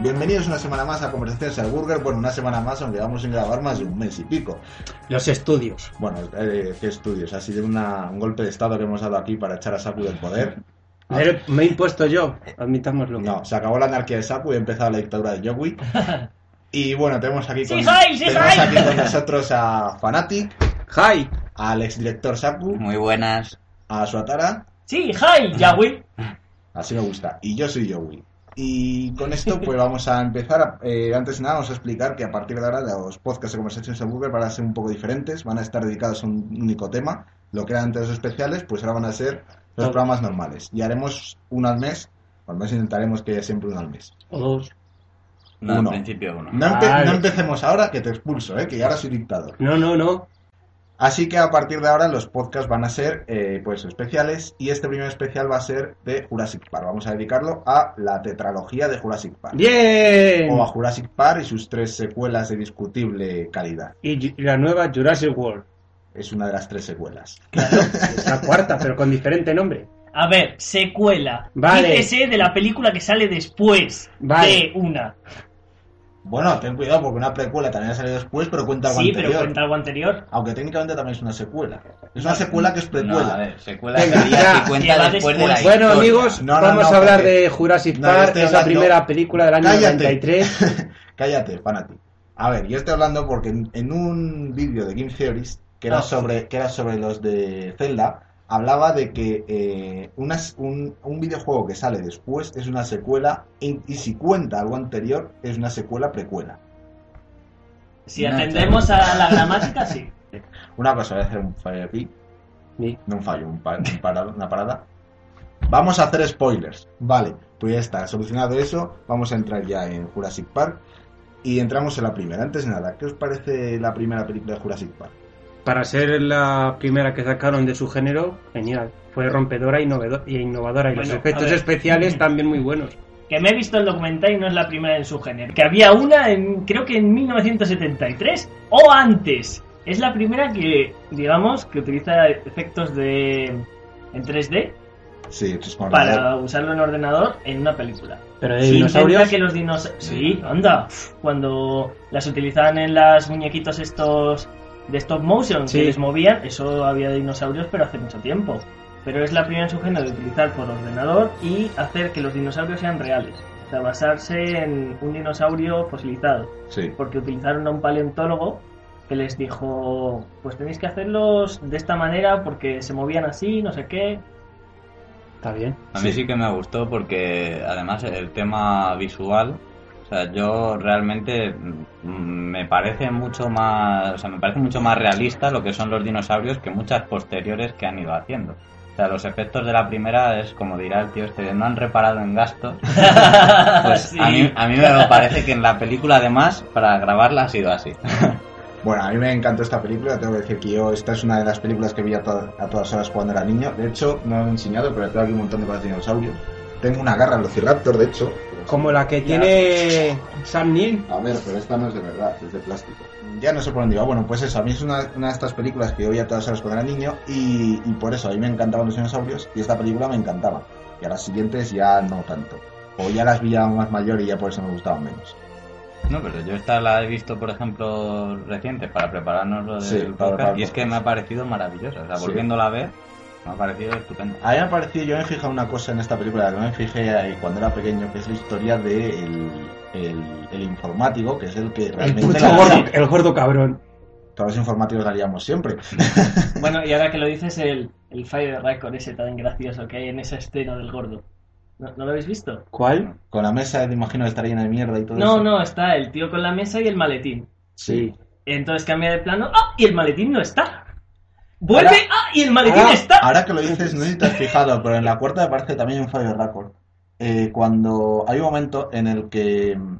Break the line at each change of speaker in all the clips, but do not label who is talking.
bienvenidos una semana más a Conversaciones al Burger. Bueno, una semana más, aunque vamos sin grabar más de un mes y pico.
Los estudios.
Bueno, eh, qué estudios. Ha sido una- un golpe de estado que hemos dado aquí para echar a Saku del poder.
Me- Me he impuesto yo, admitámoslo.
No, se acabó la anarquía de Saku y ha empezado la dictadura de Yogui. Y bueno, tenemos aquí con,
Sí, soy, sí,
tenemos
soy.
aquí con nosotros a Fanatic,
¡Hi!
al exdirector Saku,
Muy buenas.
a Suatara.
Sí, hi, Yahweh.
Así me gusta. Y yo soy Joey. Y con esto, pues vamos a empezar. a- eh, antes de nada, vamos a explicar que a partir de ahora los podcasts de conversaciones en Google van a ser un poco diferentes. Van a estar dedicados a un único tema. Lo que eran antes los especiales, pues ahora van a ser los
Todo.
programas normales. Y haremos uno al mes. O al menos intentaremos que haya siempre uno al mes.
O dos.
No,
Uno.
en principio uno.
No, empe-
Vale.
no empecemos ahora, que te expulso, ¿eh? que ya ahora soy dictador.
No, no, no.
Así que a partir de ahora los podcasts van a ser eh, pues especiales y este primer especial va a ser de Jurassic Park. Vamos a dedicarlo a la tetralogía de Jurassic Park.
¡Bien!
O a Jurassic Park y sus tres secuelas de discutible calidad.
Y ju- y la nueva Jurassic World.
Es una de las tres secuelas.
Es la cuarta, pero con diferente nombre.
A ver, secuela.
Vale.
Quítese de la película que sale después
Vale.
de una.
Bueno, ten cuidado porque una precuela también ha salido después, pero cuenta algo
Sí,
anterior.
pero cuenta algo anterior.
Aunque técnicamente también es una secuela. Es una secuela que es
No,
precuela.
a ver, secuela
Venga,
sería
ya.
que cuenta
Que va
después, de la
después.
Bueno,
historia.
amigos,
No, no,
vamos
no,
a hablar
porque-
de Jurassic
No, yo
Park,
estoy
esa
hablando-
primera película del año
Cállate.
93.
Cállate, Fanatic. A ver, yo estoy hablando porque en, en un vídeo de Game Theories, que era,
Ah.
sobre, que era sobre los de Zelda, hablaba de que eh, unas- un, un videojuego que sale después es una secuela y, y si cuenta algo anterior es una secuela precuela.
Si
No,
atendemos a la gramática, sí.
Una cosa, voy a hacer un fallo aquí.
Sí.
No un fallo, un pa- un parado- una parada. Vamos a hacer spoilers. Vale, pues ya está, solucionado eso. Vamos a entrar ya en Jurassic Park. Y entramos en la primera. Antes de nada, ¿qué os parece la primera película de Jurassic Park?
Para ser la primera que sacaron de su género, genial. Fue rompedora e innovedo- e innovadora. Y los
Bueno, a
efectos
ver.
especiales también muy buenos.
Que me he visto el documental y no es la primera en su género. Que había una, en, creo que en 1973 o antes. Es la primera que, digamos, que utiliza efectos de en 3D
Sí, eso es con ordenador.
para usarlo en ordenador en una película.
Pero de
Sí,
dinosaurios...
intenta que los dinosaurios. Sí, anda. Cuando las utilizaban en las muñequitos estos de stop motion,
Sí.
que les movían, eso había dinosaurios, pero hace mucho tiempo. Pero es la primera en su género de utilizar por ordenador y hacer que los dinosaurios sean reales. O sea, basarse en un dinosaurio fosilizado.
Sí.
Porque utilizaron a un paleontólogo que les dijo: Pues tenéis que hacerlos de esta manera porque se movían así, no sé qué.
Está bien.
A mí
Sí.
sí. que me gustó porque además el tema visual, o sea, yo realmente mm, me parece mucho más, o sea, me parece mucho más realista lo que son los dinosaurios que muchas posteriores que han ido haciendo. O sea, los efectos de la primera es como dirá el tío este, no han reparado en gastos. Pues
Sí.
a, mí, a mí me parece que en la película además para grabarla ha sido así.
Bueno, a mí me encantó esta película. Tengo que decir que yo, esta es una de las películas que vi a, to- a todas horas cuando era niño. De hecho, no lo he enseñado, pero tengo aquí un montón de cosas de dinosaurios. Tengo una garra en Velociraptor, de hecho.
Como la que tiene Sam Neill.
A ver, pero esta no es de verdad, es de plástico. Ya no sé por dónde iba. Bueno, pues eso, a mí es una, una de estas películas que yo veía todas horas cuando era niño y, y por eso a mí me encantaban los dinosaurios y esta película me encantaba. Y a las siguientes ya no tanto. O ya las vi ya más mayor y ya por eso me gustaban menos.
No, pero yo esta la he visto, por ejemplo, reciente para prepararnos lo del
Sí, para
podcast
preparar
y es que
podcast.
me ha parecido maravillosa. O sea,
Sí. Ah,
volviéndola a ver, me ha parecido estupenda.
A mí me ha parecido, yo me he fijado una cosa en esta película que no me fijé ahí cuando era pequeño, que es la historia de el, el- el informático, que es el que
El
realmente...
puto
la-
gordo, el gordo cabrón.
Todos los informáticos la liamos siempre.
Bueno, y ahora que lo dices, el, el Fire Record ese tan gracioso que hay en esa escena del gordo. ¿No, no lo habéis visto?
¿Cuál?
Con la mesa, te imagino, que está llena de mierda y todo eso.
No, no, está el tío con la mesa y el maletín.
Sí.
Entonces cambia de plano, ¡ah! Y el maletín no está. Vuelve,
Ahora-
¡ah! Y el maletín
ahora-
está.
Ahora que lo dices, no sé si te has fijado, pero en la cuarta aparece también un fallo de récord. Eh, cuando hay un momento en el que mm,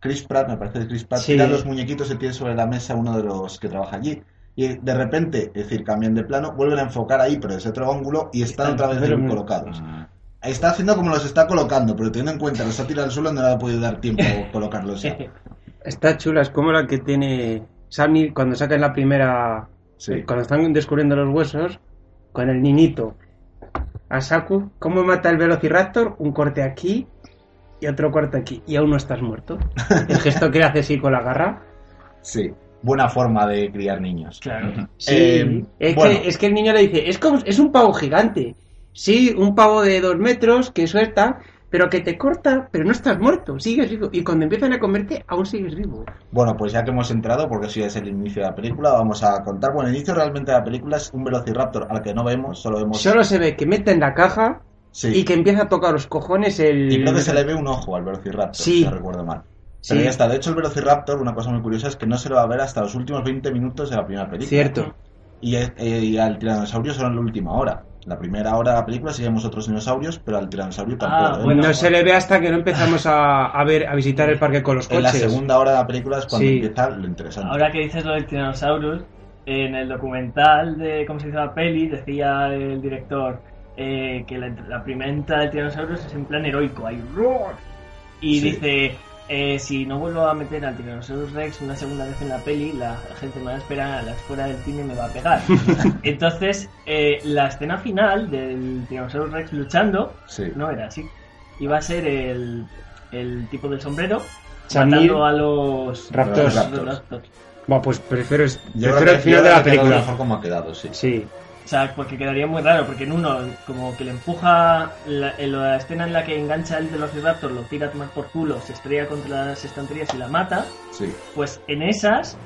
Chris Pratt, me parece que Chris Pratt,
Sí.
tira los muñequitos y tiene sobre la mesa uno de los que trabaja allí. Y de repente, es decir, cambian de plano, vuelven a enfocar ahí, pero desde otro ángulo, y están
Están
otra vez bien
muy-
colocados.
Mm.
Está haciendo como los está colocando, pero teniendo en cuenta los ha tirado al suelo, no le ha podido dar tiempo a colocarlos ya.
Está chula, es como la que tiene Sam Neill cuando saca en la primera.
Sí.
Cuando están descubriendo los huesos, con el niñito. A Saku, ¿cómo mata el Velociraptor? Un corte aquí, y otro cuarto aquí, y aún no estás muerto. El gesto que le hace así con la garra.
Sí, buena forma de criar niños.
Claro.
Sí,
Eh,
es,
bueno.
que, es que el niño le dice, es, como, es un pavo gigante. Sí, un pavo de dos metros que suelta, pero que te corta, pero no estás muerto, sigues vivo. Y cuando empiezan a comerte, aún sigues vivo.
Bueno, pues ya que hemos entrado, porque eso ya es el inicio de la película, vamos a contar. Bueno, el inicio realmente de la película es un velociraptor al que no vemos, solo vemos.
Solo se ve que mete en la caja
Sí.
y que empieza a tocar los cojones el...
Y creo que se le ve un ojo al Velociraptor,
Sí.
si no recuerdo mal. Pero
Sí.
ya está. De hecho, el Velociraptor, una cosa muy curiosa es que no se lo va a ver hasta los últimos 20 minutos de la primera película.
Cierto.
Y, eh, y al tiranosaurio solo en la última hora. La primera hora de la película seguimos otros dinosaurios, pero al tiranosaurio tampoco. ¿eh?
Ah,
lo vemos.
bueno.
no se le ve hasta que no empezamos a, a ver a visitar el parque con los
en la
coches.
segunda hora de la película es cuando
Sí.
empieza lo interesante.
Ahora que dices lo del Tyrannosaurus, en el documental de cómo se hizo la peli, decía el director eh, que la, la primera entrada del Tyrannosaurus es en plan heroico, hay roar. Y
Sí.
dice, eh, si no vuelvo a meter al Tyrannosaurus Rex una segunda vez en la peli, la gente me va a esperar a las fuera del cine y me va a pegar. Entonces, eh, la escena final del Tyrannosaurus Rex luchando
Sí.
no era así. Iba a ser el, el tipo del sombrero
Samir
matando a los
Raptors.
Raptors.
los raptors.
Bueno, pues prefiero, es-
Yo
prefiero
creo que-
el final
yo creo que ha
de la
quedado
película.
mejor como ha quedado, sí.
Sí,
O sea, porque quedaría muy raro, porque en uno como que le empuja la, en la escena en la que engancha el Velociraptor, lo tira a tomar por culo, se estrella contra las estanterías y la mata,
sí.
pues en esas,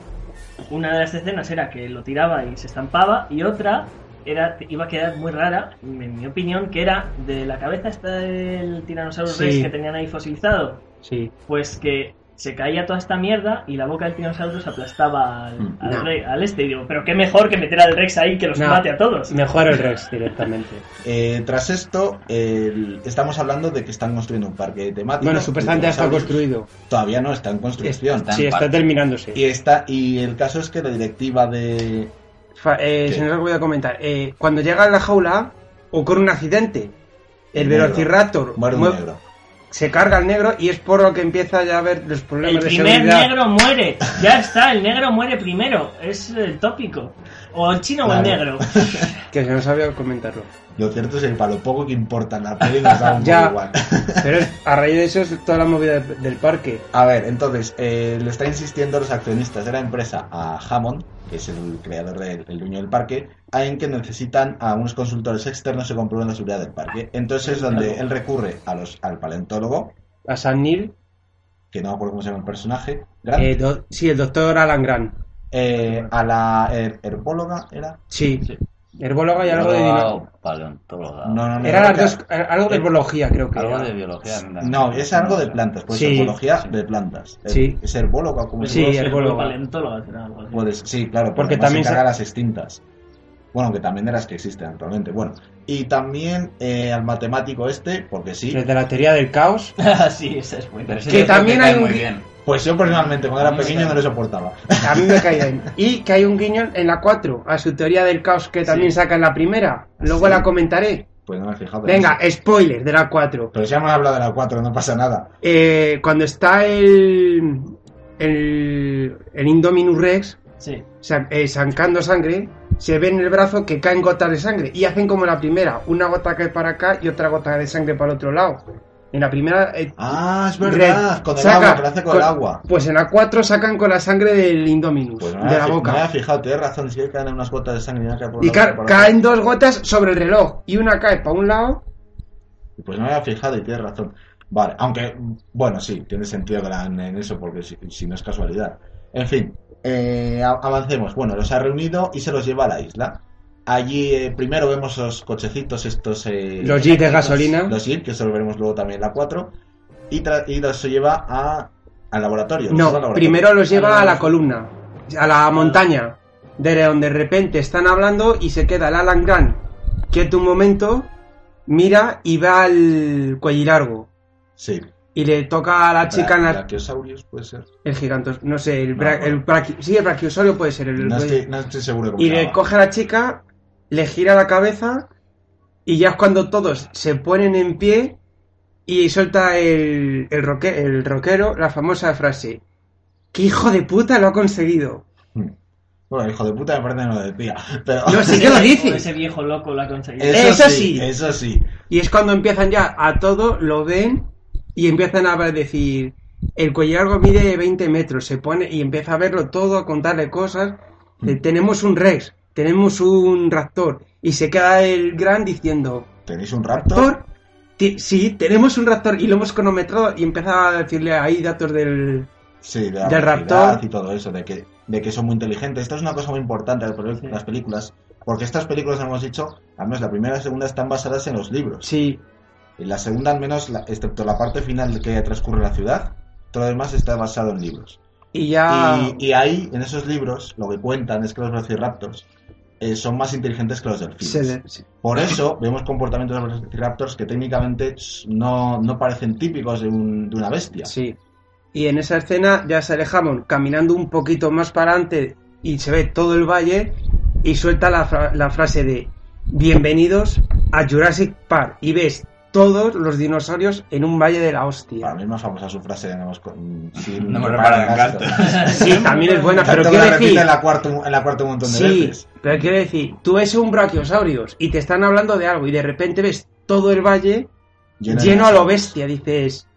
una de las escenas era que lo tiraba y se estampaba, y otra era iba a quedar muy rara, en mi opinión, que era de la cabeza esta del Tyrannosaurus
Sí.
Rex que tenían ahí fosilizado,
sí.
pues que se caía toda esta mierda y la boca del Tyrannosaurus aplastaba al, al
No.
re- al este. Y digo, pero qué mejor que meter al Rex ahí que los
No.
mate a todos.
Mejor el Rex directamente.
Eh, tras esto, el- estamos hablando de que están construyendo un parque temático.
Bueno,
de
supuestamente ya está
dinosaurios.
construido.
Todavía no, está en construcción.
Está en
Sí, está
parte.
terminándose.
Y está, y el caso es que la directiva de.
Fa- eh,
¿Qué?
se nos ha olvidado comentar. Eh, cuando llega a la jaula, ocurre un accidente. El
Negro.
velociraptor
Muerde un
mue-
negro.
se carga al negro y es por lo que empieza ya a haber los
El
problemas de
primer
seguridad.
negro muere. Ya está, el negro muere primero. Es el tópico. O el chino o el
Claro.
negro.
Que se nos ha olvidado comentarlo.
Lo cierto es que para lo poco que importa la peli nos da un poco
Ya.
igual.
Pero es- a raíz de eso es toda la movida del del parque.
A ver, entonces, eh, le está insistiendo los accionistas de la empresa a Hammond, que es el creador del el dueño del parque, a en que necesitan a unos consultores externos que comprueben la seguridad del parque. Entonces es donde él recurre a los, al paleontólogo,
A San Neil.
que no me acuerdo cómo se llama el personaje, Grant,
eh, do- sí, el doctor Alan Grant.
eh, a la her- herbóloga, ¿era?
Sí.
Sí.
Herbóloga y algo de dino-
Paleontóloga.
Era las
creo
dos, eh,
que-
algo de herbología, creo que.
Algo
era.
de biología. mira.
No, es algo de plantas, pues
Sí.
herbología
Sí.
de plantas.
Sí.
Es herbóloga, como
Sí,
Los
herbólogo.
paleontólogo, será algo así.
Puedes, sí, claro,
Porque
porque también
también
se encarga
se-
de las extintas. Bueno, que también de las que existen actualmente. Bueno, y también eh, al matemático este, porque sí.
Desde la teoría del caos.
Ah, sí, esa es buena.
Pero ese
Que
yo creo
también
cae
hay un
muy
gui-
bien.
Pues yo personalmente cuando era pequeño no lo soportaba.
A mí me cae bien. Y que hay un guiño en la 4, a su teoría del caos que también saca en la primera. Luego
Sí.
la comentaré.
Pues no me he fijado. en
Venga, eh.
eso.
spoiler de la 4.
Pero ya hemos hablado de la 4, no pasa nada.
Eh, cuando está el, el, el Indominus Rex
Sí.
sa- eh, sancando sangre, se ve en el brazo que caen gotas de sangre. Y hacen como la primera, una gota cae para acá y otra gota de sangre para el otro lado. En la primera... eh,
Ah, es verdad,
Red
con el
saca-
agua, que lo hace con, el agua.
Pues en la 4 sacan con la sangre del Indominus,
Pues no me
de
había
la
fi-
boca.
No me había fijado, tienes razón, si caen unas gotas de sangre y una cae por un
Y
lado,
ca-
otra por otro.
caen dos gotas sobre el reloj. Y una cae para un lado.
Pues no me había fijado y tienes razón. Vale, aunque, bueno, sí, tiene sentido que la hagan en eso, porque si, si no es casualidad. En fin, eh, a- avancemos. Bueno, los ha reunido y se los lleva a la isla. Allí eh, primero vemos los cochecitos estos... eh,
Los jeeps de gasolina.
Los jeep, que eso lo veremos luego también en la 4. Y, tra- y los lleva a, al laboratorio. los lleva al
No,
laboratorio.
primero los lleva
Ah,
a la
no.
columna, a la montaña, de donde de repente están hablando y se queda el Alan Grant quieto un momento, mira y va al cuellilargo.
Sí.
Y le toca a la chica en la-
Brachiosaurios, puede ser.
el gigantos, no sé, el,
No,
bra-
bueno.
el braqui- sí, el brachiosaurio puede ser. El,
No estoy, no estoy seguro cómo
y
se
le
llama.
coge a la chica, le gira la cabeza y ya es cuando todos se ponen en pie y suelta el, el, roque- el rockero la famosa frase, ¡qué hijo de puta lo ha conseguido!
Hmm. Bueno, hijo de puta, me parece que no lo decía. Pero...
No, sí que lo
O
dice.
Ese viejo loco lo ha conseguido.
Eh. Eso sí.
Eso sí.
Y es cuando empiezan ya a todo, lo ven y empiezan a decir, el cuello largo mide 20 metros, se pone y empieza a verlo todo, a contarle cosas. de, tenemos un Rex, tenemos un raptor, y se queda el gran diciendo,
¿Tenéis un raptor?
raptor, ti- sí, tenemos un raptor y lo hemos cronometrado y empieza a decirle ahí datos del...
Sí, de la
Del
velocidad
raptor.
y todo eso, de que, de que son muy inteligentes. Esto es una cosa muy importante de las pel-
Sí.
las películas, porque estas películas, hemos dicho, al menos la primera y la segunda están basadas en los libros.
Sí,
Y la segunda, al menos, la- excepto la parte final que transcurre la ciudad, todo lo demás está basado en libros.
y ya...
Y, y ahí, en esos libros, lo que cuentan es que los velociraptors eh, son más inteligentes que los delfines.
se le- se-
Por eso vemos comportamientos de los velociraptors que técnicamente no, no parecen típicos de, un- de una bestia.
Sí. Y en esa escena ya sale Hammond caminando un poquito más para adelante y se ve todo el valle y suelta la, fra- la frase de bienvenidos a Jurassic Park y ves todos los dinosaurios en un valle de la
Para
hostia.
mí es más famosa su frase de no hemos, co- sí,
No hemos reparado en gastos.
Ah,
Sí, también es buena, pero
Tanto que
quiero
la repite
decir...
en la cuarta, en la cuarta un montón de
Sí,
veces.
pero quiero decir, tú ves un brachiosaurios y te están hablando de algo y de repente ves todo el valle lleno,
de
a lo
dinosaurios.
bestia, dices...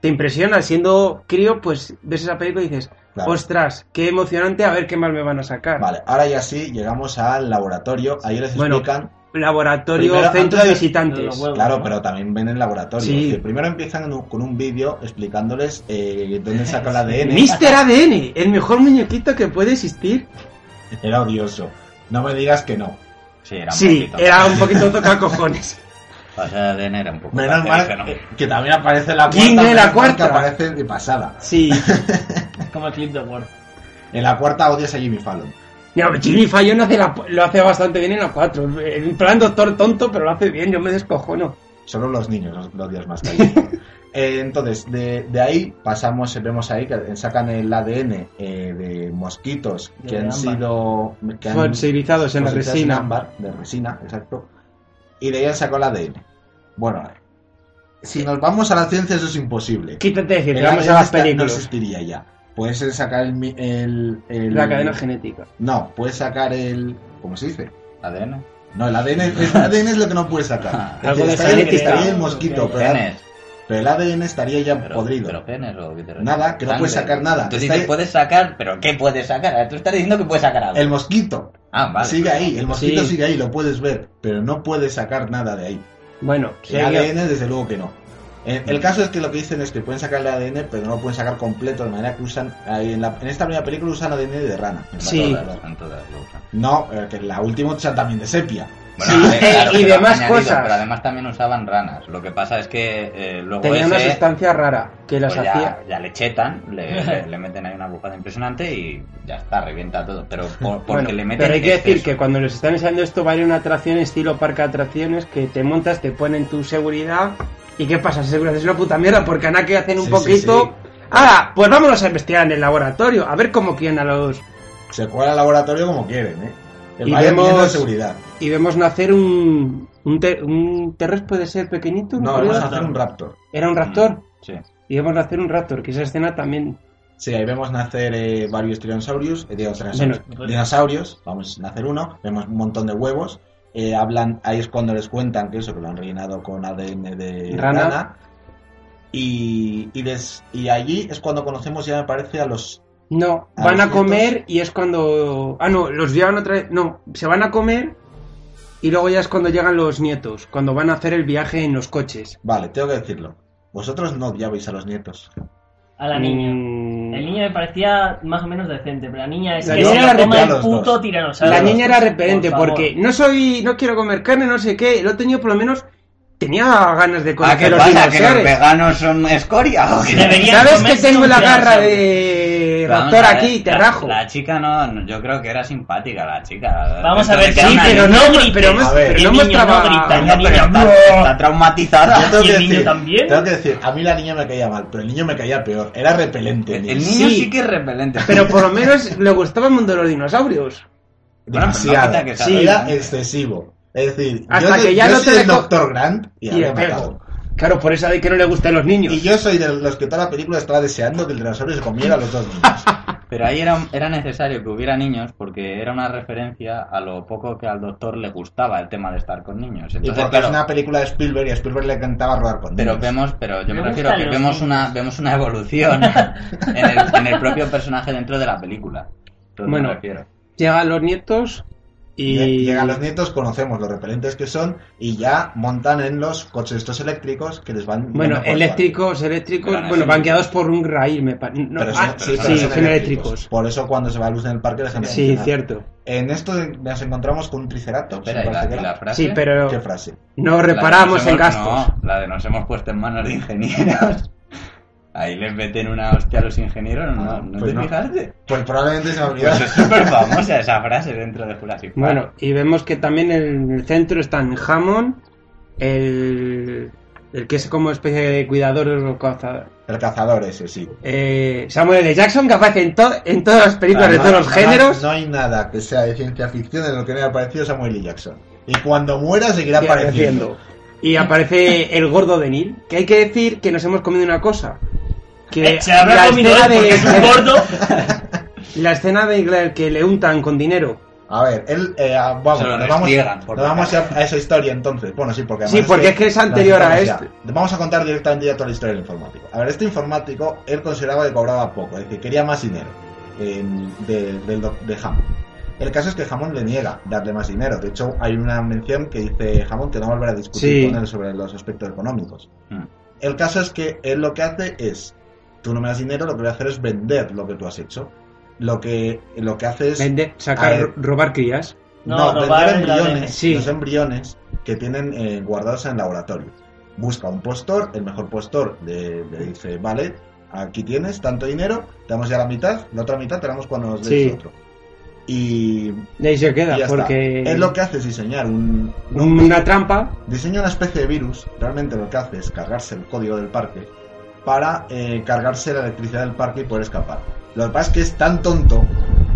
Te impresiona, siendo crío, pues ves esa película y dices,
Claro.
Ostras, qué emocionante, a ver qué más me van a sacar.
Vale, ahora ya sí, llegamos al laboratorio. Ahí les
Bueno,
explican
Laboratorio,
Primero,
centro
antes
de
de-
visitantes.
Los huevos,
Claro,
¿no?
pero también ven en laboratorio.
Sí.
Es que primero empiezan en un- con un vídeo explicándoles eh, dónde saca el ADN.
Mister ADN, el mejor muñequito que puede existir.
Era odioso. No me digas que no.
Sí, era un
sí,
poquito.
era un poquito tocacojones.
Pasada de enero, un poco.
Menos mal
cancerígeno.
eh, que también aparece la cuarta.
¿Quién es la
menos mal que
cuarta?
aparece de pasada.
Sí.
Como el clip de Word.
En la cuarta odias a Jimmy Fallon.
No, Jimmy Fallon hace la- lo hace bastante bien en la 4. En plan doctor tonto, pero lo hace bien, yo me descojono.
Solo los niños los, los odias más que a Jimmy. Eh, entonces, de, de ahí pasamos, eh, vemos ahí que sacan el ADN eh, de mosquitos que
De
han
ámbar.
sido. Que han-
Fosilizados en la
cositas
resina.
ámbar, de resina, exacto. Y de ahí han sacado el ADN. Bueno, si nos vamos a la ciencia, eso es imposible.
Quítate de decir,
El
que vamos
ADN
a las
está- no
películas.
existiría ya. Puedes eh, sacar el, mi- el- el-
La cadena genética.
No, puedes sacar el. ¿Cómo se dice?
ADN.
No, el ADN, el ADN es lo que no puedes sacar. Es decir,
Algo de
estaría-
genética.
estaría el mosquito, pero,
Genes.
pero el ADN estaría ya
Pero,
podrido.
¿Pero genes o qué te refieres?
Nada, que no
Sangre.
puedes sacar nada.
Tú
Está
dices,
ahí-
puedes sacar, pero ¿qué puedes sacar? Tú estás diciendo que puedes sacar algo.
El mosquito
Ah, vale.
sigue ahí, el mosquito
Sí.
sigue ahí, lo puedes ver, pero no puedes sacar nada de ahí.
Bueno,
El ADN, desde luego que no. Eh, El,
Mm.
el caso es que lo que dicen es que pueden sacar el ADN, pero no lo pueden sacar completo, de manera que usan. ahí en, la- en esta primera película usan ADN de rana. en
Sí.
la-
Todas,
la- la-
son todas, lo usan.
No, eh, que en la última usan también de sepia.
Bueno,
Sí, eh,
a ver, claro
y
que lo han
demás
añadido,
cosas.
Pero además también usaban ranas. Lo que pasa es que eh, luego
tenía
ese,
una sustancia rara que las
pues
hacía.
ya, ya le chetan, le, le- le meten ahí una bujada impresionante y ya está, revienta todo. Pero por- porque
Bueno,
le meten
pero hay que decir
exceso.
que cuando les están enseñando esto va a ir una atracción estilo parque de atracciones que te montas, te ponen tu seguridad y ¿qué pasa? Seguridad es una puta mierda porque a nada que hacen un
Sí, sí,
poquito... Ahora, pues vámonos a investigar en el laboratorio, a ver cómo quieren a los...
Se cuela al laboratorio como quieren, ¿eh? El
Y
Bayern
vemos-
viniendo de seguridad.
Y vemos nacer un... Un, te- un terrestre puede ser pequeñito,
No,
creo.
vamos a hacer un raptor.
era un raptor.
Mm, Sí.
Y vemos nacer un raptor, que esa escena también...
Sí, ahí vemos nacer eh, varios tiranosaurios, eh, digo, tiranosaurios,
Bueno.
dinosaurios, vamos a nacer uno, vemos un montón de huevos, eh, hablan, ahí es cuando les cuentan que eso, que lo han rellenado con ADN de
Rana.
rana, y, y, les- y allí es cuando conocemos ya me parece a los...
No,
A
van
los
a comer y es cuando... Ah, no, los llevan otra vez... No, se van a comer y luego ya es cuando llegan los nietos, cuando van a hacer el viaje en los coches.
Vale, tengo que decirlo, vosotros no odiabais a los nietos.
A la niña.
Mm,
El niño me parecía más o menos decente, pero la niña es
La
que
niña
se
era
la toma
repelada
el
a los
puto
dos.
tiranosaurio.
La
Claro,
niña era
por
referente
favor.
porque eh, no soy, no quiero comer carne, no sé qué. El otro niño por lo menos tenía ganas de
Ah,
conocer
¿qué
los
pasa? ¿Que los
dinosaurios.
veganos son escoria? ¿o qué?
Deberían
¿Sabes que
comerse
tengo
un
la garra
tiranosaurio?
de
Vamos
raptor
a ver,
aquí? Te
la-
rajo.
La, chica no, no, yo creo que era simpática la chica.
Vamos a
Entonces
ver,
era
sí,
una
pero
niña.
no
pero
grites.
hemos-
A ver,
pero
el
no hemos
niño no
trabajado-
grita, la
No, pero
niña
está, está traumatizada.
Yo tengo
¿Y
que
el niño
decir-
también?
Tengo que decir, a mí la niña me caía mal, pero el niño me caía peor, era repelente.
El,
niño.
el niño
Sí.
sí. que es repelente.
Pero por lo menos le gustaba el mundo de los dinosaurios.
Bueno, pero no
demasiado.
quita que sea
Sí, era
relevante.
excesivo. Es decir,
Hasta
yo,
que
soy-
ya
yo
no te
soy el
dejo-
Doctor Grant y,
Y
había
le
matado.
pego. Claro, por esa de que no le gustan los niños.
Y yo soy de los que toda la película estaba deseando que el dinosaurio se comiera a los dos niños.
Pero ahí era, era necesario que hubiera niños porque era una referencia a lo poco que al doctor le gustaba el tema de estar con niños.
Y
Entonces,
porque
claro,
es una película de Spielberg y a Spielberg le encantaba rodar con
pero
niños.
vemos, pero yo me,
Me
refiero
gustan
que
los
vemos
niños.
una, vemos una evolución en el, en el propio personaje dentro de la película. Entonces, me
Bueno.
refiero.
Llegan los nietos y.
Lle- Llegan los nietos, conocemos los repelentes que son y ya montan en los coches estos eléctricos que les van...
Bueno,
dando por
eléctricos, eléctricos,
Pero no
bueno,
son-
van guiados por un rail, me parece.
cual. Pero son-
ah, sí,
sí, pero
son eléctricos.
Por eso cuando se va la luz en el parque dejan de
Sí,
funcionar.
cierto.
En esto nos encontramos con un triceratops.
Espera,
me
¿y la,
parece
y
que
la
era.
frase?
Sí, pero
¿Qué frase?
no
La de
reparamos
nos
en
hemos-
gastos.
No, la de nos hemos puesto en manos de ingenieros. Ahí les meten una hostia a los ingenieros, ¿no?
Ah,
¿No
pues
te
no.
fijaste?
Pues probablemente se me olvidó.
Pues es súper famosa esa frase dentro de Jurassic Park.
Bueno, y vemos que también en el centro están Hammond, el, el que es como especie de cuidador de los cazadores.
El cazador ese, sí.
Eh, Samuel L. Jackson, que aparece en, to- en todas las películas de
No,
todos los
no,
géneros.
No hay nada que sea de ciencia ficción en lo que no haya aparecido Samuel L. Jackson. Y cuando muera seguirá
y
apareciendo.
Y aparece el gordo de Neil. Que hay que decir que nos hemos comido una cosa. Que
Eh, se habrá comido él porque es un gordo.
la escena de Hitler que le untan con dinero.
A ver, él, eh, ah, vamos,
Se lo
nos vamos,
restriegan, por
nos vamos a, a esa historia entonces. Bueno, sí, porque
Sí,
además
porque es que es anterior a
la historia-
este.
o sea, Vamos a contar directamente ya toda la historia del informático. A ver, este informático, él consideraba que cobraba poco, es decir, quería más dinero eh, de, del doc- de Hammond. El caso es que Hammond le niega darle más dinero. De hecho, hay una mención que dice Hammond que no volverá a discutir
Sí.
con él sobre los aspectos económicos.
Mm.
El caso es que él lo que hace es, tú no me das dinero, lo que voy a hacer es vender lo que tú has hecho. Lo que, lo que hace es...
Vende,
A
sacar,
ver.
robar crías.
No,
No,
robar
vender
la
embriones,
Sí.
los embriones que tienen eh, guardados en el laboratorio. Busca un postor, el mejor postor le, le dice, vale, aquí tienes tanto dinero, te damos ya la mitad, la otra mitad te la damos cuando nos des
Sí.
otro. Y,
Y ahí se
y
queda,
ya
porque
está. Es lo que hace es diseñar un...
una trampa.
Diseña una especie de virus, realmente lo que hace es cargarse el código del parque para eh, cargarse la electricidad del parque y poder escapar. Lo que pasa es que es tan tonto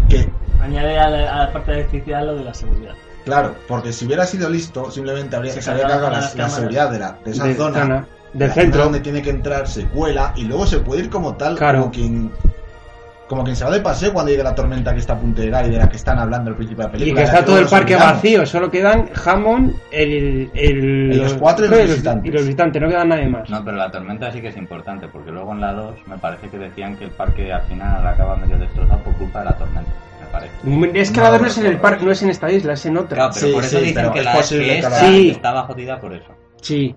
que
Añade a la, a la parte de electricidad lo de la seguridad.
Claro, porque si hubiera sido listo, simplemente habría
Se
se habría
cargaba
cargado la,
las
la
cámaras.
seguridad de, la, de esa
de-
zona,
zona,
de
del
la zona
centro.
donde tiene que entrar, se cuela y luego se puede ir como tal,
Claro.
como quien como quien se va de paseo cuando llegue la tormenta que está a punto de llegar y de la que están hablando al principio de la película.
Y que
de la
está todo
luego
el
nos
parque
olvidamos.
vacío, solo quedan Hammond, el, el-
Y los cuatro y los visitantes.
y los visitantes, no quedan nadie más.
No, pero la tormenta sí que es importante, porque luego en la 2 me parece que decían que el parque al final acaba medio destrozado por culpa de la tormenta, me parece.
Es que
No,
la verdad no
no
es en el
recuerdo.
parque, no es en esta isla, es en otra.
Claro, pero
Sí,
por eso
sí,
dicen
pero
que
es
la
posible que
esta
la-
Sí.
estaba jodida por eso.
Sí.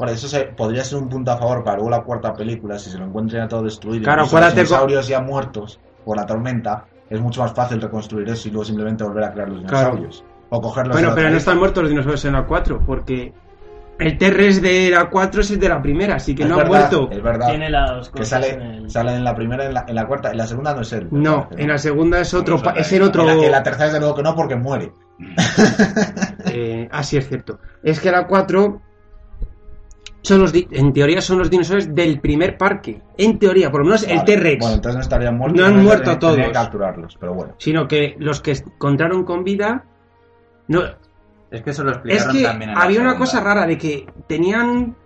Ahora, eso se- podría ser un punto a favor para luego la cuarta película, si se lo encuentran ya todo destruido,
Claro,
incluso los
acuérdate co-
dinosaurios ya muertos por la tormenta, es mucho más fácil reconstruir eso y luego simplemente volver a crear los
Claro.
dinosaurios. O cogerlos de
Bueno,
la
pero
otra
no
isla.
están muertos los dinosaurios en la 4, porque el TRS de la 4 es el de la primera, así que
Es
no han
verdad,
muerto.
Es verdad.
Tiene las
Que
cosas
sale,
en el-
sale en la primera, en la, en la cuarta, en la segunda no es él. me
No,
parece,
en la segunda es otro, pa-
Incluso
es en otro...
En la, en la tercera desde luego que no porque muere.
Eh, así es cierto. Es que la 4 son los di- en teoría son los dinosaurios del primer parque. En teoría, por lo menos el
Vale.
T-Rex.
Bueno, entonces no estarían muertos.
No han
entonces
muerto
tendría- tendría
todos.
que capturarlos, pero bueno.
Sino que los que encontraron con vida. No,
Es que eso lo
es
explicaron
que
también en la
había una
segunda.
cosa rara de que tenían.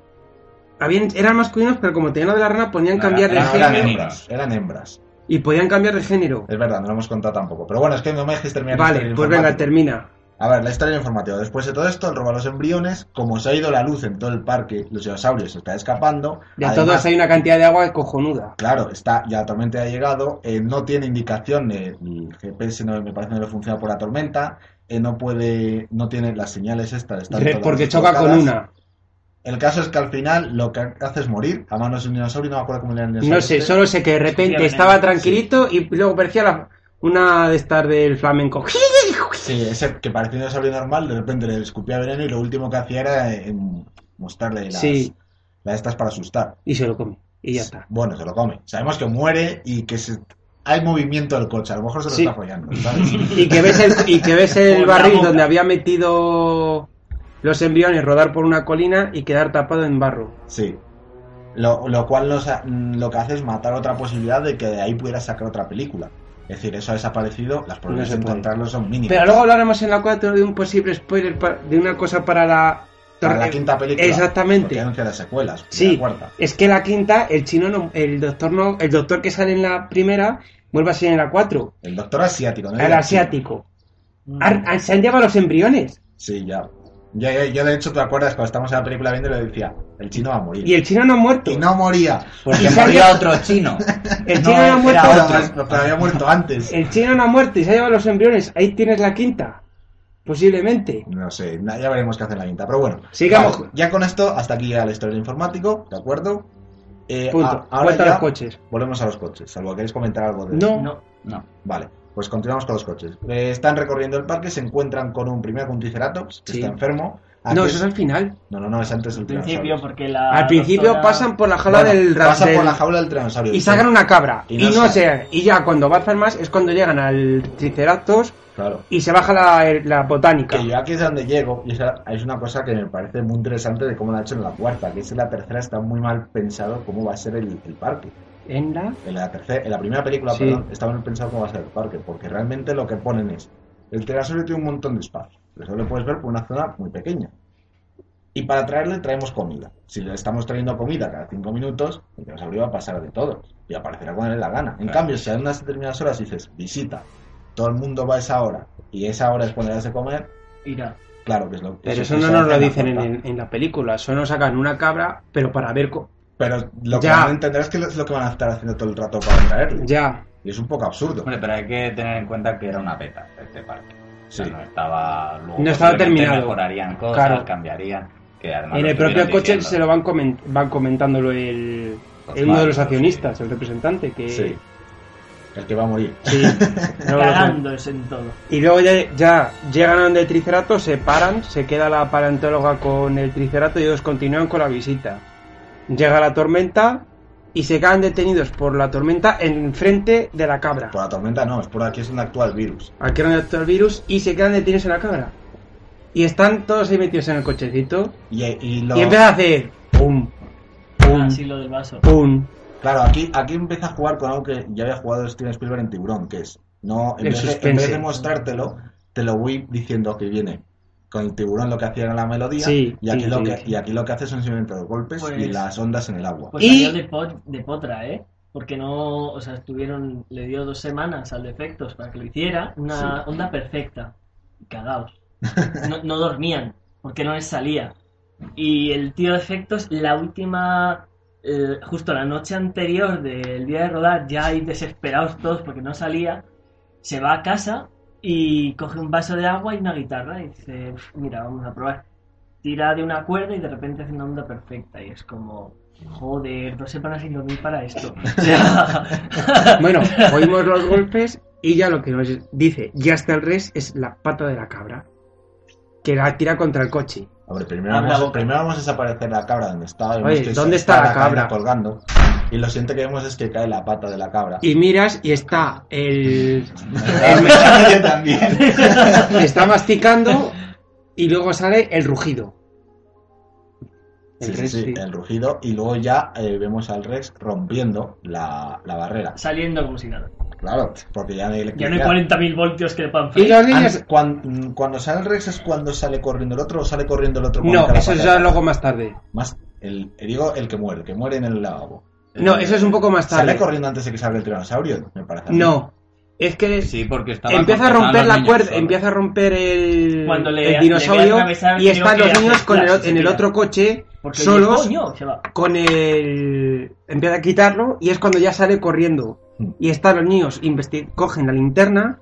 Habían, eran masculinos, pero como tenían la de la rana, podían
No,
cambiar de
era-
No,
género.
eran
femeninos.
hembras, eran hembras.
Y podían cambiar de género.
Es verdad, no lo hemos contado tampoco. Pero bueno, es que no me dejes terminar. la
Vale,
historia
pues
informática.
venga, termina.
A ver, la historia informativa. Después de todo esto, él roba los embriones. Como se ha ido la luz en todo el parque, los dinosaurios se están escapando.
De a
Además,
todos hay una cantidad de agua cojonuda.
Claro, está, ya la tormenta ya ha llegado, eh, no tiene indicación, eh, el GPS no, me parece no le funciona por la tormenta, eh, no puede, no tiene las señales estas. están todas
Porque choca con
descolocadas.
una.
El caso es que al final lo que hace es morir, a manos de un dinosaurio, este. no me acuerdo cómo le llaman
No sé, solo sé que de repente
Sí,
estaba
veneno,
tranquilito y luego parecía la- una de estas del flamenco.
Sí, ese que parecía un dinosaurio normal, de repente le escupía veneno y lo último que hacía era eh, em, mostrarle las,
Sí.
las estas para asustar.
Y se lo come. Y ya está.
Bueno, se lo come. Sabemos que muere y que se- hay movimiento del coche, a lo mejor se lo
Sí.
está follando, ¿sabes?
Y que ves el, y que ves el
Por la
barril
boca.
donde había metido los embriones, rodar por una colina y quedar tapado en barro.
Sí. Lo, lo cual nos ha- mm, lo que hace es matar otra posibilidad de que de ahí pudiera sacar otra película. Es decir, eso ha desaparecido, las probabilidades
se
de
puede.
encontrarlo son mínimas.
Pero luego hablaremos en la 4 de un posible spoiler pa- de una cosa para la
Para la
Porque-
quinta película.
eh, Exactamente.
Porque anuncia las secuelas.
Sí,
La cuarta.
es que la quinta, el chino no, el doctor no, el doctor que sale en la primera, vuelve a ser en la cuatro,
El doctor asiático. ¿no?
el
Era
asiático.
Mm.
Ar- ar- se han llevado los embriones.
chino. Sí, ya. Yo, yo, yo, de hecho, ¿te acuerdas cuando estábamos en la película viendo le decía, el chino va a morir?
Y el chino no ha muerto.
Y no moría.
Porque
Y se ha
murió
llevado-
otro chino.
El
No,
chino no, ha
era
muerto.
otro.
Pero, pero había muerto antes.
El chino no ha muerto y se ha llevado los embriones. Ahí tienes la quinta. Posiblemente.
No sé, na- ya veremos qué hace en la quinta, pero bueno.
Sigamos.
Vale, ya con esto, hasta aquí llega la historia del informático, ¿de acuerdo? Eh,
Punto.
a- ahora
Vuelta a
ya
los coches.
Volvemos a los coches, salvo que queréis comentar algo de
No.
No.
No.
Vale, pues continuamos con los coches. Eh, están recorriendo el parque, se encuentran con un primero con un Triceratops, que
Sí.
está enfermo.
No,
Antes-
eso es al final.
no, no, no, es antes del
Al principio,
tiranosaurio.
porque la.
al principio
doctora-
pasan por la jaula
Bueno,
del ra-
pasan por
del-
la jaula del tiranosaurio.
y
dice.
sacan una cabra.
Y
Y,
no
no
sale.
se. Y ya cuando avanzan más es cuando llegan al Triceratops
Claro.
y se baja la, la botánica.
Que yo aquí es donde llego, y esa es una cosa que me parece muy interesante de cómo la han hecho en la cuarta, que es en la tercera está muy mal pensado cómo va a ser el, el parque.
En la.
En la, tercera, en la primera película,
Sí.
perdón, está mal pensado cómo va a ser el parque, porque realmente lo que ponen es, el tiranosaurio tiene un montón de espacio, pero solo lo puedes ver por una zona muy pequeña. Y para traerle traemos comida. Si le estamos trayendo comida cada cinco minutos, el tiranosaurio va a pasar de todo y aparecerá cuando le dé la gana. En
Claro.
cambio, si a unas determinadas horas dices, visita, todo el mundo va a esa hora, y esa hora es cuando le das de comer,
Irá.
claro que es lo que...
Pero eso no nos lo dicen en, en la película. Solo sacan una cabra, pero para ver. co-
Pero lo que
Ya.
van a entender es que es lo que van a estar haciendo todo el rato para traerle.
Ya.
Y es un poco absurdo.
Hombre, pero hay que tener en cuenta que era una beta este parque. O sea,
Sí.
no estaba. luego
No estaba
posiblemente
terminado.
Mejorarían cosas,
Claro.
cambiarían. Que además
En
lo
el propio
estuvieron
coche
diciendo.
se lo van, comen- van comentándolo el,
Los
el uno de los
malos,
accionistas, el representante, que
Sí. El que va a morir.
Sí. No lo sé.
Cagándose en todo.
y luego ya, ya llegan a donde el tricerato, se paran, se queda la paleontóloga con el tricerato y ellos continúan con la visita. Llega la tormenta y se quedan detenidos por la tormenta enfrente de la cabra.
Por la tormenta no, es por aquí es un actual virus.
Aquí era donde está el virus y se quedan detenidos en la cabra. Y están todos ahí metidos en el cochecito
Y, eh, y lo-
y empieza a hacer pum, pum,
Ah, sí, lo del vaso.
pum.
Claro, aquí, aquí empieza a jugar con algo que ya había jugado Steven Spielberg en Tiburón, que es, no, en,
El
vez de, en
suspense.
vez de mostrártelo, te lo voy diciendo que viene. Con el tiburón lo que hacía era la melodía
Sí,
y, aquí
sí,
lo
sí,
que,
sí.
y aquí lo que hace son simplemente los golpes
Pues-
y las ondas en el agua.
Pues
Y-
salió de, pot- de potra, ¿eh? Porque no, o sea, estuvieron, le dio dos semanas al defectos para que lo hiciera, una onda perfecta. Cagaos. No, no dormían, porque no les salía. Y el tío de efectos, la última, eh, justo la noche anterior del día de rodar, ya ahí desesperados todos porque no salía, se va a casa y coge un vaso de agua y una guitarra y dice, mira, vamos a probar. Tira de una cuerda y de repente hace una onda perfecta y es como, joder, dos semanas sin dormir para esto. O sea,
Bueno, oímos los golpes y ya lo que nos dice, ya está el res, es la pata de la cabra que la tira contra el coche.
A ver, primero
Abre la
vamos,
boca.
primero vamos a desaparecer la cabra donde estaba. vemos
Oye,
que
¿dónde
se-
está la
cadena
cabra?
colgando. Y lo siguiente que vemos es que cae la pata de la cabra.
Y miras y está el...
Yo también.
está masticando y luego sale el rugido. El
Sí, sí,
res,
sí,
sí.
el rugido. Y luego ya eh, vemos al Rex rompiendo la, la barrera.
saliendo como si nada.
Claro, porque ya no hay
Ya no hay
electricidad.
40.000 voltios que le puedan
Y
freír.
los niños...
Antes, cuan- mm, cuando, sale el Rex es cuando sale corriendo el otro o sale corriendo el otro. cuando
No,
cae la
eso es
patata?
ya luego más tarde.
Más el, eh, digo el que muere, el que muere en el lavabo.
No, eso es un poco más
Sale
tarde.
corriendo antes de que salga el tiranosaurio, me parece. a mí.
No, es que
Sí, porque estaba.
empieza a
cortando
romper
los
la
niños
cuerda,
solos.
empieza a romper el,
Cuando le-
el
le ve
dinosaurio
atravesar,
y
creo
están
que
los
hace
niños con el,
flash,
en el
tira.
otro coche
Porque oye,
solos
coño, se va.
con el empieza a quitarlo y es cuando ya sale corriendo
Mm.
y están los niños investi- cogen la linterna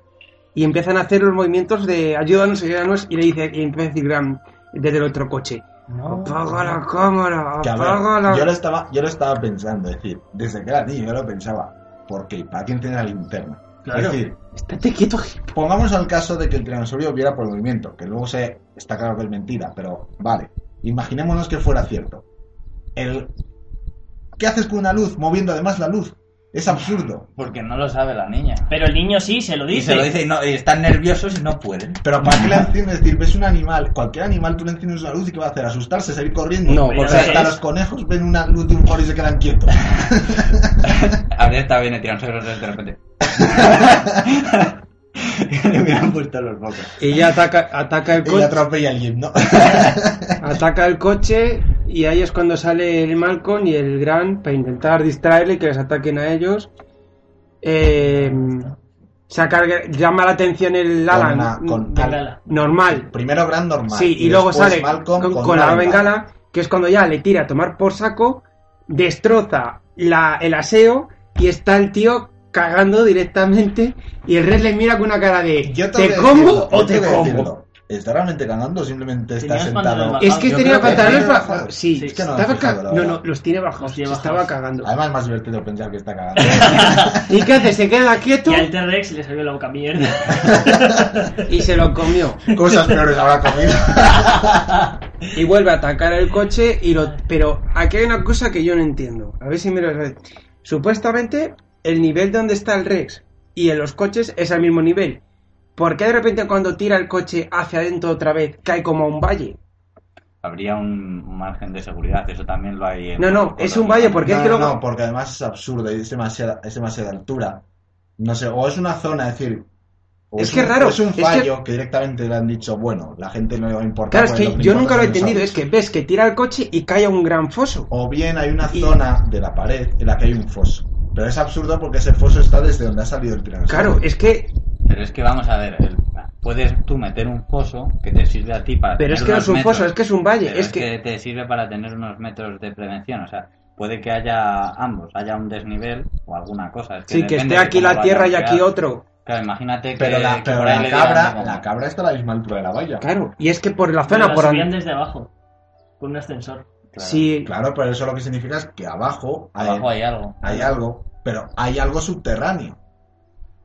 y empiezan a hacer los movimientos de ayúdanos, ayúdanos y le dice y empieza a decir Graham desde el otro coche apaga la cámara,
Que, a ver,
apaga la
yo, lo estaba, yo lo estaba pensando, es decir, desde que era niño yo lo pensaba. ¿Por qué? ¿Para quién tiene la linterna?
Claro.
Es decir,
estate quieto Gil.
Pongamos al caso de que el tiranosaurio viera por movimiento, que luego se está claro que es mentira, pero vale. Imaginémonos que fuera cierto. El ¿Qué haces con una luz moviendo además la luz? Es absurdo.
Porque no lo sabe la niña.
Pero el niño sí se lo
Y
dice.
se lo dice y, no, y están nerviosos y no pueden.
Pero ¿para qué la enciendes? Es decir, ves un animal, cualquier animal tú le enciendes una luz y ¿qué va a hacer? ¿Asustarse? ¿Salir corriendo?
No,
porque
pero
hasta
es-
los conejos ven una luz de un faro y se quedan quietos.
Habría estado bien el tiranosaurio Rex de repente. Le hubieran puesto los bocas.
Y ya ataca, ataca el
Y le
coche.
atropella el jeep, ¿no?
Ataca el coche y ahí es cuando sale el Malcolm y el Gran para intentar distraerle y que les ataquen a ellos. Eh, sacar, llama la atención el Alan.
una- con-
de-
Bengala.
normal.
Primero Gran normal.
Sí, y, luego
después
sale
Malcolm
con, con la
una
bengala, que es cuando ya le tira a tomar por saco, destroza la, el aseo y está el tío cagando directamente y el red le mira con una cara de
Yo
¿te
voy a
como
decirlo,
o
yo
te
voy a
como?
decirlo. ¿Está realmente cagando o simplemente está
Tenías pantalones
sentado?
bajados.
Es que
Yo
tenía
creo que
pantalones
tenía
bajados.
bajados.
Sí,
Es
que no me he
estaba
fijado,
ca-
la
no,
verdad.
no, los tiene bajos.
Los tiene
se
bajados.
estaba cagando.
Además, es más divertido pensar que está cagando.
¿Y qué hace? Se queda quieto
Y al T-Rex le salió la boca mierda.
y se lo comió.
Cosas peores habrá comido.
Y vuelve a atacar el coche y lo... Pero aquí hay una cosa que yo no entiendo. A ver si me lo... Supuestamente el nivel donde está el Rex y en los coches es al mismo nivel. ¿Por qué de repente cuando tira el coche hacia adentro otra vez cae como a un valle?
Habría un un margen de seguridad, eso también lo hay. en-
No, no, es un valle porque
no,
es que
no,
luego...
no, porque además es absurdo y es demasiada, es demasiada altura. No sé, o es una zona, es decir. o
Es que
un-
es raro,
o Es un
es que-
fallo que... directamente le han dicho, bueno, la gente no le va a importar.
Claro, es
porque
que
que
yo
importa
nunca lo he
son los
entendido. Es
autos.
que ves que tira el coche y cae a un gran foso.
O bien hay una
Y-
zona de la pared en la que hay un foso. Pero es absurdo porque ese foso está desde donde ha salido el tiranosaurio.
Claro, es que...
Pero es que vamos a ver, el- puedes tú meter un foso que te sirve a ti para.
Pero
tener
es que no
unos
es un
metros,
foso, es que es un valle.
pero
Es que...
te sirve para tener unos metros de prevención, o sea. Puede que haya ambos, haya un desnivel o alguna cosa. Es que
Sí, que esté
depende de
aquí
cómo
la
vaya
tierra
el
y aquí
cuidado.
otro.
Claro, imagínate que.
Pero la,
eh, que
pero
por ahí
la
le digan
cabra,
algo.
la cabra está a la misma altura de la valla.
Claro, y es que por la
Pero
zona,
la
por
subían
donde...
desde abajo. Con un ascensor.
Claro,
Sí,
Claro, pero eso lo que significa es que abajo hay,
Abajo hay algo.
hay algo, pero hay algo subterráneo.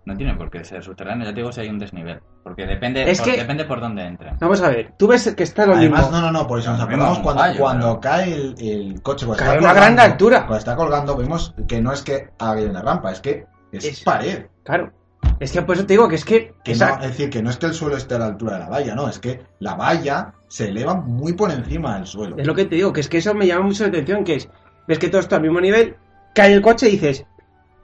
No tiene por qué ser subterráneo, ya te digo si hay un desnivel. Porque depende,
Es
por-
que-
depende por dónde entren.
Vamos a ver, tú ves que está lo
Además,
mismo.
no, no, no, por eso nos
Lo mismo
acordamos
un
cuando,
fallo,
cuando
pero-
cae el, el coche. Cuando
Cae
está
a una
colgando-
gran altura.
Cuando está colgando, vemos que no es que haya una rampa, es que es,
Es-
pared.
Claro. Es que por eso te digo que es que.
Que
esa-
eh.
no- es decir, que no es que el suelo esté a la altura de la valla, no, es que la valla se eleva muy por encima del suelo.
Es lo que te digo, que es que eso me llama mucho la atención, que es. Ves que todo está al mismo nivel, cae el coche y dices.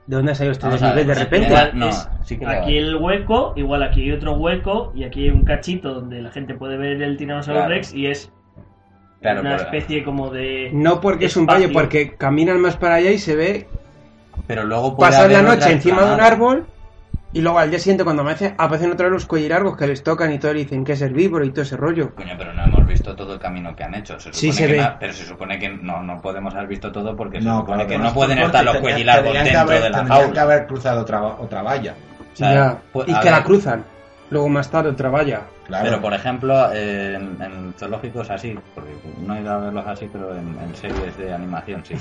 ¿De dónde ha salido este
Vamos a
desnivel de
ver,
repente?
igual- no,
Es
sí que lo
aquí
hay.
el hueco, igual aquí hay otro hueco y aquí hay un cachito donde la gente puede ver el Tiranosaurio
Claro.
Rex y es
Claro,
una
pero-
especie como de...
No porque es un valle,
Espacio.
porque caminan más para allá y se ve
Pero luego puede
pasar la
haber
noche
otra
encima de un
explanada.
árbol. Y luego al día siguiente, cuando amanece, aparecen otra vez los cuellargos que les tocan y todo, y dicen que es herbívoro y todo ese rollo.
Coño, pero no hemos visto todo el camino que han hecho. Se
Sí,
supone
se
que
ve.
no- pero se supone que no, no podemos haber visto todo porque se
No,
supone
claro,
que
no
no
es
pueden
porque
estar los
tenía-
cuellilargos
tendrían que
dentro
haber-
de la
tendrían
jaula.
que haber cruzado otra, otra valla.
O sea,
Ya.
pues,
y
a
que la
ver,
cruzan. Luego más tarde otra valla.
Claro.
Pero por ejemplo, eh, en, en zoológicos así, porque no he ido a verlos así, pero en, en series de animación sí.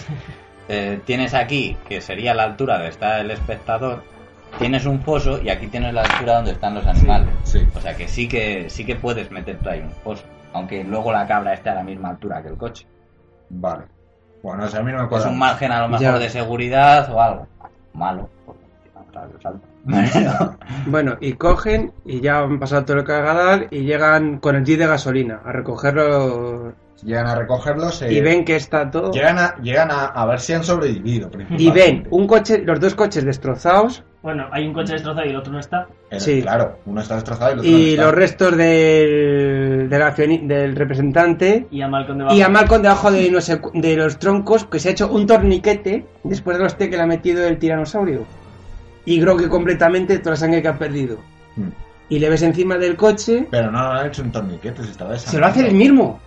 Eh, tienes aquí, que sería la altura de estar el espectador, tienes un foso y aquí tienes la altura donde están los animales.
Sí.
O sea que sí que sí que puedes meterte ahí un foso, aunque luego la cabra esté a la misma altura que el coche.
Vale. Bueno, o sea, a mí no me
Es
cuadra.
un margen a lo mejor
Ya.
de seguridad o algo. Malo. porque, claro, salta. Pero-
Bueno, y cogen y ya han pasado todo el cagadal y llegan con el jeep de gasolina a recogerlo
Llegan a recogerlos eh,
y ven que está todo.
llegan, a, llegan a, a ver si han sobrevivido.
Y ven
principalmente.
un coche, los dos coches destrozados
Bueno, hay un coche destrozado y el otro no está.
El-
sí.
eh, Claro, uno está destrozado y el otro no
y
está.
los restos del, del, accioni- del representante
Y a Malcolm debajo.
y a Malcolm debajo de, no sé cu- de los troncos que se ha hecho un torniquete después de los té que le ha metido el tiranosaurio. Y Grogu completamente toda la sangre que ha perdido.
Mm.
Y le ves encima del coche,
Pero no, no le han hecho un torniquete, se estaba
se lo hace el
desangrando.
mismo.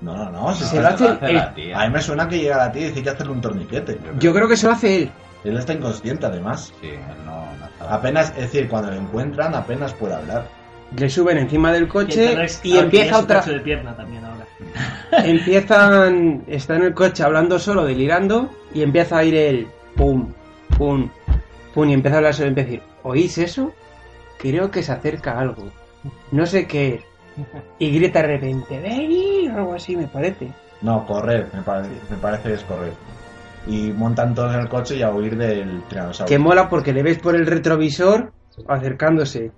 No, no, no. se
Se
está-
lo hace el-
la tía.
A mí me suena que llega la tía y dice que hacerle un torniquete.
Yo creo que se lo hace él.
Él está inconsciente, además.
Sí, no, no estaba.
Apenas, es decir, cuando lo encuentran, apenas puede hablar.
Le suben encima del
Y el
coche
T-Rex
y
ahora tiene
empieza
su
otra.
cacho de pierna también ahora.
Empiezan. Está en el coche hablando solo, delirando, y empieza a ir el pum, pum, pum, y empieza a hablar solo y empieza a decir: ¿Oís eso? Creo que se acerca algo. No sé qué es. Y grita de repente: ¡Vení! o algo así, me parece.
No, correr, me, pare- me parece que es correr. Y montan todos en el coche y a huir del tiranosaurio.
Que mola porque le ves por el retrovisor acercándose.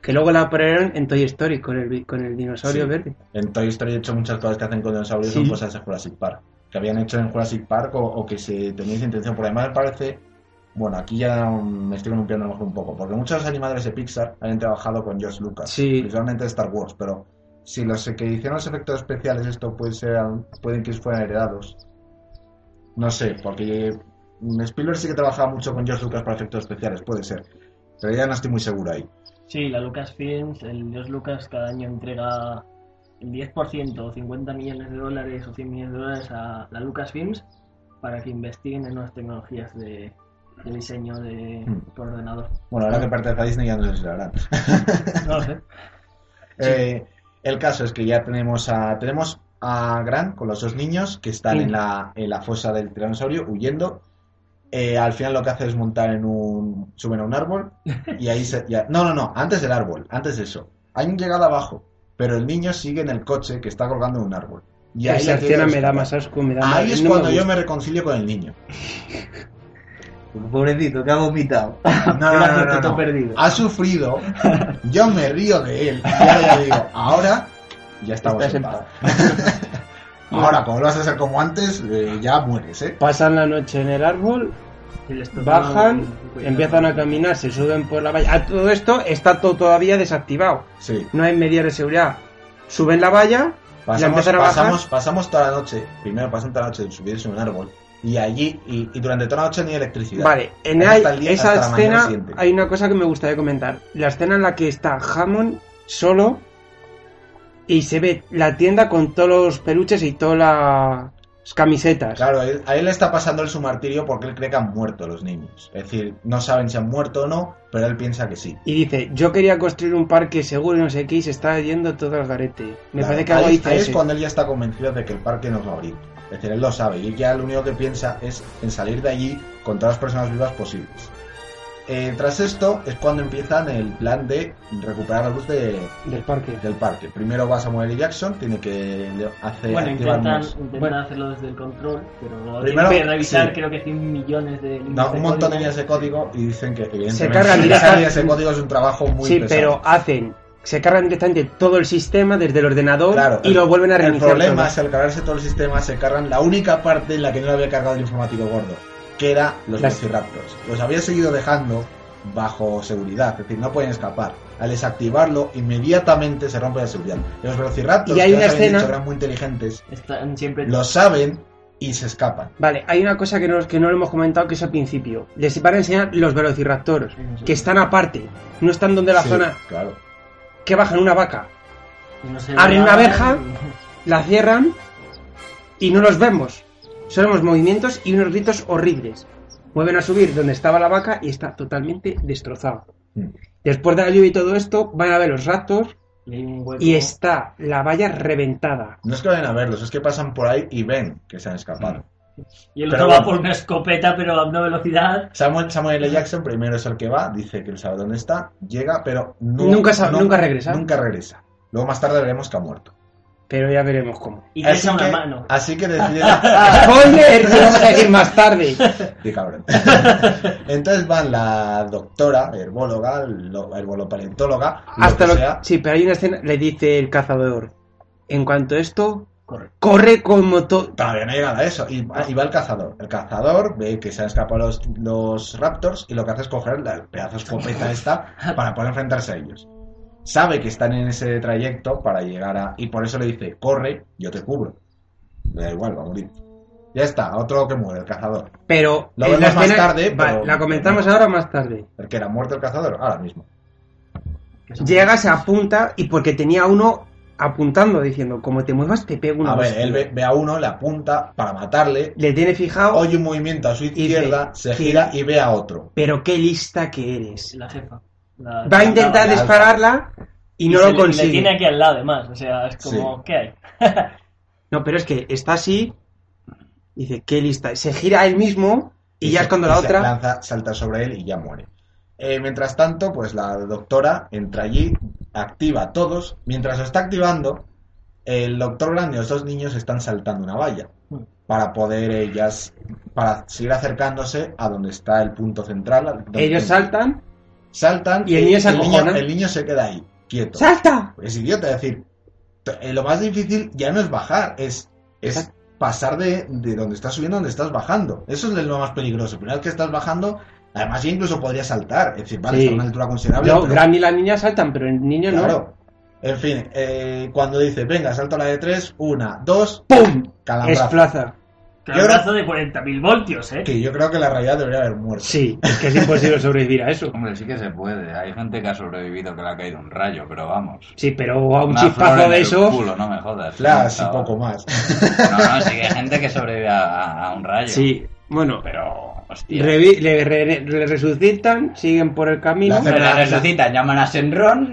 Que luego la operaron en Toy Story con el, con el dinosaurio
Sí.
verde.
En Toy Story he hecho muchas cosas que hacen con dinosaurios,
Sí.
son cosas de Jurassic Park. Que habían hecho en Jurassic Park o, o que se tenía esa intención. Por además me parece Bueno, aquí ya me estoy columpiando a lo mejor un poco, porque muchos animadores de Pixar han trabajado con George Lucas,
Sí.
principalmente de Star Wars, pero si los que hicieron los efectos especiales esto puede ser, pueden que fueran heredados. No sé, porque mm, Spielberg sí que trabajaba mucho con George Lucas para efectos especiales, puede ser, pero ya no estoy muy seguro ahí.
Sí, la Lucasfilms, el Dios Lucas cada año entrega el 10% o 50 millones de dólares o 100 millones de dólares a la Lucasfilms para que investiguen en nuevas tecnologías de, de diseño de,
Hmm.
por ordenador.
Bueno,
Ah.
ahora que pertenece a Disney ya no sé si lo harán.
No lo sé.
Eh, el caso es que ya tenemos a tenemos a Gran con los dos niños que están
Sí.
en la, en la fosa del tiranosaurio huyendo. Eh, al final lo que hace es montar en un. suben a un árbol y ahí se. ya- no, no, no, antes del árbol, antes de eso. Han llegado abajo, pero el niño sigue en el coche que está colgando de un árbol. Y ahí
Esa
la
escena
teoría
me da
es-
más asco, me da más-
Ahí es
no me
cuando yo
gusta.
me reconcilio con el niño.
Pobrecito, que ha vomitado.
No, no, no,
Era
no,
todo
no.
perdido.
Ha sufrido, yo me río de él. Y ahora ya le digo, ahora ya estamos
Estás
en
en
paz.
paz.
Ahora, como lo vas a hacer como antes, eh, ya mueres, ¿eh?
Pasan la noche en el árbol,
Y les toca pues,
bajan,
un- un-
empiezan a caminar, se suben por la valla. A todo esto está todo todavía desactivado.
Sí.
No hay medidas de seguridad. Suben la valla, la
Pasamos,
empiezan a bajar.
pasamos, pasamos toda la noche, primero pasan toda la noche subirse a un árbol, y allí, y, y durante toda la noche ni electricidad.
Vale, en
Hasta
ahí-
el día-
esa
hasta la mañana
escena
siguiente.
hay una cosa que me gustaría comentar. La escena en la que está Hammond solo y se ve la tienda con todos los peluches y todas las camisetas.
Claro, él- a él le está pasando el su martirio porque él cree que han muerto los niños. Es decir, no saben si han muerto o no, pero él piensa que sí.
Y dice, yo quería construir un parque seguro y no sé qué y se está yendo todo al garete. Me
Claro,
parece que algo
ahí,
dice
ahí es
ese.
cuando él ya está convencido de que el parque nos va a abrir. Es decir, él lo sabe y él ya lo único que piensa es en salir de allí con todas las personas vivas posibles. Eh, tras esto es cuando empiezan el plan de recuperar la luz de-
Del parque.
del parque. Primero vas a Samuel L. Jackson, tiene que le- hacer activar
Bueno, intentan,
unos-
intentan
Bueno.
hacerlo desde el control, pero
Primero,
tienen que revisar
sí.
creo que 100 millones de líneas
no,
de
un montón de
código.
líneas de código y dicen que evidentemente
cargan
sacar
directa-
líneas de código es un trabajo muy
sí,
pesado.
pero hacen, se cargan directamente todo el sistema desde el ordenador
Claro,
y
el-
lo vuelven a
El
reiniciar.
problema
todo.
es que al cargarse todo el sistema se cargan la única parte en la que no lo había cargado el informático gordo, que era los
Las-
Velociraptors. Los había seguido dejando bajo seguridad, es decir, no pueden escapar. Al desactivarlo, inmediatamente se rompe la seguridad. Y los Velociraptors,
Y hay
que
una
nos habían
escena-
dicho que eran muy inteligentes,
Están siempre
lo saben y se escapan.
Vale, hay una cosa que no, que no lo hemos comentado que es al principio. Les van a enseñar los velociraptors, que están aparte, no están donde la
Sí,
zona,
Claro.
que bajan una vaca,
no se
abren una
van.
verja. la cierran y no los vemos. Solo vemos movimientos y unos gritos horribles. Vuelven a subir donde estaba la vaca y está totalmente destrozado.
Mm.
Después de la lluvia y todo esto, van a ver los raptors
Y hay un hueco.
y está la valla reventada.
No es que vayan a verlos, es que pasan por ahí y ven que se han escapado.
Y el
Pero
otro va
bueno.
por una escopeta, pero a una velocidad.
Samuel, Samuel L. Jackson primero es el que va, dice que él sabe dónde está, llega, pero no-
Nunca sabe-
no-
nunca regresa.
Nunca regresa. Luego más tarde veremos que ha muerto.
Pero ya veremos cómo.
Y te echa una mano.
así que decide la-
¡Spoiler! Te lo vamos a decir más tarde.
Sí, cabrón. Entonces van la doctora, herbóloga, lo- herbolopaleontóloga, lo
Hasta
que
lo
sea.
Sí, pero hay una escena, le dice el cazador. En cuanto a esto,
Corre.
corre como todo.
Todavía no ha llegado a eso. Y, va- y va el cazador. El cazador ve que se han escapado los, los raptors y lo que hace es coger la el pedazo de escopeta esta para poder enfrentarse a ellos. Sabe que están en ese trayecto para llegar a... Y por eso le dice, corre, yo te cubro. Me da igual, va a morir. Ya está, otro que muere, el cazador.
Pero
Lo
en
vemos más tarde,
va,
pero-
la comentamos ahora o más tarde.
El que era muerto el cazador, ahora mismo.
que son-
Llega, se apunta y porque tenía uno apuntando diciendo, como te muevas te pego una
A ver,
hostia".
él ve, ve a uno, le apunta para matarle,
Le tiene fijado,
oye un movimiento a su izquierda, se
dice,
gira y ve a otro.
pero qué lista que eres.
La jefa. La-
Va a intentar
la- la-
dispararla y no
se
lo
le- Le
consigue.
tiene aquí al lado, además. O sea, es como,
Sí.
¿qué hay?
No, pero es que está así, dice, qué lista. Se gira él mismo y, ya
se-
es cuando la
se
otra...
lanza- salta sobre él y ya muere. Eh, mientras tanto, pues la doctora entra allí, activa a todos. Mientras lo está activando, el doctor Grande y los dos niños están saltando una valla
Hmm.
para poder ellas, para seguir acercándose a donde está el punto central. al- donde-
Ellos saltan,
saltan
y el niño se
niño,
acojona.
el niño se queda ahí, quieto.
¡salta!
Pues Es idiota, es decir, t- eh, lo más difícil ya no es bajar, es, es
Exacto.
pasar de, de donde estás subiendo a donde estás bajando. Eso es lo más peligroso. Primero que estás bajando, Además, ya incluso podría saltar. Es decir, vale,
Sí.
está a una altura considerable.
No,
pero-
Gran y la niña saltan, pero el niño
Claro. En fin, eh, cuando dice, venga, salto a la de tres, una, dos,
no. ¡Pum!
calambrazo.
Esplaza.
Yo creo-
Cabezazo de 40.000 voltios, ¿eh?
Que yo creo que la realidad debería haber muerto.
Sí, es que es imposible sobrevivir a eso.
Hombre, sí que se puede. Hay gente que ha sobrevivido que le ha caído un rayo, pero vamos.
Sí, pero a un
Una flor
chispazo
en
de
el
esos.
culo, no me jodas.
Flash
No,
y poco más.
No, no, sí que hay gente que sobrevive a, a- a un rayo.
Sí, bueno.
Pero, hostia.
revi- le, re- le resucitan, siguen por el camino.
La-
Pero la resucitan, llaman a Senron.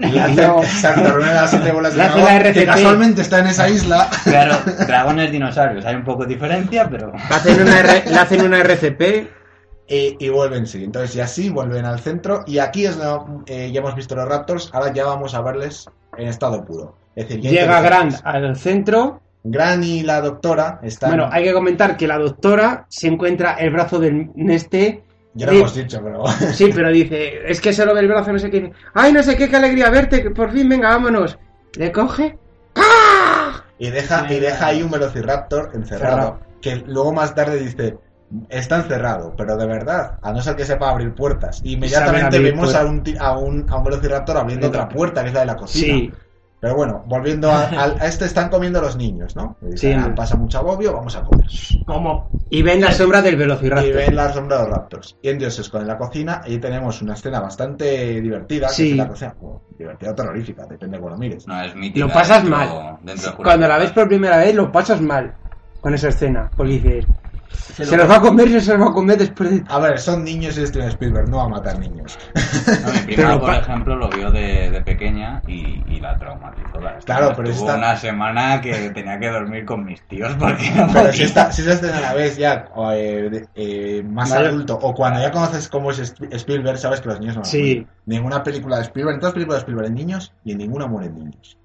Le hace-
No.
Exacto, reúne las siete bolas de
Le hace
dragón,
la RCP.
que casualmente está en esa isla.
Claro, dragones, dinosaurios. Hay un poco de diferencia, pero.
Le hacen una, R- le hacen una RCP.
Y, y vuelven, sí. Entonces, y así vuelven al centro. Y aquí es donde eh, ya hemos visto los Raptors. Ahora ya vamos a verles en estado puro. Es decir, ya
Llega Grand
inteligentes.
al centro.
Gran y la doctora están.
Bueno, hay que comentar que la doctora se encuentra el brazo del Neste.
Ya lo
sí.
hemos dicho, pero.
Sí, pero dice, es que solo ve el brazo, no sé qué. Dice, Ay, no sé qué, qué alegría verte, que por fin, venga, vámonos. Le coge.
Y deja, y deja ahí un Velociraptor encerrado. Que luego más tarde dice. Está encerrado, pero de verdad, a no ser que sepa abrir puertas. Inmediatamente
abrir
vemos
puertas.
a un, ti- a, un, a un Velociraptor abriendo otra puerta, que es la de la cocina.
Sí,
Pero bueno, volviendo a, al- a este, están comiendo los niños, ¿no? Y
Sí.
dicen, "Ah, pasa mucho agobio, vamos a comer.
Como
y ven la sombra del
Y
velociraptor.
ven la sombra de los raptors. Y entonces se esconden en la cocina y tenemos una escena bastante divertida. que
Sí.
es la cocina, bueno, divertida o terrorífica, depende de cómo lo mires.
No, es mítica.
Lo pasas
dentro-
mal.
dentro del
Cuando
juego.
la ves por primera vez, lo pasas mal con esa escena. Porque dices,
se
se
lo-
los va a comer, no se los va a comer después de.
A ver, son niños y Steven Spielberg, no va a matar niños.
No, mi prima,
Pero lo
por
pa-
ejemplo, lo vio de, de pequeña y, y la traumatizó. La
Claro, pero
Estuvo
esta-
una semana que tenía que dormir con mis tíos porque no
Pero
podía.
si, esta, si esa escena la ves ya o, eh, de- eh, más
Vale.
adulto, o cuando ya conoces cómo es Sp- Spielberg, sabes que los niños no van a
Sí.
morir. Ninguna película de Spielberg, en todas las películas de Spielberg hay niños y en ninguna mueren niños.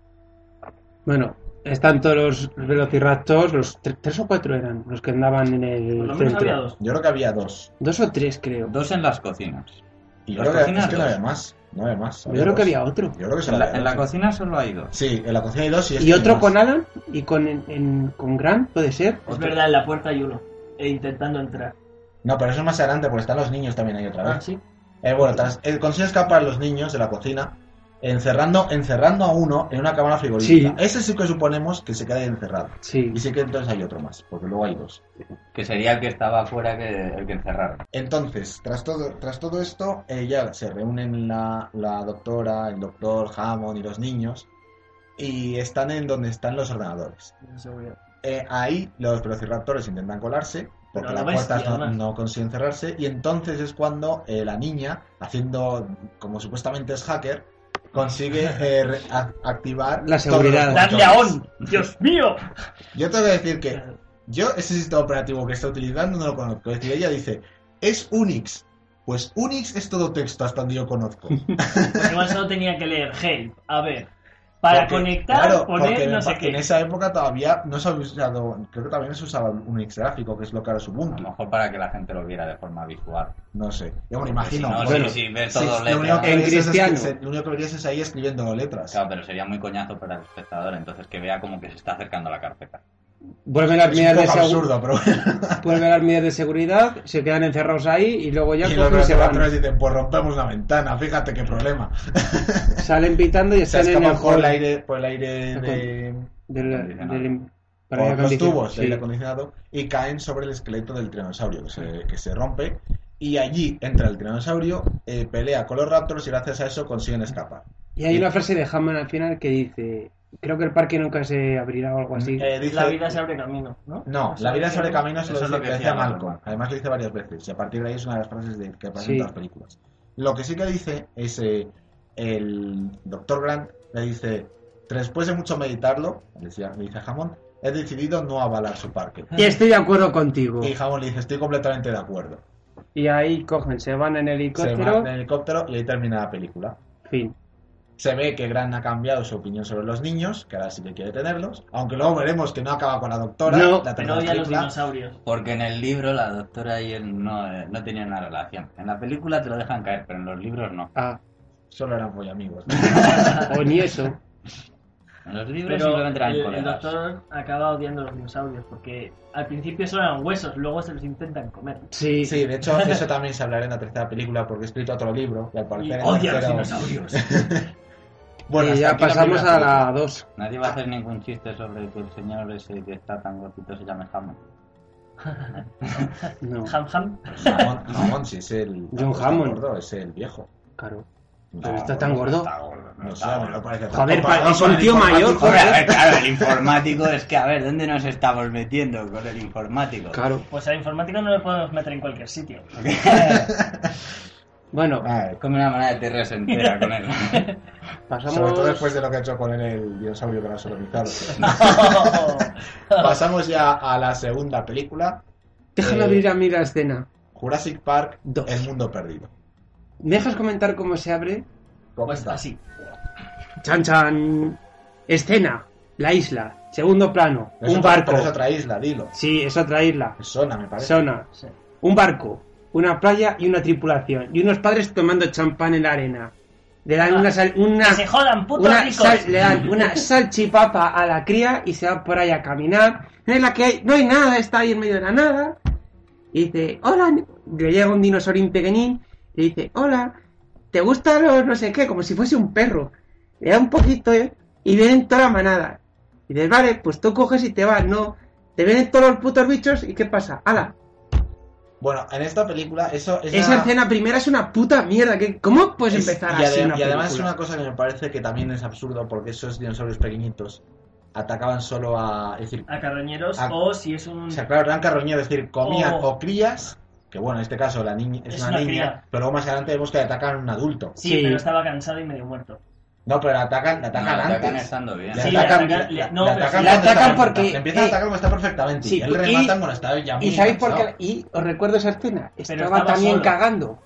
Bueno, están todos los velociraptors, los tre- tres o cuatro eran los que andaban en el
Por lo menos había
centro.
dos.
Yo creo que había dos.
Dos o tres, creo.
Dos en las cocinas.
Y yo
Las
creo que, es
cocinas
que no
dos.
había más. No había más.
Yo creo que
dos.
había otro.
Yo creo que solo
En la,
había
en la
dos.
cocina solo hay dos.
Sí, en la cocina hay dos y, es
Y
que
otro
hay
con
más.
Alan y con, en- con Grant, puede ser.
Es verdad, en la puerta hay uno. E intentando entrar.
No, pero eso es más adelante porque están los niños también ahí otra
Ah,
vez.
sí.
Eh, bueno, tras, eh, consigue escapar los niños de la cocina encerrando, encerrando a uno en una cámara frigorífica.
Sí.
Ese sí que suponemos que se queda ahí encerrado.
Sí.
Y sí que entonces hay otro más, porque luego hay dos.
Que sería el que estaba afuera que el que encerraron.
Entonces, tras todo, tras todo esto, eh, ya se reúnen la, la doctora, el doctor Hammond y los niños y están en donde están los ordenadores.
No sé, voy a-
Eh, ahí los velociraptores intentan colarse porque
Pero
las
la bestia,
puertas no,
además.
no consiguen cerrarse y entonces es cuando eh, la niña, haciendo como supuestamente es hacker, consigue eh, re- a- activar
La
todos
seguridad.
los
¡Darle a
botones.
on! ¡Dios mío!
Yo tengo que decir que yo ese sistema operativo que está utilizando no lo conozco. Es decir, ella dice, es Unix. Pues Unix es todo texto hasta donde yo conozco.
Igual solo tenía que leer help. A ver. Para
Porque,
conectar,
claro, porque
poner
en
no sé
pa- En
qué.
esa época todavía no se había usado, creo que también se usaba Unix gráfico, que es lo que ahora es
A
Ubuntu.
lo mejor para que la gente lo viera de forma visual.
No sé. Yo me lo Pues
Porque
imagino.
Si no,
bueno,
si, si ves
sí,
todo
lo, único
letra-
que
En
verías es que-
cristiano.
lo único que verías es ahí escribiendo letras.
Claro, pero sería muy coñazo para el espectador, entonces que vea como que se está acercando a la carpeta.
Vuelven las
Es un
medidas de
poco
seguridad.
absurdo, pero bueno.
Vuelven las medidas de seguridad, se quedan encerrados ahí y luego ya
Y
cogen
los
y se van.
restauradores dicen, pues rompemos la ventana, fíjate qué problema.
Salen pitando
Se
y están en el
escapan por el
hall
aire, por el aire de...
del,
Acondicionado.
del- em-
por
para
los
acondicionar,
tubos de
sí.
aire acondicionado y caen sobre el esqueleto del tiranosaurio que se, que se rompe y allí entra el tiranosaurio, eh, pelea con los raptors y gracias a eso consiguen escapar.
Y hay una frase de Hammond al final que dice: Creo que el parque nunca se abrirá o algo así.
Eh, dice-
La vida se abre camino, ¿no?
No,
O sea,
la vida
que-
sobre caminos
Eso
lo,
es lo
dice-
que
lo
decía
decía
Malcolm.
Malcolm. Además lo dice varias veces. Y a partir de ahí es una de las frases de- que aparecen
Sí.
en todas las películas. Lo que sí que dice es eh, el doctor Grant le dice, después de mucho meditarlo, le, decía, le dice a Hammond, he decidido no avalar su parque.
Y estoy de acuerdo contigo.
Y Hammond le dice, estoy completamente de acuerdo.
Y ahí cogen, se van en
Se
helicóptero.
va en el helicóptero y ahí termina la película.
Fin.
Se ve que Grant ha cambiado su opinión sobre los niños, que ahora sí que quiere tenerlos, aunque luego veremos que no acaba con la doctora.
No,
la tercera
Pero odia a los
película.
dinosaurios.
Porque en el libro la doctora y él no, eh, no tenían una relación. En la película te lo dejan caer, pero en los libros no.
Ah,
Solo eran muy amigos.
o ni eso.
En los libros
Pero
simplemente eran
el, el
colegas.
doctor acaba odiando a los dinosaurios porque al principio solo eran huesos, luego se los intentan comer.
Sí,
Sí, de hecho, eso también se hablará en la tercera película porque he escrito otro libro y al
Y
parecer. en la
odia a los
tercera-
dinosaurios.
Bueno,
y
hasta
ya
aquí la
pasamos
primera
a la 2.
Nadie va a hacer ningún chiste sobre que el señor ese que está tan gordito se llame Hammond.
No,
Ham Ham.
película. Hammond, Hammond, sí, es el.
John
está
Hammond.
gordo, es el viejo.
claro.
No,
Pero está tan gordo.
Está gordo.
No sé,
Ah,
está
me lo
gordo.
parece.
Joder,
tanto
pa-
para-
es un tío
para-
mayor,
Hombre, a ver,
joder.
claro, el informático es que, a ver, ¿dónde nos estamos metiendo con el informático?
Claro.
Pues al informático no le podemos meter en cualquier sitio.
Bueno,
A ver,
Como una manada de tierra se entera con él.
pasamos.
Ah, Sobre todo después de lo que ha hecho con él el dinosaurio que lo ha sodomizado. Pasamos ya a la segunda película,
Déjame
Eh,
abrir a mí la escena.
Jurassic Park,
Dos.
El Mundo Perdido.
¿Me dejas comentar cómo se abre?
¿Cómo
pues
está?
así.
Chan chan. Escena. La isla. Segundo plano.
Es
un
otra-
barco.
pero es otra isla, dilo.
Sí, es otra isla.
Es Zona, me parece.
Zona.
Sí.
Un barco. Una playa y una tripulación. Y unos padres tomando champán en la arena. Le dan
Ah,
una sal- una,
Que se jodan, putos
una
ricos.
sal- le dan una salchipapa a la cría y se va por ahí a caminar. No es la que hay, no hay nada, está ahí en medio de la nada. Y dice, hola, le llega un dinosaurín pequeñín, le dice, hola, ¿te gusta los no sé qué? Como si fuese un perro. Le da un poquito ¿eh? y vienen toda la manada. Y dices, vale, pues tú coges y te vas, no. Te vienen todos los putos bichos y ¿qué pasa? ¡Hala!
Bueno, en esta película, eso es
Esa escena primera es una puta mierda. ¿qué- ¿Cómo puedes
es-
empezar
y,
así
ade-
una
y además es
película?
una cosa que me parece que también es absurdo porque esos dinosaurios pequeñitos atacaban solo a. Es decir,
A carroñeros
Ah.
o si es un...
o sea, claro, eran carroñeros, es decir, comían
Oh.
o crías, que bueno, en este caso la niña es,
Es
una,
una
niña,
cría.
pero luego más adelante vemos que atacan a un adulto.
Sí,
Sí.
pero estaba cansado y medio muerto.
No, pero la atacan, la atacan
No,
antes.
atacan estando bien.
Le
Sí,
atacan,
le atacan-
le-
le- no,
le
pero
atacan
sí, le
cuando
atacan
está-
porque-
le empiezan a
eh,
atacar cuando está perfectamente.
sí,
y él
y-
rematan cuando está ya muy
¿Y sabéis por
cansado.
qué? Y os recuerdo esa escena. Estaba,
estaba
también
solo.
cagando.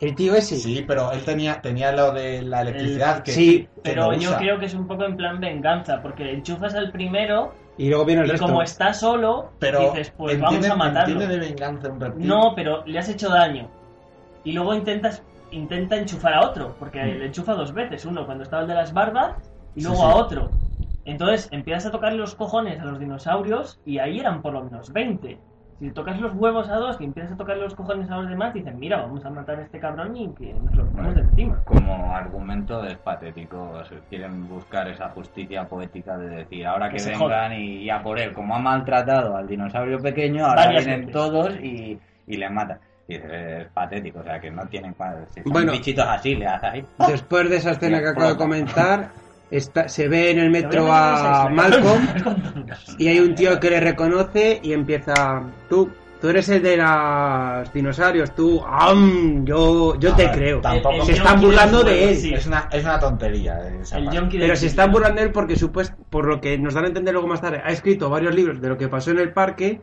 El tío ese.
Sí, pero él tenía, tenía lo de la electricidad que.
Sí,
que
Pero
lo
yo
usa.
creo que es un poco en plan venganza, porque enchufas al primero
Y luego viene el
y
resto.
como está solo,
Pero
dices, pues vamos
¿entiende-
a matarlo.
¿entiende de venganza un reptil?
No, pero le has hecho daño. Y luego intentas intenta enchufar a otro, porque
Mm.
le enchufa dos veces, uno cuando estaba el de las barbas y
Sí,
luego
sí.
a otro. Entonces empiezas a tocar los cojones a los dinosaurios y ahí eran por lo menos 20. Si tocas los huevos a dos y empiezas a tocar los cojones a los demás, dicen, mira, vamos a matar a este cabrón y que nos lo ponemos de encima.
Como argumento es patético, o sea, quieren buscar esa justicia poética de decir, ahora
Que
que,
se
vengan y ya por él, como ha maltratado al dinosaurio pequeño, ahora
Varias
vienen
veces.
todos y, y le matan. Y dices, es patético, o sea, que no tienen cuadros. Si son
Bueno.
bichitos así, le haces ahí.
Después de esa escena que acabo de
Explota.
comentar, está, se ve en el
Te voy
metro
meter esa
a
isla.
Malcolm
Es con tontas.
y hay un tío que le reconoce y empieza. Tú, tú eres el de los dinosaurios, tú. am, yo yo
A
te
ver,
creo.
tam- Tampoco.
Se
yonki
están
del
burlando
juego,
de él.
sí.
Es una, es una tontería. esa
El
parte.
yonki del
Pero se
juego.
están burlando de él porque supues- por lo que nos dan a entender luego más tarde, ha escrito varios libros de lo que pasó en el parque,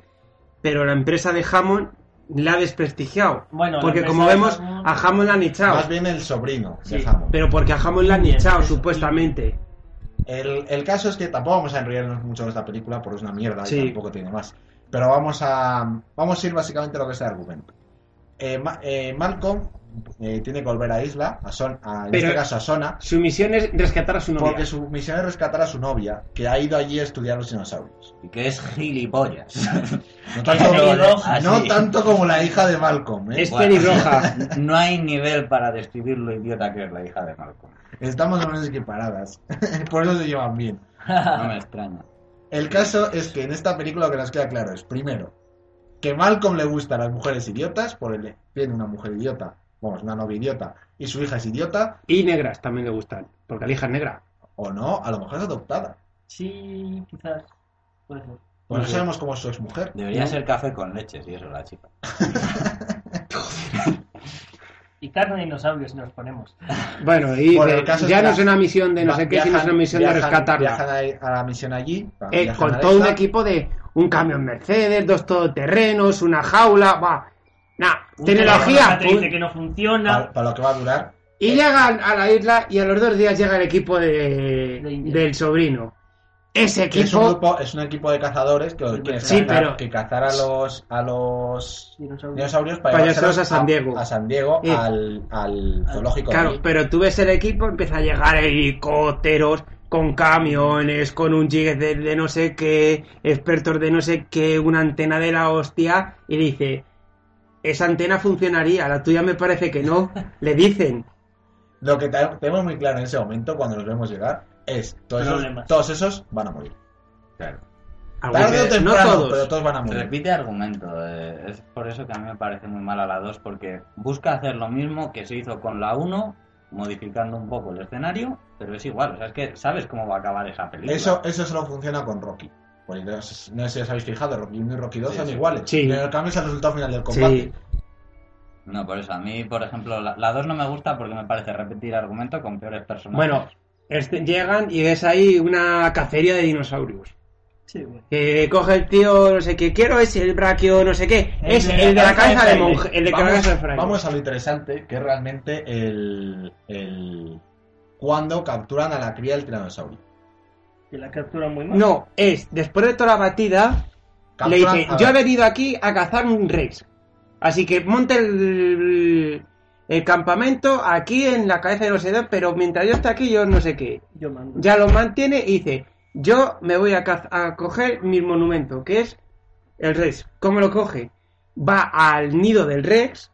pero la empresa de Hammond la ha desprestigiado.
Bueno, la
porque
empresa
como
de
vemos,
Hammond-
a Hammond la han
Más
echado.
bien el sobrino de
Sí.
Hammond.
Pero porque a Hammond la han
Bien,
echado,
eso.
supuestamente.
El, el caso es que tampoco vamos a enrollarnos mucho con esta película porque es una mierda
Sí.
y tampoco tiene más. Pero vamos a, vamos a ir básicamente a lo que es el argumento. Eh, Ma- eh, Malcolm eh, tiene que volver a Isla, a Son, a- en
Pero-
este caso a Sona,
Su misión es rescatar a su novia.
porque su misión es rescatar a su novia, que ha ido allí a estudiar los dinosaurios.
Y que es gilipollas.
No tanto,
Que ha
como,
ido-
no
así.
tanto como la hija de Malcolm. ¿eh?
Ah, Es pelirroja.
No hay nivel para describir lo idiota que es la hija de Marco.
Estamos más o menos equiparadas. Por eso se llevan bien.
No me extraña.
El caso es que en esta película lo que nos queda claro es, primero, que Malcolm le gustan las mujeres idiotas, por el tiene una mujer idiota, vamos, una novia idiota, y su hija es idiota,
Y negras también le gustan, porque la hija es negra.
o no, a lo mejor es adoptada.
Sí, quizás. Puede ser.
Pues no
Muy bien.
sabemos cómo es su exmujer.
Debería ser café con leche, si eso la chica.
Y carne de dinosaurio si nos ponemos.
Bueno, y
Bueno, el
de-
caso es
ya
que
no
la-
es una misión de no
Va-
sé qué, sino es
viajan-
una misión de
viajan-
rescatarla.
Viajan a, a la misión allí.
Eh,
viajan
con
a
todo un
esta.
equipo de un camión Mercedes, dos todoterrenos, una jaula, va. Nah, tecnología.
Un teléfono que te dice
pum.
que no funciona.
Para, para lo que va a durar.
Y llegan a la isla y a los dos días llega el equipo de,
De indios.
del sobrino. Ese
que es, un
equipo,
grupo, es un equipo de cazadores que lo que quieren es
Sí,
cazar-
pero-
que cazar a los, a los
Dinosaurio.
dinosaurios para,
Para
llevárselos
llevárselos a San Diego.
a San Diego,
Eh.
al, al zoológico. de
claro,
allí.
pero tú ves el equipo, empieza a llegar helicópteros, con camiones, con un jig de, de no sé qué, expertos de no sé qué, una antena de la hostia, y dice, esa antena funcionaría, la tuya me parece que no, le dicen.
Lo que te- tenemos muy claro en ese momento, cuando los vemos llegar, es todos esos,
Problemas.
todos esos van a morir.
Algunos-
Tarde o
Ah, no
temprano,
todos.
pero todos van a morir.
Repite argumento, eh, es por eso que a mí me parece muy mala la 2, porque busca hacer lo mismo que se hizo con la 1, modificando un poco el escenario, pero es igual, o sea, es que sabes cómo va a acabar esa película.
Eso, eso solo funciona con Rocky. Porque no, sé- no sé si os habéis fijado, Rocky 1 y Rocky 2
Sí,
son
sí.
iguales.
Sí.
Pero cambias el resultado final del combate.
Sí,
No, por eso, a mí, por ejemplo, la, la 2 no me gusta porque me parece repetir argumento con peores personajes.
bueno, este- llegan y ves ahí una cacería de dinosaurios.
Sí, güey.
Que coge el tío, no sé qué, quiero es el braquio, no sé qué.
El
Es
de la
el de la
cabeza de
cabeza de
fraile.
monje, el de la
vamos,
cabeza de fraile.
vamos a lo interesante, que es realmente el, el cuando capturan a la cría del tiranosaurio.
Que la captura muy mal.
No, es después de toda la batida, le
Capturan
dice,
a
yo he
la-
venido aquí a cazar un rex. Así que monte el, el campamento aquí en la cabeza de los dedos, pero mientras yo esté aquí yo no sé qué.
Yo mando.
Ya lo mantiene y dice, yo me voy a, caz- a coger mi monumento, que es el rex. ¿Cómo lo coge? Va al nido del rex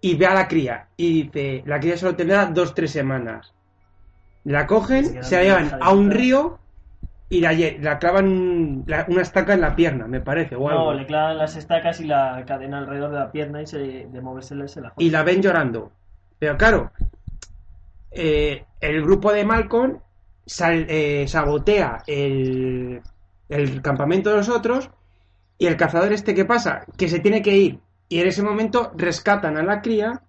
y ve a la cría. Y dice, la cría solo tendrá dos, tres semanas. La
Sí,
cogen,
era
se la
una
llevan
hija de
a un
puta.
río y la, lle- la clavan la- una estaca en la pierna, me parece, o algo.
No, le clavan las estacas y la cadena alrededor de la pierna y se, de moverse se la
y la ven llorando. Pero claro, eh, el grupo de Malcolm sal- eh, sabotea el, el campamento de los otros y el cazador este, ¿qué pasa? Que se tiene que ir. Y en ese momento rescatan a la cría.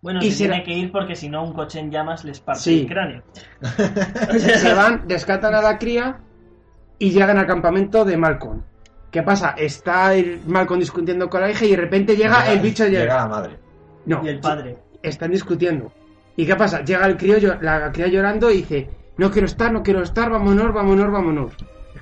Bueno,
y
se
se la-
tiene que ir porque si no un coche en llamas les parte
Sí.
el cráneo.
se van, rescatan a la cría y llegan al campamento de Malcolm. ¿Qué pasa? Está el Malcolm discutiendo con la hija y de repente llega, el bicho y
llega la madre.
No,
Y el padre.
están discutiendo. ¿Y qué pasa? Llega el crío, llo- la cría llorando y dice, no quiero estar, no quiero estar, vámonos, vámonos, vámonos.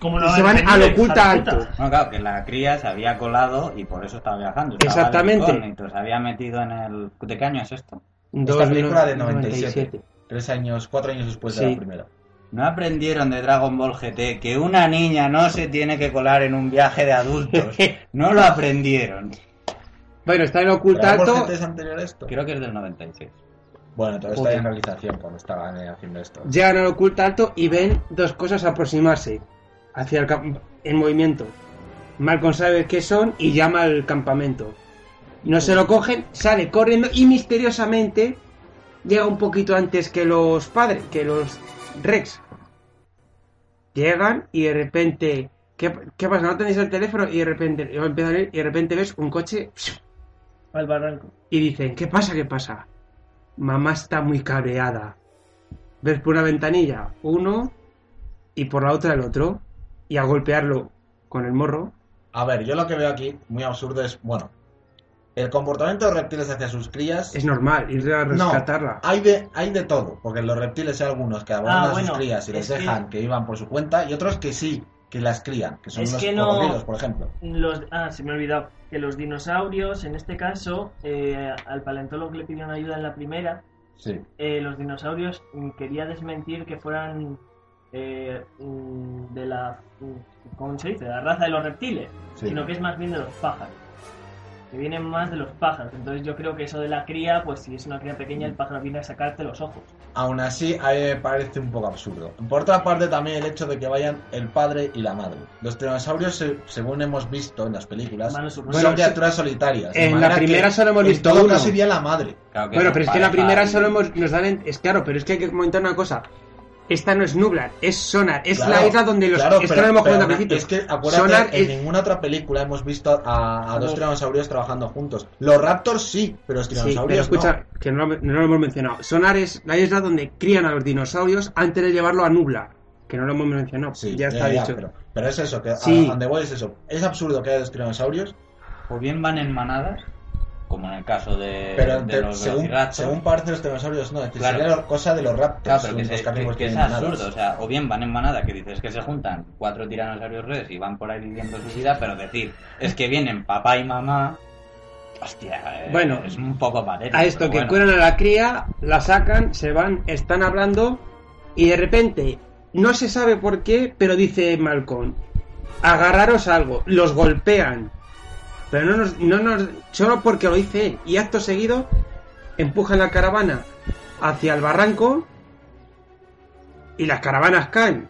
Como
y se van a lo oculta alto.
Bueno, claro, que la cría se había colado y por eso estaba viajando.
Exactamente.
Entonces se había metido en el... ¿De qué año es esto?
Esta película de
97.
97. Tres años, cuatro años después de
Sí.
la primera.
¿No aprendieron de Dragon Ball GT que una niña no se tiene que colar en un viaje de adultos? No lo aprendieron.
Bueno, está en lo
¿Pero
oculta
la
alto.
Morte es anterior a esto?
Creo que es del 96.
Bueno, todo está
Joder.
en realización cuando estaban eh, haciendo esto.
Llegan al oculta alto y ven dos cosas aproximarse hacia el camp- en movimiento. Malcolm sabe qué son y llama al campamento. No se lo cogen, sale corriendo y misteriosamente llega un poquito antes que los padres, que los Rex. Llegan y de repente. ¿Qué, qué pasa? ¿No tenéis el teléfono? Y de repente y empieza a leer, y de repente ves un coche
Al barranco.
y dicen, ¿qué pasa? ¿Qué pasa? Mamá está muy cabreada. Ves por una ventanilla uno y por la otra el otro y a golpearlo con el morro.
A ver, yo lo que veo aquí, muy absurdo, es, bueno, el comportamiento de reptiles hacia sus crías...
Es normal ir a
No, Ah,
rescatarla.
hay de, hay de todo, porque los reptiles hay algunos que abandonan
Ah,
a sus
bueno,
crías y les
es que-
dejan que... vivan por su cuenta, y otros que sí, que las crían, que son
Es
los
que no-
cocodrilos, por ejemplo.
Los, ah, se me ha olvidado que los dinosaurios, en este caso, eh, al paleontólogo que le pidieron ayuda en la primera,
Sí.
eh, los dinosaurios mm, quería desmentir que fueran eh, mm, de la mm, ¿cómo se dice? De la raza de los reptiles,
Sí.
sino que es más bien de los pájaros. Que vienen más de los pájaros. Entonces yo creo que eso de la cría, pues si es una cría pequeña, el pájaro viene a sacarte los ojos.
Aún así, a mí me parece un poco absurdo. Por otra parte, también el hecho de que vayan el padre y la madre. Los tiranosaurios, se- según hemos visto en las películas,
Van en su-
son
Bueno,
criaturas solitarias. de
en la
manera que
primera solo hemos
en
visto
todo
uno.
caso iría la madre.
Claro que
Bueno,
son
pero es que en la
pareja
primera
y-
solo hemos- nos dan... en- es claro, pero es que hay que comentar una cosa. Esta no es Nublar, es Sonar. Es la
Claro,
isla donde los...
claro,
es que
pero-
no lo hemos
pero
comentado al
na-
principio.
Es que acuérdate,
Sonar
en
es-
ninguna otra película hemos visto a, a dos
No.
tiranosaurios trabajando juntos. Los raptors sí, pero los
Sí, pero
tiranosaurios
escucha, que no, lo- no lo hemos mencionado. Sonar es la isla donde crían a los dinosaurios antes de llevarlo a Nublar. Que no lo hemos mencionado.
no. Sí,
ya está
ya,
dicho.
Pero, pero es eso, que a-
Sí.
a donde voy es eso. Es absurdo que haya dos tiranosaurios,
O bien van en manadas, como en el caso de,
pero
de
te-
los
según,
velociraptors.
según parece los tiranosaurios no. Es decir,
Claro.
sería cosa de los raptors.
Claro, pero que,
los
se- que-
carnívoros
que es
tienen manadas.
absurdo, o sea, o bien van en manada, que dices que se juntan cuatro tiranosaurios redes y van por ahí viviendo su vida, pero decir, es que vienen papá y mamá, hostia, eh,
Bueno,
es un poco patético.
A esto,
pero
que
bueno.
cuelan a la cría, la sacan, se van, están hablando y de repente no se sabe por qué, pero dice Malcolm, agarraros algo, los golpean. Pero no nos, no nos, solo porque lo dice él. Y acto seguido, empujan la caravana hacia el barranco y las caravanas caen.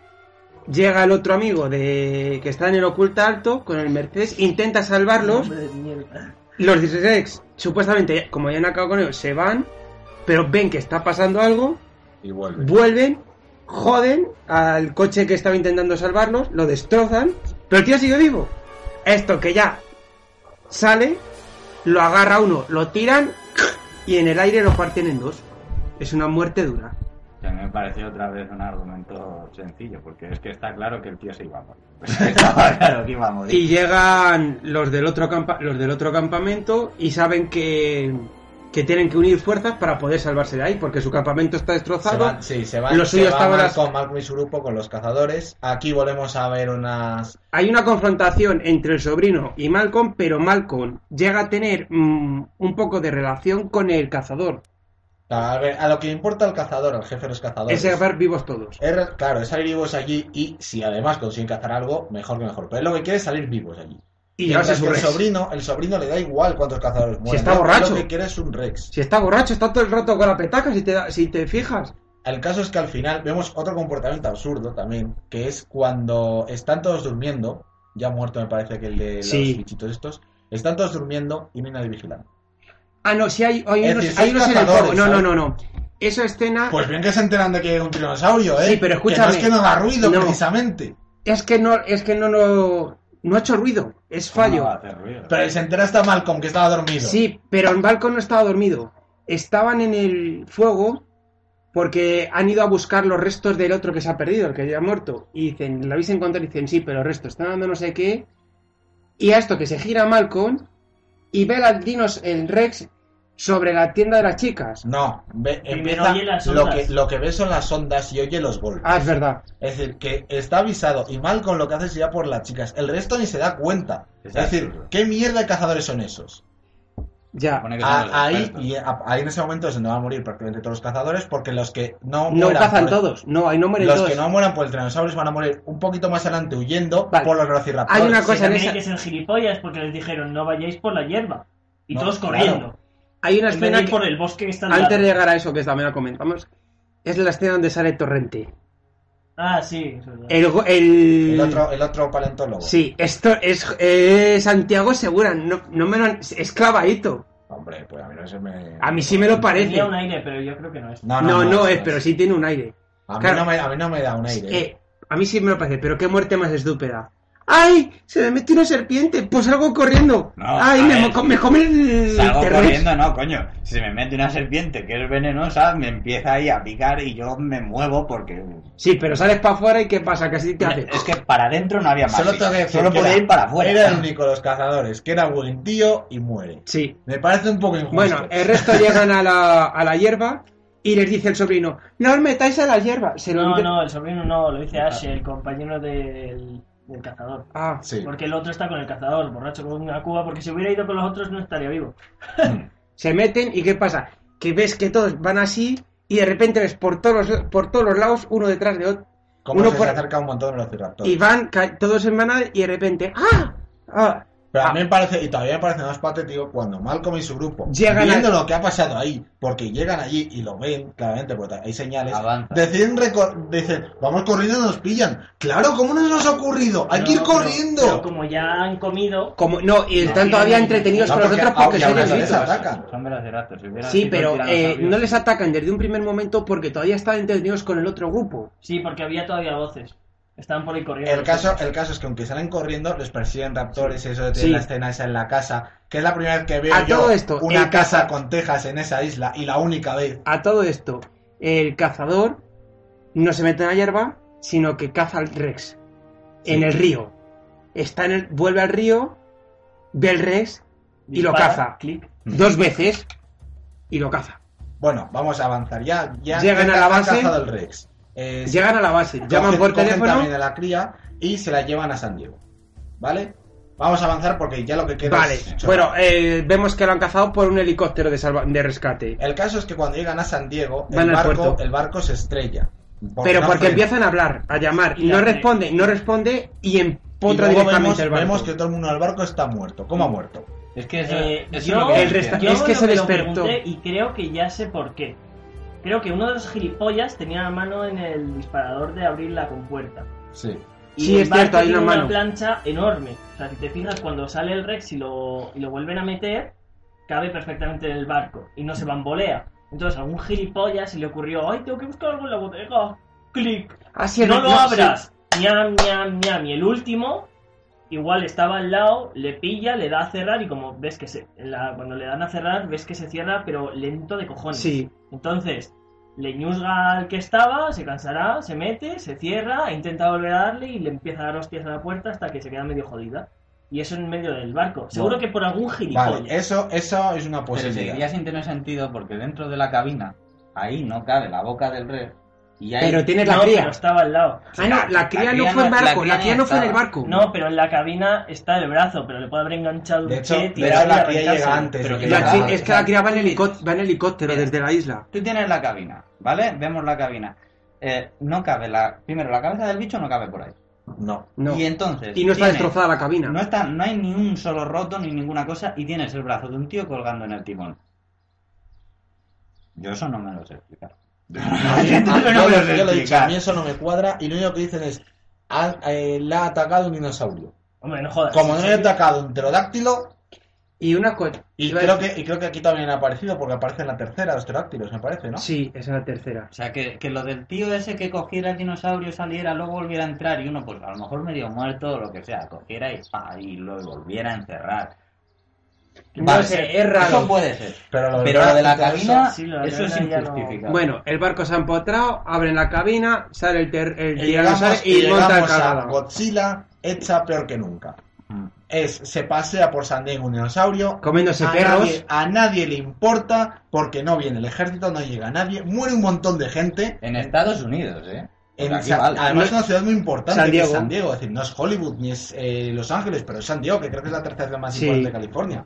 Llega el otro amigo de que está en el oculta alto con el Mercedes, intenta salvarlos.
Hombre de mierda.
Los 16 supuestamente, como ya han acabado con ellos, se van, pero ven que está pasando algo,
Y vuelve.
vuelven, joden al coche que estaba intentando salvarlos, lo destrozan, pero el tío sigue vivo. Esto que ya sale, lo agarra uno, lo tiran y en el aire lo parten en dos. Es una muerte dura.
Que a mí me pareció otra vez un argumento sencillo, porque es que está claro que el tío se iba a morir. Estaba claro que iba a morir.
Y llegan los del otro, campa- los del otro campamento y saben que, que tienen que unir fuerzas para poder salvarse de ahí, porque su campamento está
Se
destrozado.
van, sí, se van,
Lo suyo
se va
estaba
Malcolm, Malcolm y su grupo con los cazadores. Aquí volvemos a ver unas...
Hay una confrontación entre el sobrino y Malcolm, pero Malcolm llega a tener mm, un poco de relación con el cazador.
A, ver, a lo que importa al cazador, al jefe de los cazadores.
Es llevar vivos todos.
Es- claro, es salir vivos allí y si además consiguen cazar algo, mejor que mejor. Pero él lo que quiere es salir vivos allí.
Y llevarse
Mientras
su
que el
Rex.
sobrino, el sobrino le da igual cuántos cazadores mueren.
está
Él
borracho.
Lo que quiere es un Rex.
Si está borracho, está todo el rato con la petaca, si te, da- si te fijas.
El caso es que al final vemos otro comportamiento absurdo también, que es cuando están todos durmiendo, ya muerto me parece que el de los
Sí.
bichitos estos, están todos durmiendo y no hay nadie vigilando.
Ah, no, si hay, hay
Es
unos,
decir,
hay
son
unos en el
cazadores,
fuego. No, no,
¿sabes?
no, no. Esa escena
Pues bien que se enteran de que hay un tiranosaurio, ¿eh?
Sí, pero
Que
escúchame.
no es que no da ruido,
No.
precisamente.
es que no, es que no, no, no ha hecho ruido. Es fallo.
Ah,
No va a hacer ruido.
Pero se entera hasta Malcolm, que estaba dormido.
Sí, pero en Balcon no estaba dormido. Estaban en el fuego porque han ido a buscar los restos del otro que se ha perdido, el que ya ha muerto. Y dicen, ¿lo habéis encontrado? Y dicen, sí, pero los restos están dando no sé qué. Y a esto que se gira Malcolm y ve al dinos, el Rex, sobre la tienda de las chicas.
No, ve-
Primero
empieza...
oye las
Lo
ondas.
que, lo que ve son las ondas y oye los golpes.
Ah, es verdad.
Es decir, que está avisado y Malcolm lo que hace es ir a por las chicas. El resto ni se da cuenta. Es,
Es
decir,
absurdo.
¿qué mierda de cazadores son esos?
Ya.
Supone que son los
Ah, ahí,
expertos.
y a- ahí en ese momento es donde van a morir prácticamente todos los cazadores, porque los que no,
No
mueran
cazan
por-
todos. No, ahí no mueren
los
todos.
que no mueran por el tiranosaurio van a morir un poquito más adelante huyendo
Vale.
por los velociraptores.
Hay una
Que
cosa- en
también
esa-
hay que ser gilipollas porque les dijeron no vayáis por la hierba. Y
No,
todos
claro.
corriendo.
Hay una
En vez de
escena
ir
que-
por el bosque que está al
antes
lado.
de llegar a eso, que también la comentamos, es la escena donde sale Torrente.
Ah, sí. es verdad.
El, go- el...
El otro, el otro paleontólogo.
Sí, esto es eh, Santiago Segura, no, no me lo han- es clavadito.
Hombre, pues a mí no se me...
A mí sí me lo parece.
Tenía un aire, pero yo creo que no es.
No,
No, no es,
no.
pero sí tiene un aire.
A mí,
claro.
no me, a mí no me da un aire.
Eh, a mí sí me lo parece, pero qué muerte más estúpida. ¡Ay! Se me mete una serpiente, pues salgo corriendo.
No,
¡Ay!
a
Me,
ver.
mo- me come el
Salgo
terrorista.
corriendo, no, coño. Si se me mete una serpiente que es venenosa, me empieza ahí a picar y yo me muevo porque.
Sí, pero sales para afuera y ¿qué pasa? Que así te hace.
Es que para adentro no había más.
Solo tengo que decir
Solo
que
podía
era-
ir para afuera.
Era el único de los cazadores, que era buen tío y muere.
Sí.
Me parece un poco injusto.
Bueno, eh, el resto llegan a la, a la hierba y les dice el sobrino, no os metáis a la hierba. Se lo
No,
ente-
no, el sobrino no, lo dice Ash, el compañero del, del cazador.
Ah,
Sí.
Porque el otro está con el cazador, borracho con una cuba, porque si hubiera ido con los otros no estaría vivo.
Mm.
Se meten y ¿qué pasa? Que ves que todos van así y de repente ves por todos los, por todos los lados uno detrás de otro
Como
uno
se,
por-
se acerca un montón de velociraptores.
y van ca- todos en manada y de repente ¡ah! ¡Ah!
Pero
Ah.
a mí me parece, y todavía me parece más patético cuando Malcolm y su grupo,
Llegan
viendo
a-
lo que ha pasado ahí, porque llegan allí y lo ven, claramente, porque hay señales,
Avanza.
deciden, recor- dicen, vamos corriendo y nos pillan. Claro, ¿cómo no se nos ha ocurrido? Hay que ir
Pero- pero-
corriendo.
pero como ya han comido,
Como, no, y están
No,
todavía
no,
entretenidos
no,
con los
porque
otros porque
aún- y
se
aún
oyen
así les
gritos.
atacan.
Son velociraptors. si hubieran
Sí,
sido
pero eh,
tiranosaurios-
no les atacan desde un primer momento porque todavía están entretenidos con el otro grupo.
sí, porque había todavía voces. Estaban por ahí corriendo.
El caso, el caso es que aunque salen corriendo, les persiguen raptores, eso de tener
Sí.
la escena esa en la casa, que es la primera vez que veo
A
yo
todo esto,
una
el-
casa con tejas en esa isla, y la única vez.
A todo esto, el cazador no se mete en la hierba, sino que caza al Rex en el río. Está en el- vuelve al río, ve el Rex y lo
Dispara,
caza.
clic.
dos veces y lo caza.
Bueno, vamos a avanzar ya. ya
Llegan a la
han
base.
cazado el Rex. Eh,
Llegan a la base, llaman
Cogen-
por
cogen también
teléfono.
a la cría y se la llevan a San Diego. ¿Vale? Vamos a avanzar porque ya lo que queda
Vale,
es...
bueno, eh, vemos que lo han cazado por un helicóptero de, salva- de rescate.
El caso es que cuando llegan a San Diego,
Van
el
al
barco,
puerto.
el barco se estrella.
Pero
no
porque
sé.
empiezan a hablar, a llamar,
Y
no
la-
responde, no responde y empotra
Y luego
directamente
vemos,
el barco.
vemos que todo el mundo del barco está muerto. ¿Cómo ha muerto?
Es que eso,
Eh,
eso
yo-
es lo que
El
no
resta-
entiendo.
yo
es que
lo
se
lo
despertó.
pregunté Y creo que ya sé por qué. Creo que uno de los gilipollas tenía la mano en el disparador de abrir la compuerta.
Sí.
Y
Sí,
el
es cierto,
barco
hay
tiene
una mano.
plancha enorme. O sea, si te fijas, cuando sale el Rex y lo, y lo vuelven a meter, cabe perfectamente en el barco y no se bambolea. Entonces, a algún gilipollas se le ocurrió: ¡Ay, tengo que buscar algo en la bodega! ¡Clic!
Ah, sí,
¡No lo
sí.
abras! ¡Miam, miam, miam! Y el último, igual estaba al lado, le pilla, le da a cerrar y como ves que se. la- cuando le dan a cerrar, ves que se cierra, pero lento de cojones.
Sí,
Entonces, le ñuzga al que estaba, se cansará, se mete, se cierra, e intenta volver a darle y le empieza a dar hostias a la puerta hasta que se queda medio jodida. Y eso en medio del barco. Seguro que por algún gilipollas.
Vale, eso, eso es una
Pero
posibilidad.
seguiría sin tener sentido porque dentro de la cabina, ahí no cabe la boca del rey. Y ahí,
pero tienes
no,
la cría.
pero estaba al lado.
Ah, no, la cría no fue en
la
barco,
cría
la cría no fue en el
estaba.
Uh.
barco.
No, pero en la cabina está el brazo, pero le puede haber
De
enganchado un
hecho,
che,
de hecho,
tirarle y
la cría
arrancárselo.
llega antes.
Pero
de
que
La
la-
cría-
llegara.
es que la cría va en, helico- va en helicóptero desde la isla.
Tú tienes la cabina, ¿vale? Vemos la cabina. Eh, no cabe la. Primero, la cabeza del bicho no cabe por ahí.
No.
No.
Y entonces.
Y no está
tienes-
destrozada la cabina.
No, está, no hay ni un solo roto ni ninguna cosa y tienes el brazo de un tío colgando en el timón. Yo eso no me lo sé explicar. Yo no me
yo,
lo
lo-
sé
yo lo he dicho, a
explicar.
mí eso no me cuadra y lo único que dicen es, "Ha- eh, la ha atacado un dinosaurio.
Hombre, no jodas.
Como no
¿en
le ha
serio?
atacado un pterodáctilo,
Y una cosa.
y
iba a
creo,
decir-
que, y creo que aquí también ha aparecido, porque aparece en la tercera los pterodáctilos, me parece, ¿no?
Sí, esa es la tercera.
O sea, que, que lo del tío ese que cogiera el dinosaurio, saliera, luego volviera a entrar y uno, pues a lo mejor medio muerto o lo que sea, cogiera y, pa, y lo volviera a encerrar.
No
Vale,
sé, es raro.
Eso puede ser.
Pero lo, del
Pero lo de la
brazo y todo
cabina,
eso-
sí, lo de la
eso es
cabina ya no-
injustificable.
Bueno, el barco se ha empotrado, abren la cabina, sale el, ter- el
y
tiranosaurio
llegamos, y
y monta el
llegamos a
cagada.
Godzilla hecha peor que nunca.
Mm.
Es, se pasea por San Diego un dinosaurio,
Comiéndose
a
perros.
Ah, Nadie, a nadie le importa porque no viene el ejército, no llega nadie, muere un montón de gente.
En Estados Unidos, ¿eh?
Pues
En
Aquí
Sa-
vale.
Además, es una ciudad muy importante
San
que es
Diego.
San Diego. Es decir, no es Hollywood ni es eh, Los Ángeles, pero es San Diego, que creo que es la tercera ciudad más
Sí.
importante de California.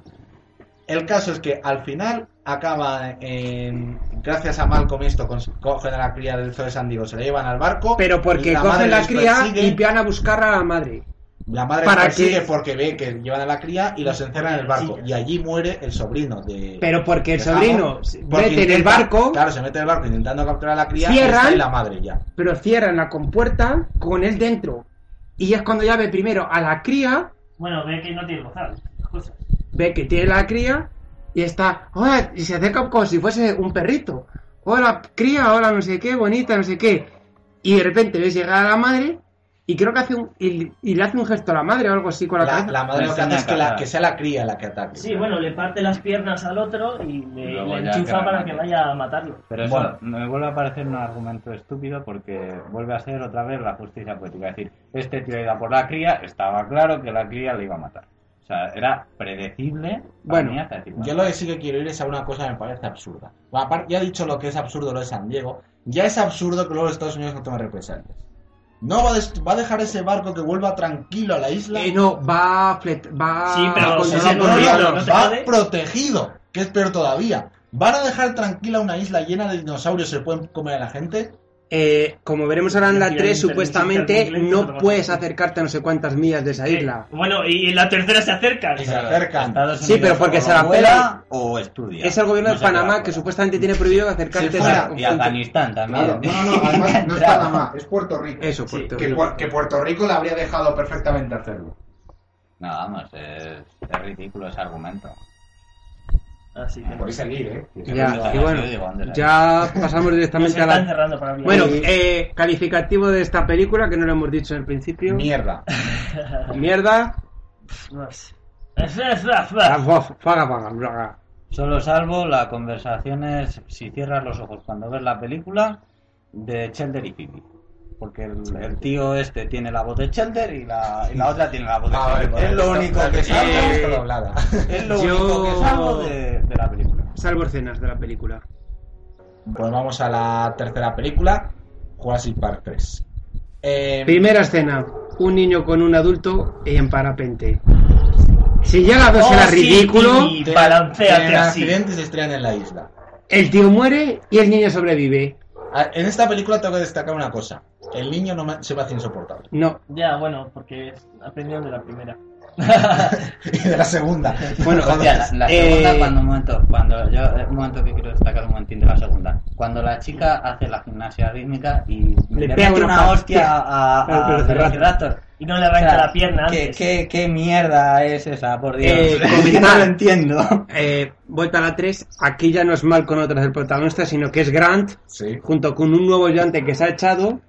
El caso es que al final acaba en. Gracias a Malcolm, esto cons- cogen a la cría del zoo de San Diego, se la llevan al barco.
Pero porque
la madre
cogen la
les
cría
persigue,
y van a buscar a la madre.
La madre
¿Para
para persigue
qué?
porque ve que llevan a la cría y los encierran en el barco. Y allí muere el sobrino de.
Pero porque el
de
sobrino
Hammond,
se-
porque
mete en el
intenta-
barco,
Claro, se mete en el barco intentando capturar a la cría y
Cierran.
está ahí la madre ya.
pero cierran la compuerta con él dentro. Y es cuando ya ve primero a la cría,
Bueno, ve que no tiene gozado. Cosas.
ve que tiene la cría y está, hola, y se acerca como si fuese un perrito. Hola, cría, hola, no sé qué, bonita, no sé qué. Y de repente ves llegar a la madre y creo que hace un, y, y le hace un gesto a la madre o algo así con la,
La,
cabeza.
la madre lo que hace es que, la- que sea la cría la que ataque.
Sí, bueno, le parte las piernas al otro y le,
Y luego
le
ya
enchufa
que
para
la
que
mate.
vaya a matarlo.
Pero eso
Bueno.
me vuelve a parecer un argumento estúpido porque vuelve a ser otra vez la justicia poética. Es decir, este tío iba por la cría, estaba claro que la cría le iba a matar. O sea, era predecible. para
Bueno,
mí hasta decir, bueno,
Yo lo que sí que quiero ir es a una cosa que me parece absurda. Bueno, aparte, ya he dicho lo que es absurdo lo de San Diego. Ya es absurdo que luego Estados Unidos no tome represalias. No va a, des- va a dejar ese barco que vuelva tranquilo a la isla.
Eh, no, va a flet- va
Sí, pero
a
No,
si
controlar
se
por
no,
el
no,
barco.
prohíbe,
no,
no se
va
puede.
protegido, que es peor todavía. ¿Van a dejar tranquila una isla llena de dinosaurios? ¿Se pueden comer a la gente?
Eh, como veremos ahora en la
Sí,
3,
sí, sí, sí,
supuestamente
sí, sí, sí, sí,
no
sí.
puedes acercarte a no sé cuántas millas de esa isla.
Eh, Bueno, y la tercera se acerca.
Y se acercan.
Estados
Sí, pero porque
o
se la
vuela
pela.
o estudia.
Es el gobierno
No
de
se queda
Panamá
fuera.
que supuestamente tiene prohibido acercarte
Si
a
fuera-
esa-
Y Afganistán
Claro,
también.
no, no, no, además no es Panamá, es Puerto Rico.
Eso,
Sí,
Puerto
Que,
Rico.
Pu- que Puerto Rico le habría dejado perfectamente hacerlo.
No, vamos, es, es ridículo ese argumento.
Así que
Podéis seguir, ¿eh?
Ya, y bueno,
Yo digo, ¿dónde la-
ya pasamos
Nos
directamente a
están
la...
cerrando para abrir.
Bueno,
Sí.
eh, calificativo de esta película, que no lo hemos dicho al principio.
Mierda.
Mierda.
No sé. Pero
Faga, faga, faga.
Solo salvo la conversación es si cierras los ojos cuando ves la película de Chelder y Phoebe. Porque el, el tío este tiene la voz de Chelder y la, y la otra tiene la voz de
Ah, vale,
Phoebe.
vale,
es lo
está-
único
está-
que
está-
salvo,
está doblada.
es lo
Yo-
único que salvo de, de la película.
Salvo escenas de la película.
Pues vamos a la tercera película, Jurassic Park 3.
Em.
Eh,
Primera escena, un niño con un adulto en parapente. Si ya la dos
Oh,
era
sí,
ridículo,
y- balanceate
tienen
así.
accidentes y se estrellan en la isla.
el tío muere y el niño sobrevive.
A- En esta película tengo que destacar una cosa. El niño no me- se me hace insoportable.
No,
Ya, bueno, porque aprendieron de la primera.
y de la segunda.
bueno,
Hostia, la, la segunda,
eh,
cuando un momento, cuando yo, eh, un momento que quiero destacar un momentín de la segunda. Cuando la chica hace la gimnasia rítmica y
Le
le,
pega
mete una,
una
hostia a,
Al
a, a
Velociraptor.
Velociraptor.
Y no le arranca
O sea,
la pierna
¿qué,
antes.
qué, qué mierda es esa, por Dios?
Eh,
Yo
comentar.
no lo entiendo.
eh, vuelta a la 3, aquí ya no es mal con otras del protagonista, sino que es Grant,
Sí.
junto con un nuevo ayudante que se ha echado.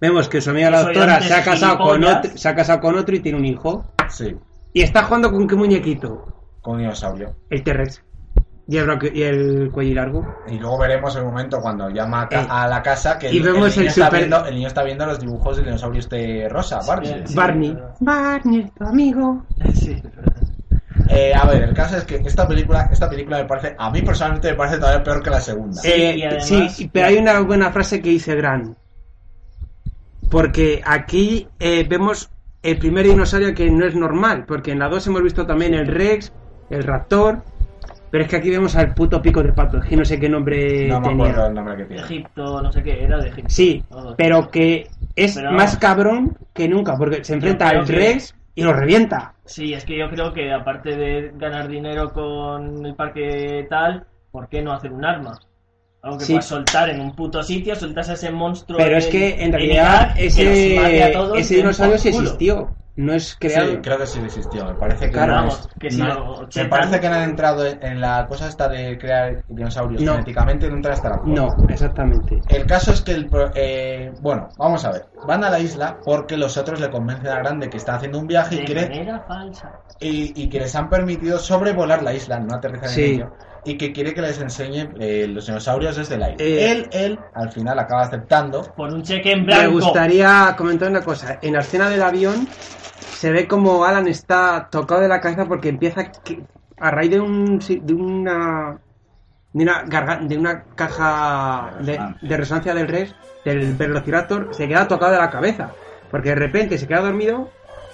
Vemos que su amiga la
Eso
doctora
ayudante
se ha,
es
casado con
gilipollas.
otro, se ha casado con otro y tiene un hijo.
Sí.
¿Y está jugando con qué muñequito?
Con un dinosaurio.
El T-Rex. Y el, bro- y el cuello largo.
Y luego veremos el momento cuando llama a, ca-
Eh.
a la casa que
Y vemos el
niño está
super-
viendo, el niño está viendo los dibujos del dinosaurio este rosa, Barney.
Sí.
Barney. Barney, tu amigo.
Sí, es verdad.
Eh, a ver, el caso es que esta película, esta película me parece, a mí personalmente me parece todavía peor que la segunda.
Sí,
Eh,
y además-
sí, pero hay una buena frase que dice Grant. Porque aquí eh, vemos el primer dinosaurio que no es normal. Porque en la 2 hemos visto también el Rex, el Raptor. Pero es que aquí vemos al puto pico de pato. Que no sé qué nombre
no me
tenía.
acuerdo el nombre que tiene.
Egipto, no sé qué, era de Egipto.
Sí,
Todo.
pero que es
Pero-
más cabrón que nunca. Porque se enfrenta
creo
al
que-
Rex y lo revienta.
Sí, es que yo creo que aparte de ganar dinero con el parque tal, ¿por qué no hacer un arma? Algo que
Sí.
puedas soltar en un puto sitio, soltas a ese monstruo.
Pero es que en realidad
Irak, que
ese,
los mate a todos
ese
de un
dinosaurio sí
culo.
existió. No es creado.
Sí, creo que sí existió. Me parece que
Claro,
no
vamos,
es-
que si
no-
lo
me
chetan-
parece que no han entrado en, en la cosa esta de crear dinosaurios
No.
genéticamente, no entra hasta la cuarta.
No, exactamente.
El caso es que el. pro- eh, bueno, vamos a ver. Van a la isla porque los otros le convencen a Grande que está haciendo un viaje y
De
quiere,
manera falsa.
y, y que les han permitido sobrevolar la isla, no aterrizar
Sí.
en ello. Y que quiere que les enseñe eh, los dinosaurios desde el aire.
Eh.
él, él, al final acaba aceptando.
Por un cheque en
Me
blanco.
gustaría comentar una cosa. En la escena del avión se ve como Alan está tocado de la cabeza porque empieza a que- a raíz de un sí, de una de una, garga- de una caja
De
de,
resonancia.
de resonancia del res del velociraptor se queda tocado de la cabeza porque de repente se queda dormido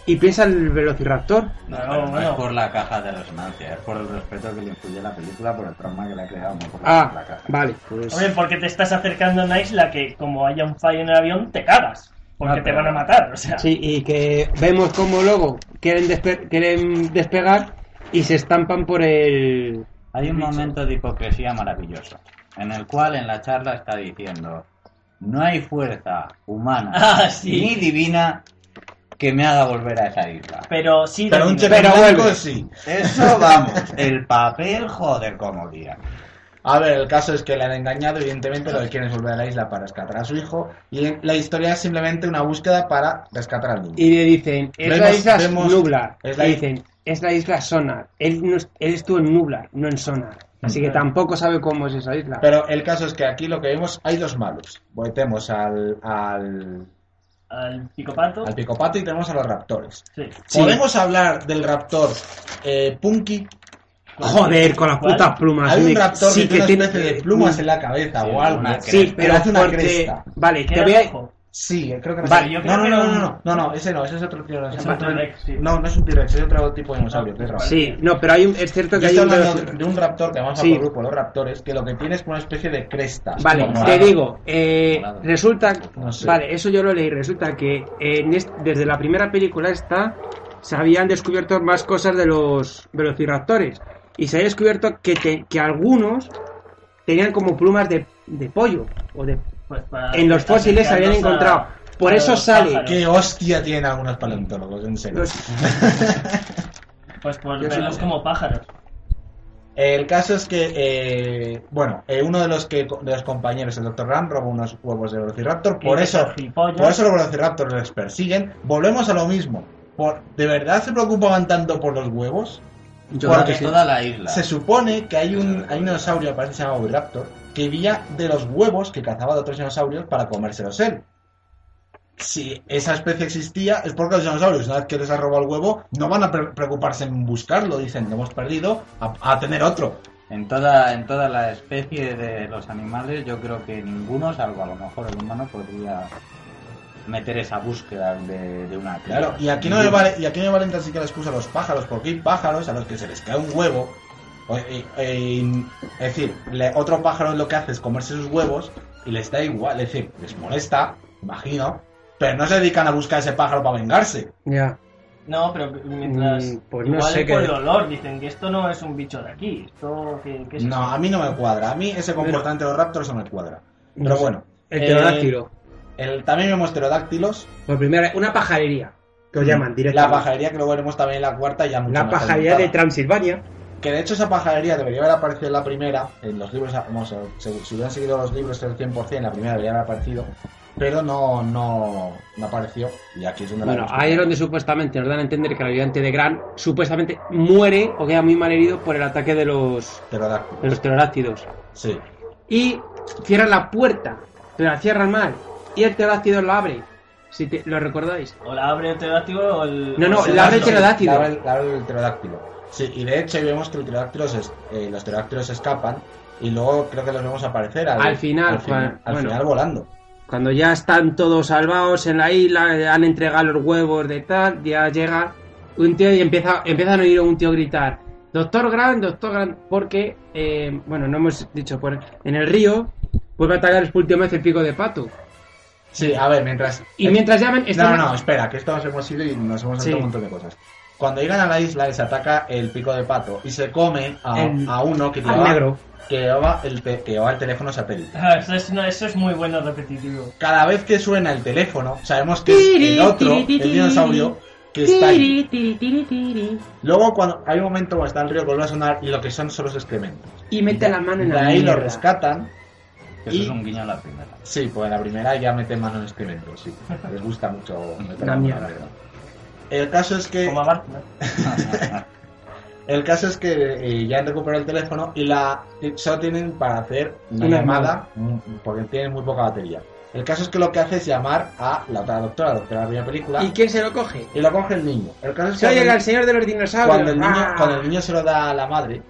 y piensa el velociraptor
No,
No,
pero no es
bueno.
por la caja de resonancia, es por el respeto que le influye la película, por el trauma que le ha creado, no por la-
ah
la caja.
vale pues
Hombre, porque te estás acercando a una isla que, como haya un fallo en el avión, te cagas. Porque te
No, pero-
van a matar, o sea.
Ah, Sí, y que vemos como luego quieren, despe- quieren despegar y se estampan por el...
Hay un momento de hipocresía maravilloso, en el cual en la charla está diciendo, no hay fuerza humana
Ah, sí.
ni divina que me haga volver a esa isla.
Pero sí,
Pero
de
un
dinero.
cheque en
Pero
blanco
vuelve.
sí.
Eso vamos, el papel joder como día.
A ver, el caso es que le han engañado, evidentemente, lo que quieren es volver a la isla para rescatar a su hijo. Y la historia es simplemente una búsqueda para rescatar al niño.
Y le dicen, es la
Vemos-
isla
vemos-
Nublar.
es la
Le
is-
dicen, es la isla Sonar. Él, no es- él estuvo en Nublar, no en Sonar. Así que tampoco sabe cómo es esa isla.
Mm. Pero el caso es que aquí lo que vemos, hay dos malos. Bueno, Tenemos al, al,
Al picopato.
al picopato y tenemos a los raptores.
Sí.
Sí.
¿Podemos hablar del raptor eh, Punky?
Joder, con las
¿Cuál?
putas plumas.
Hay un
Nick.
raptor
Sí
que tiene una especie de plumas
Sí,
en la cabeza
Sí,
o algo.
una
Sí,
cresta.
pero
Parece una
porque-
cresta.
Vale,
Que
te
era
voy a-
rojo.
Sí, creo que no
Vale,
sé.
yo creo
no, no,
que
no,
era
no,
un-
no, no, no, ese no, ese es otro tiranosaurio.
Es un T-Rex, sí.
No, no es un T-Rex, es otro tipo de dinosaurio, que es raro.
Sí, no, pero hay un- es cierto que
Yo
hay
estoy
un...
hablando de- de un raptor que además va
Sí.
por grupo, los raptores, que lo que tiene es una especie de cresta.
Vale,
Como
te
la-
digo, eh,
Morado.
resulta,
No sé.
vale, eso yo lo leí, resulta que en est- desde la primera película esta se habían descubierto más cosas de los velociraptores y se había descubierto que, te- que algunos tenían como plumas de, de pollo o de,
Pues para-
en los fósiles se habían
acercarnos a-
encontrado. Por
a
eso
los
sale...
pájaros.
¿Qué hostia tienen algunos paleontólogos, en serio?
los-
Pues por
Yo sí lo
verlos
sé.
como pájaros.
El caso es que, eh, bueno, eh, uno de los que de los compañeros, el Dr. Ram, roba unos huevos de Velociraptor, por
Que
eso,
gilipollas.
por eso los Velociraptors les persiguen. Volvemos a lo mismo. Por- ¿De verdad se preocupaban tanto por los huevos? Porque
yo creo que
Porque
sí.
toda la isla.
Se supone que hay un, hay un dinosaurio, parece que se llama Oviraptor, que vivía de los huevos que cazaba de otros dinosaurios para comérselos él. Si esa especie existía, es porque los dinosaurios, una vez que les ha robado el huevo, no van a pre- preocuparse en buscarlo. Dicen, lo hemos perdido, a, a tener otro.
En toda, en toda la especie de los animales, yo creo que ninguno, salvo a lo mejor el humano, podría meter esa búsqueda de, de una cría.
Claro, y aquí no me
Ninguno.
vale, y aquí no me vale ni siquiera la excusa a los pájaros, porque hay pájaros a los que se les cae un huevo. eh, o- y- y- es decir, le- otro pájaro lo que hace es comerse sus huevos, y les da igual, es decir, les molesta, imagino, pero no se dedican a buscar ese pájaro para vengarse.
Ya.
No, pero mientras.
Mm, pues no
igual
sé
por
qué-
el olor, dicen que esto no es un bicho de aquí. Esto. que que es
No, a mí no me cuadra, a mí ese comportamiento de los raptors no me cuadra.
No
Pero
sé.
bueno, eh,
El pterodáctilo.
el, también vemos pterodáctilos,
Por primera vez, una pajarería. Que os llaman
mm, la
directamente.
pajarería que lo veremos también en la cuarta ya mucho
La
mejor
pajarería de
montada.
Transilvania.
Que de hecho esa pajarería debería haber aparecido en la primera, en los libros, vamos, se- si hubieran seguido los libros del 100%, en la primera debería haber aparecido, pero no, no, no apareció, y aquí es donde
Bueno,
la vemos.
ahí es donde supuestamente nos dan a entender que el ayudante de Gran supuestamente muere o queda muy mal herido por el ataque de los,
Pterodáctilos,
de los pterodáctidos.
sí.
Y cierran la puerta, pero la cierran mal. Y el pterodáctido la abre. Si te- lo recordáis.
O la abre el pterodáctilo o el.
No, no,
o el
la abre el
gato.
pterodáctilo.
La abre el- la abre el pterodáctilo. Sí, y de hecho ahí vemos que el pterodáctilo se es- eh, los pterodáctilos escapan y luego creo que los vemos aparecer al,
Al final,
al, final-
Juan,
al
bueno.
final volando.
Cuando ya están todos salvados en la isla, eh, han entregado los huevos de tal, ya llega un tío y empieza, empiezan a oír a un tío gritar, Doctor Grant, Doctor Grant, porque, eh, bueno, no hemos dicho, por, en el río vuelve a atacar por última vez el pico de pato.
Sí, a ver, mientras...
Y mientras llaman,
No,
están
no, no, espera, que estos hemos ido y nos hemos saltado
Sí.
un montón de cosas. Cuando llegan a la isla y se ataca el pico de pato y se come a,
El-
a uno que
al
llevaba,
negro.
que llevaba el, te- que llevaba el teléfono satélite.
Ah, Eso es, no, eso es muy bueno repetitivo.
Cada vez que suena el teléfono, sabemos que es
Tiri,
el otro,
tiri,
el
tiri,
dinosaurio, que está ahí.
Tiri, tiri, tiri, tiri.
Luego cuando hay un momento cuando está el río vuelve a sonar y lo que son son los excrementos.
Y mete la mano en
De
la
ahí lo
mierda.
rescatan.
Eso
Y-
es un guiño a la primera.
Sí, pues en la primera ya meten mano en excrementos, sí. Les gusta mucho meter
La
mano,
mierda.
verdad. El caso es que
Como a Bart, ¿no?
el caso es que eh, ya han recuperado el teléfono y la y solo tienen para hacer una,
Una
llamada mm, porque tienen muy poca batería. El caso es que lo que hace es llamar a la otra doctora, la doctora de la primera película,
¿Y
y,
quién se lo coge?
lo coge el niño. El caso es
Se
que
oye
cuando-
el señor de los dinosaurios.
cuando el niño,
¡Ah!
cuando el niño se lo da a la madre,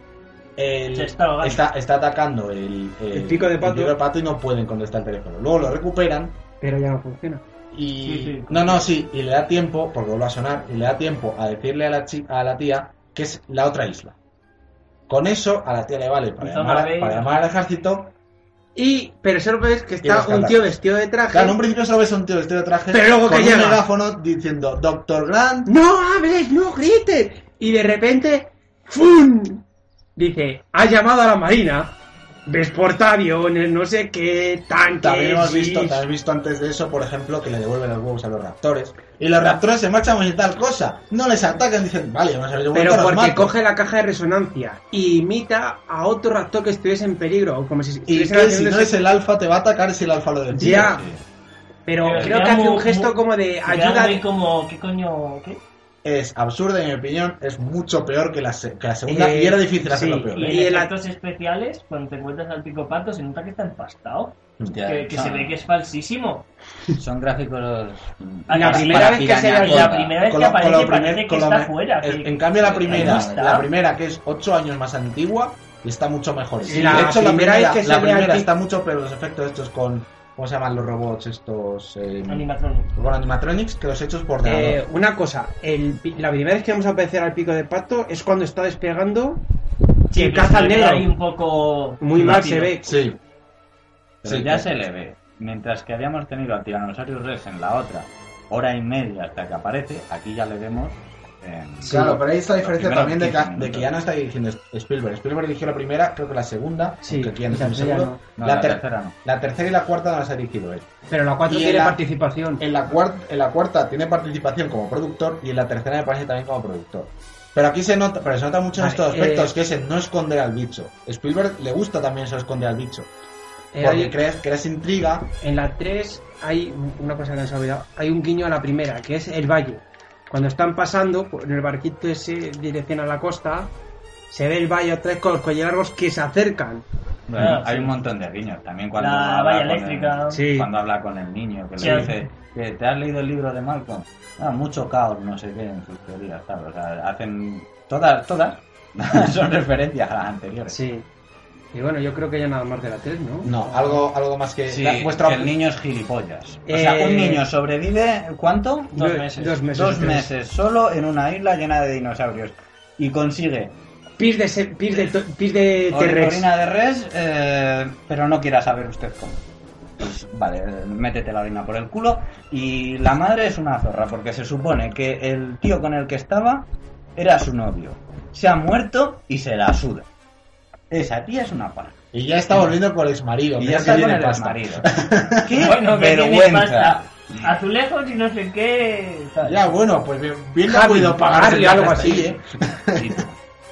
el-
Se está ahogando.
está, está atacando el,
El pico de pato.
pico de pato y no pueden contestar el teléfono. Luego lo recuperan
Pero ya no funciona.
y
Sí, sí.
no, no, sí, y le da tiempo, porque vuelve a sonar, y le da tiempo a decirle a la, chi- a la tía que es la otra isla. Con eso a la tía le vale para,
Hizo
llamar, a-
Marbella.
para llamar al ejército.
Y, pero solo ves que
Y
está
rescatar.
un tío vestido de traje.
Claro, en un principio solo ves a un tío vestido de traje
Pero luego
con
que
un
llega.
megáfono diciendo Doctor Grant.
¡No hables, no grites! Y de repente, ¡fum! Dice, ha llamado a la marina, ves portaaviones, no sé qué, tanques...
También hemos
y-
visto, también hemos visto antes de eso, por ejemplo, que le devuelven los huevos a los raptores. Y los raptores se marchan y tal cosa. No les atacan, dicen, vale, vamos a ver,
Pero porque coge la caja de resonancia y imita a otro raptor que estuviese en peligro, o como si
Y que
estuviese
si no
haciendo
es el alfa, te va a atacar si el alfa lo decide.
Ya, pero
Pero
creo
sería
que hace
muy-
un gesto
muy-
como de
Se queda
ayuda...
muy como, ¿qué coño? ¿Qué?
es absurda en mi opinión, es mucho peor que la, se- que la segunda
Eh,
y era difícil hacerlo
sí,
peor.
Y
¿eh?
y
en
el-
actos especiales, cuando te encuentras al pico pato, se nota que está empastado.
Hostia,
Que, que se
son-
ve que es falsísimo.
Son gráficos.
A
La
para
primera vez que se
piraña
ve-
tonta.
La primera vez
Con
que
lo-
aparece
con lo primer-
parece que
con lo
está
me-
fuera.
el-
que-
en cambio la
que
primera,
no está.
la primera que es 8 años más antigua, está mucho mejor.
Sí,
de
la
hecho, la
primera
primera,
vez que se
la
ve al
primera
pi-
está mucho peor los efectos estos con ¿cómo se llaman los robots estos? Eh,
Animatronic.
con animatronics que los hechos por ordenador.
Eh, una cosa, el pi- la primera vez que vamos a aparecer al pico de pato es cuando está despegando y
Sí,
el
que
caza
se
al
le
negro.
queda ahí un poco.
Muy mal
rápido.
se ve.
sí.
Pero
Sí,
ya
claro.
se le ve. Mientras que habíamos tenido al Tyrannosaurus Rex en la otra, hora y media hasta que aparece, aquí ya le vemos. en-
Claro, pero ahí está la diferencia
Los
también de
primeros
que,
15
de que ya no está dirigiendo Spielberg. Spielberg dirigió la primera, creo que la segunda,
Sí,
aunque aquí ya no
la
estoy muy
tercera
seguro.
No,
la,
la
ter-
tercera no.
la tercera y la cuarta no las ha dirigido él.
Pero la 4
Y
tiene
la-
participación.
En la, cuar- en la cuarta tiene participación como productor y en la tercera me parece también como productor. Pero aquí se nota, pero se nota mucho en
Vale,
estos aspectos,
eh,
que es el no esconder al bicho. Spielberg le gusta también eso de esconder al bicho.
Eh,
porque
hay-
creas, creas intriga.
en la 3 hay un- una cosa que nos ha olvidado. Hay un guiño a la primera, que es el valle. Cuando están pasando por- en el barquito ese en dirección a la costa, se ve el valle a tres con los collargos que se acercan.
Bueno,
Ah,
hay
sí.
un montón de guiños también cuando
La
habla
valla
con el-
eléctrica.
Sí.
cuando habla con el niño que
Sí.
le dice que te has leído el libro de Malcolm Ah, mucho caos no sé qué en sus teorías tal o sea hacen todas todas son referencias a las anteriores
Sí. Y bueno, yo creo que ya nada más de la 3, ¿no?
No, algo, algo más que.
Sí,
la- vuestra-
que el niño es gilipollas o sea un
Eh,
niño sobrevive cuánto
Dos
Dos
meses. Dos meses.
dos meses solo en una isla llena de dinosaurios y consigue
Pis de, se- pis de, to- pis de T-Rex.
eh, orina de res eh, pero no quiera saber usted cómo pues vale, eh, métete la orina por el culo. Y la madre es una zorra, porque se supone que el tío con el que estaba era su novio. Se ha muerto y se la suda. Esa tía es una pana.
Y ya está volviendo con el exmarido.
Y
mira
ya
que
está con
tiene
el
pasta.
marido. ¡Qué
Bueno, que tienes
vergüenza!
pasta. Azulejos y no sé qué. tal.
Ya, bueno, pues bien, bien le ha
Javi,
podido pagar.
pagarle algo así,
¿eh?
Sí, pues,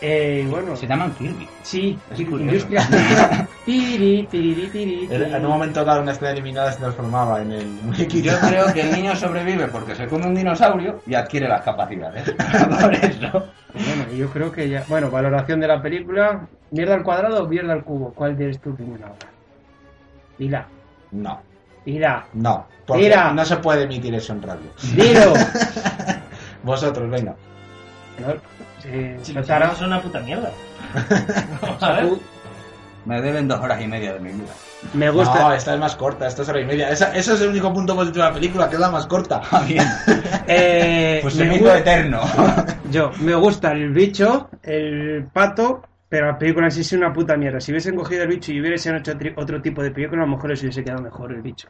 Eh, bueno,
Se llaman Kirby.
sí,
Es curioso.
industria. Tiri, tiri, tiri, tiri.
En un momento dado, una escena eliminada se transformaba en el muñequito.
Yo creo que el niño sobrevive porque se come un dinosaurio y adquiere las capacidades. Por eso.
Bueno, yo creo que ya. Bueno, valoración de la película. ¿Mierda al cuadrado o mierda al cubo? ¿Cuál de tú primero ahora? Dila,
No,
dila,
no. Porque
Mira.
no se puede emitir eso en radio.
dilo.
Vosotros, venga.
No, eh,
Si los
Sotara,
chinos son una puta mierda. Vamos a ver.
tú-
Me deben dos horas y media de mi vida.
me gusta.
No, esta es más corta, esta es hora y media. Esa, eso es el único punto positivo de la película, que es la más corta.
Ah, bien.
Eh,
Pues se
me
me
gu-
hizo eterno.
Yo, me gusta el bicho, el pato, pero la película en sí es una puta mierda. Si hubiesen cogido el bicho y hubiesen hecho tri- otro tipo de película, a lo mejor les hubiese quedado mejor el bicho.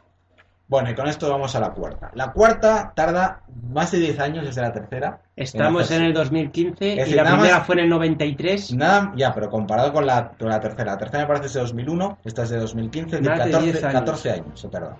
Bueno, y con esto vamos a la cuarta. La cuarta tarda más de 10 años desde la tercera.
Estamos en
hacerse.
el 2015
Es
y
decir,
la
nada
primera
más-
fue en el 93.
Nada, ya, pero comparado con la, con la tercera. La tercera me parece es de 2001, esta es de 2015, de
Más de
14,
10 años.
14 años se tarda.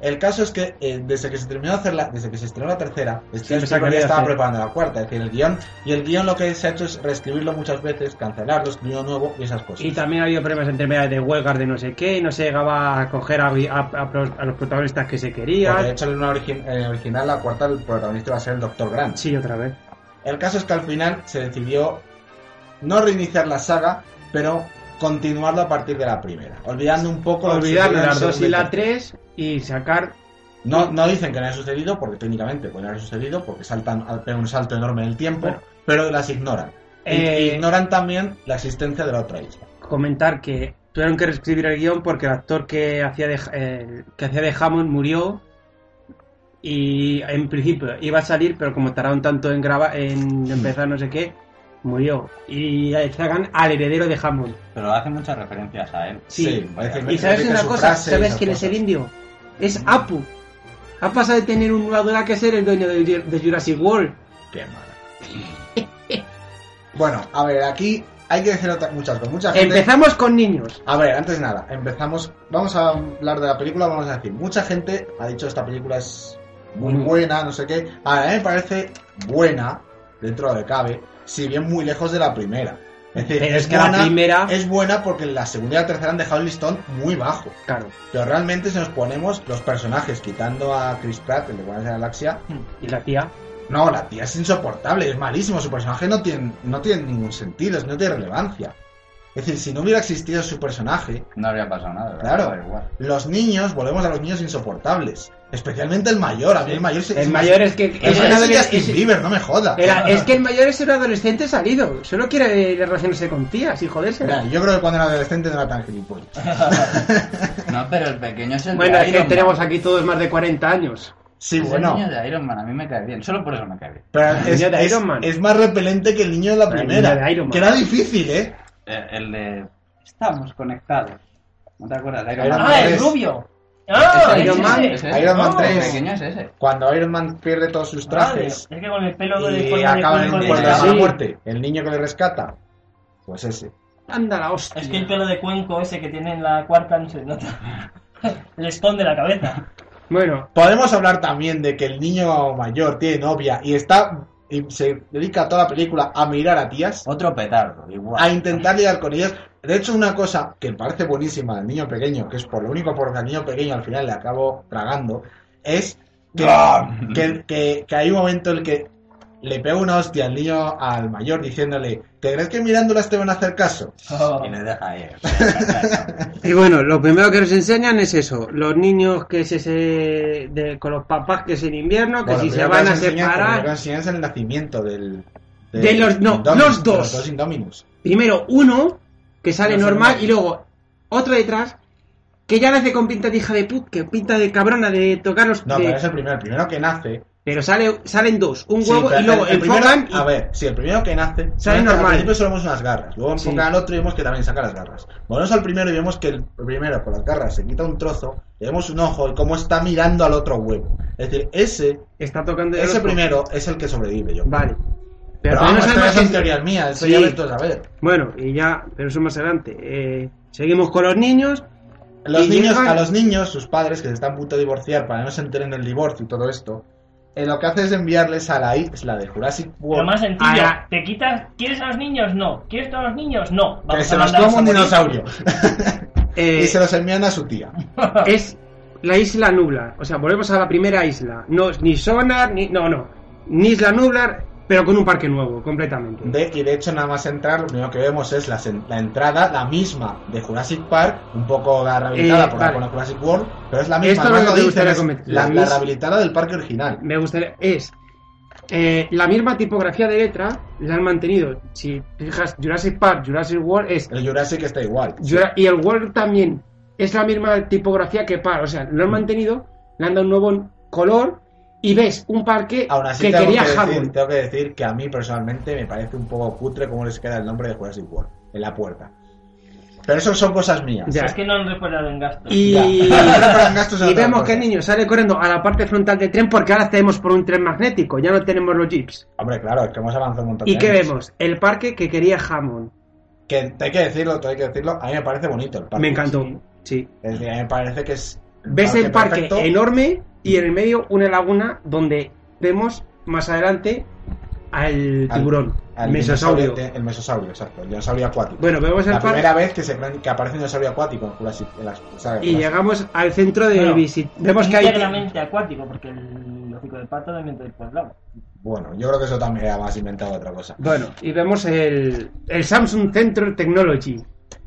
El caso es que eh, desde que se terminó de hacer la, desde que se estrenó la tercera, Steven
se
Spielberg ya
quería
estaba
hacer.
preparando la cuarta, es decir, el guión, y el guión lo que se ha hecho es reescribirlo muchas veces, cancelarlo, escribirlo nuevo y esas cosas.
Y también ha habido problemas entre medias de huelgas de no sé qué, y no se llegaba a coger a, a- a pros- a los protagonistas que se
Porque, Pues de
querían.
hecho, en la origi- en la original, la cuarta, el protagonista va a ser el Dr. Grant.
Sí, otra vez.
El caso es que al final se decidió no reiniciar la saga, pero continuarla a partir de la primera, olvidando un poco lo que
Olvidar
sucedió en
las dos y
segunda
la tres y sacar.
No, no dicen que no haya sucedido, porque técnicamente puede no haber sucedido, porque saltan, pegan un salto enorme en el tiempo,
Bueno.
pero las ignoran. Y-
Eh,
y ignoran también la existencia de la otra isla.
comentar que tuvieron que reescribir el guión porque el actor que hacía de, eh, que hacía de Hammond murió y en principio iba a salir, pero como tardaron tanto en grabar,
Hmm.
en empezar no sé qué, murió. Y sacan al heredero de Hammond.
Pero hace muchas referencias a él.
Sí.
es decir,
Y sabes
repite
una
su
cosa,
frase y
¿sabes
esas
quién es
cosas.
el indio? Es Apu. Ha pasado de tener un dura que ser el dueño de, Jur- de Jurassic World.
Qué mala. bueno, a ver, aquí hay que decir otra- muchas cosas. Mucha gente...
Empezamos con niños.
A ver, antes de nada, empezamos. Vamos a hablar de la película. Vamos a decir, mucha gente ha dicho esta película es muy buena, no sé qué. A mí me parece buena, dentro de cabe, si bien muy lejos de la primera. Es decir,
Pero
es,
es que
buena,
la primera...
es buena porque la segunda y la tercera han dejado el listón muy bajo.
Claro.
Pero realmente, si nos ponemos los personajes, quitando a Chris Pratt, el de Guardianes de la Galaxia,
Y la tía.
no, la tía es insoportable, es malísimo. Su personaje no tiene, no tiene ningún sentido, no tiene relevancia. Es decir, si no hubiera existido su personaje,
No habría pasado nada. ¿verdad?
Claro.
Da igual.
los niños, volvemos a los niños insoportables. Especialmente el mayor, a mí el mayor se-
El mayor es que...
es
es-
más
es-
que Justin
es-
Bieber, no me joda.
Era- es que el mayor es un adolescente salido. Solo quiere relacionarse con tías y joderse.
Mira, yo creo que cuando era adolescente no era tan gilipollas.
No, pero el pequeño es el
Bueno,
de
es que
Iron
tenemos
Man.
aquí todos más de 40 años.
Sí,
Es
bueno.
el niño de Iron Man, a mí me cae bien. Solo por eso me cae bien.
Pero
El
es,
niño de
es-
Iron Man.
es más repelente que el niño de la
Pero el
primera.
niño de Iron Man.
Que era difícil, ¿eh?
Eh, El de... Estamos conectados. ¿No te acuerdas de Iron,
Iron
Man?
Ah, el
tres.
rubio. Ah,
Ese,
Iron
ese,
Man.
ese, ese.
Iron Man
No,
3.
El pequeño es ese.
Cuando Iron Man pierde todos sus
Madre,
trajes
Es que con el pelo de
y
forma de
acaba en
cuenco
el
le
de la
daba-
Sí.
muerte, el niño que le rescata, pues ese.
Anda la hostia.
Es que el pelo de cuenco ese que tiene en la cuarta no se nota. Le esconde la cabeza.
Bueno,
Podemos hablar también de que el niño mayor tiene novia y está y se dedica toda la película a mirar a tías.
Otro petardo, igual.
a intentar lidiar con ellas. De hecho, una cosa que parece buenísima del niño pequeño, que es por lo único por lo que al niño pequeño al final le acabo tragando, es que, que, que- que hay un momento en el que le pega una hostia al niño, al mayor, diciéndole, ¿te crees que mirándolas te van a hacer caso?
Oh.
Y le deja ahí.
y bueno, lo primero que nos enseñan es eso. Los niños que se, se- de- con los papás que es en invierno, que
Bueno,
si se
primero
van
que
a
nos enseñan- primero que
separar.
nos enseñan es el nacimiento del...
De los- no,
Indominus,
los
de
dos.
los dos Indominus.
Primero uno, que sale
No sé
normal,
cómo.
y luego otro detrás, que ya nace con pinta de hija de put, que pinta de cabrona, de tocarnos.
No,
de-
pero es el primero, el primero que nace.
Pero sale, salen dos, un
Sí,
huevo
pero
y luego
el, el
enfocan
primero- A ver, sí, el primero que nace. nace,
Sale normal.
Al principio solo vemos unas garras. Luego enfocan
Sí.
al otro y vemos que también saca las garras. Volvemos al primero y vemos que el primero con las garras se quita un trozo. Le vemos un ojo y cómo está mirando al otro huevo. Es decir, ese,
y está tocando el
ese
otro.
primero es el que sobrevive, yo. creo.
Vale.
Pero,
todavía
vamos,
sabemos
estas
si-
son teorías mías. Eso
Sí.
ya ves tú a saber.
Bueno, y ya, pero eso más adelante. Eh, seguimos con los niños.
Los
Y
niños,
llegan-
A los niños, sus padres, que se están a punto de divorciar para no se enteren del divorcio y todo esto, eh, lo que hace es enviarles a la isla de Jurassic
Lo
World.
más sencillo,
Ahora-
te quitas. ¿Quieres a los niños? No. ¿Quieres a los niños? No.
que se
a
los toma
mandarlos
un
a morir.
dinosaurio.
eh,
Y se los envían a su tía.
es la isla nublar. O sea, volvemos a la primera isla. No, ni sonar, ni. No, no. Ni isla nublar, pero con un parque nuevo, completamente.
De- y de hecho, nada más entrar, lo primero que vemos es la, sen- la entrada, la misma de Jurassic Park, un poco la rehabilitada
Eh,
por
vale.
la, con la Jurassic World, pero es la misma.
Esto es
no
lo que
lo
te
dicen,
gustaría
es
comentar.
la,
La
la
mis-
rehabilitada del parque original.
Me gustaría. Es. eh, la misma tipografía de letra la han mantenido. Si te fijas, Jurassic Park, Jurassic World es.
El Jurassic está igual.
Jura- Y el World también es la misma tipografía que Park. O sea, lo han mantenido, le han dado un nuevo color y ves un parque
Aún así,
que
tengo,
quería
que decir,
Hammond.
tengo que decir que a mí personalmente me parece un poco cutre cómo les queda el nombre de Jurassic World en la puerta. Pero eso son cosas mías.
Ya.
Es que no han reparado en gastos.
Y,
Ya. Eran gastos en
y
otras
vemos que el
cosas.
niño sale corriendo a la parte frontal del tren porque ahora tenemos por un tren magnético, ya no tenemos los jeeps.
Hombre, claro, es que hemos avanzado un montón. de
¿Y qué
años.
vemos? El parque que quería Hammond.
Que hay que decirlo, todo hay que decirlo. A mí me parece bonito el parque.
Me encantó. Sí.
Es decir, a mí me parece que es.
Ves el parque
perfecto.
enorme y en el medio una laguna donde vemos más adelante al
Al-
tiburón,
Al
al mesosaurio.
dinosaurio- El mesosaurio, exacto. El dinosaurio acuático.
Bueno, vemos el
la
parque
primera vez que, se, crean- que aparece un dinosaurio acuático en Jurassic en las sagas
y
Jurassic.
llegamos al centro de
Bueno,
visit. Vemos que hay
Íntegramente acuático, porque el hocico de pato también te despueblaba.
Bueno, yo creo que eso también era más inventado otra cosa.
bueno, y vemos el, el Samsung Center Technology.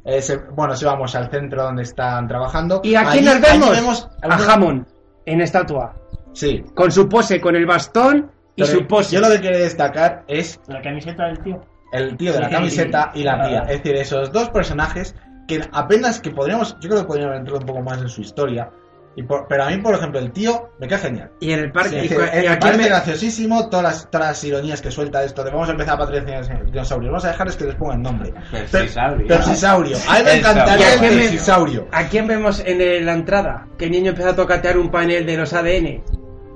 Eh, se- bueno, si vamos al centro donde están trabajando.
¿Y aquí
Allí-
nos vemos?
allí vemos
A Hammond en estatua,
Sí.
con su pose con el bastón y
Pero
su pose.
Yo lo que quiero destacar es
La camiseta del tío.
el tío de la camiseta y la
Ah.
tía. Es decir, esos dos personajes que apenas que podríamos, yo creo que podríamos entrar un poco más en su historia. Y por- pero a mí, por ejemplo, el tío me cae genial.
Y en el parque.
Sí,
y,
sí,
cu-
eh, me
y aquí
parece
me-
graciosísimo todas las, todas las ironías que suelta esto de vamos a empezar a patrocinar dinosaurios. Vamos a dejarles que les pongan nombre.
Persisaurio.
Persisaurio. A mí me
El
encantaría el
saurio.
Persisaurio.
¿A quién vemos en el- la entrada? Que el niño empieza a tocatear un panel de los ADN.